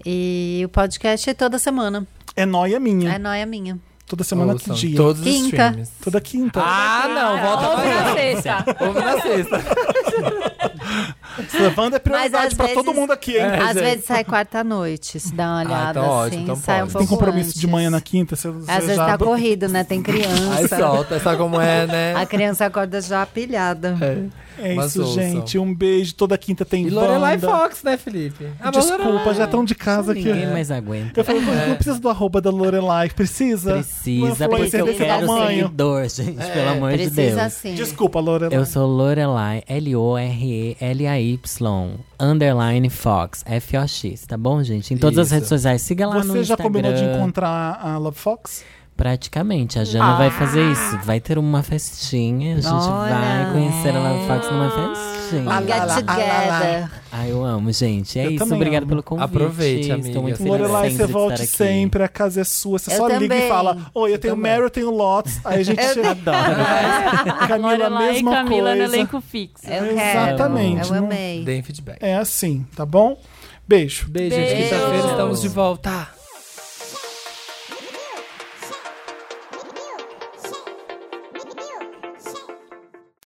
E: E o podcast é toda semana.
B: É nóia
C: Hum.
B: minha.
E: É nóia minha.
B: Toda
E: é
B: semana, que
C: Ouçam
B: dia?
C: Todos os
E: Quinta.
C: streams.
B: Toda quinta.
C: Ah, não, volta
F: Ouve
C: pra
F: na sexta.
C: Ouve na sexta.
B: Essa Wanda é
E: Mas, às
B: prioridade pra
E: vezes-
B: todo mundo aqui, hein?
C: É,
E: Às
C: gente.
E: vezes sai quarta-noite, se dá uma olhada
C: então ótimo,
E: assim,
C: então
E: sai um
C: pode.
E: pouco
B: Tem compromisso
E: antes.
B: de manhã na quinta, você, você
E: Às vezes
B: já...
E: tá corrido, né? Tem
C: Aí
E: criança.
C: solta, sabe como é, né?
E: A criança acorda já pilhada.
B: É
C: Mas
B: isso,
C: ouçam.
B: gente. Um beijo. Toda quinta tem
C: E Lorelai
B: Wanda.
C: Fox, né, Felipe? Ah, mas
B: Desculpa,
C: Lorelai.
B: já tão de casa aqui.
D: Ninguém mais aguenta.
B: Eu falei,
C: É.
B: não precisa do arroba da Lorelai. Precisa? Uma
D: Precisa, porque
B: influencer
D: eu
B: desse
D: quero
B: tamanho.
D: seguidor, gente,
B: É,
D: pelo amor de Deus.
E: Precisa sim.
B: Desculpa, Lorelai.
D: Eu sou Lorelai, L-O-R-E-L-A-Y, underline Fox, F-O-X, tá bom, gente? Em todas as
C: Isso.
D: redes sociais, siga lá no
B: Você já
D: Instagram.
B: combinou de encontrar a Love Fox?
D: Praticamente, a Jana
C: Ah.
D: vai fazer isso. Vai ter uma festinha, a gente
E: Olha.
D: vai conhecer a Love Fox numa festinha.
E: We Get together.
D: Ai, eu amo, gente. É
B: Eu
D: isso,
B: também
D: obrigado
B: amo.
D: pelo convite.
C: Aproveite, amiga.
D: Estou muito feliz
B: Lorelai,
D: sempre
B: é, você
D: de
B: volte
D: estar aqui.
B: sempre, a casa é sua. Você
E: Eu
B: só liga
E: também.
B: e fala: Oi, eu, tenho
C: também.
B: Mary, eu tenho Lotus. Aí a gente adora. Camila,
F: Lorelai
B: mesma
F: e Camila
B: coisa.
F: no elenco fixo.
E: Eu
B: Exatamente,
E: quero. Eu
B: não-
E: amei.
C: Deem feedback.
B: É assim, tá bom? Beijo.
C: Beijo, gente. Quinta-feira estamos de volta.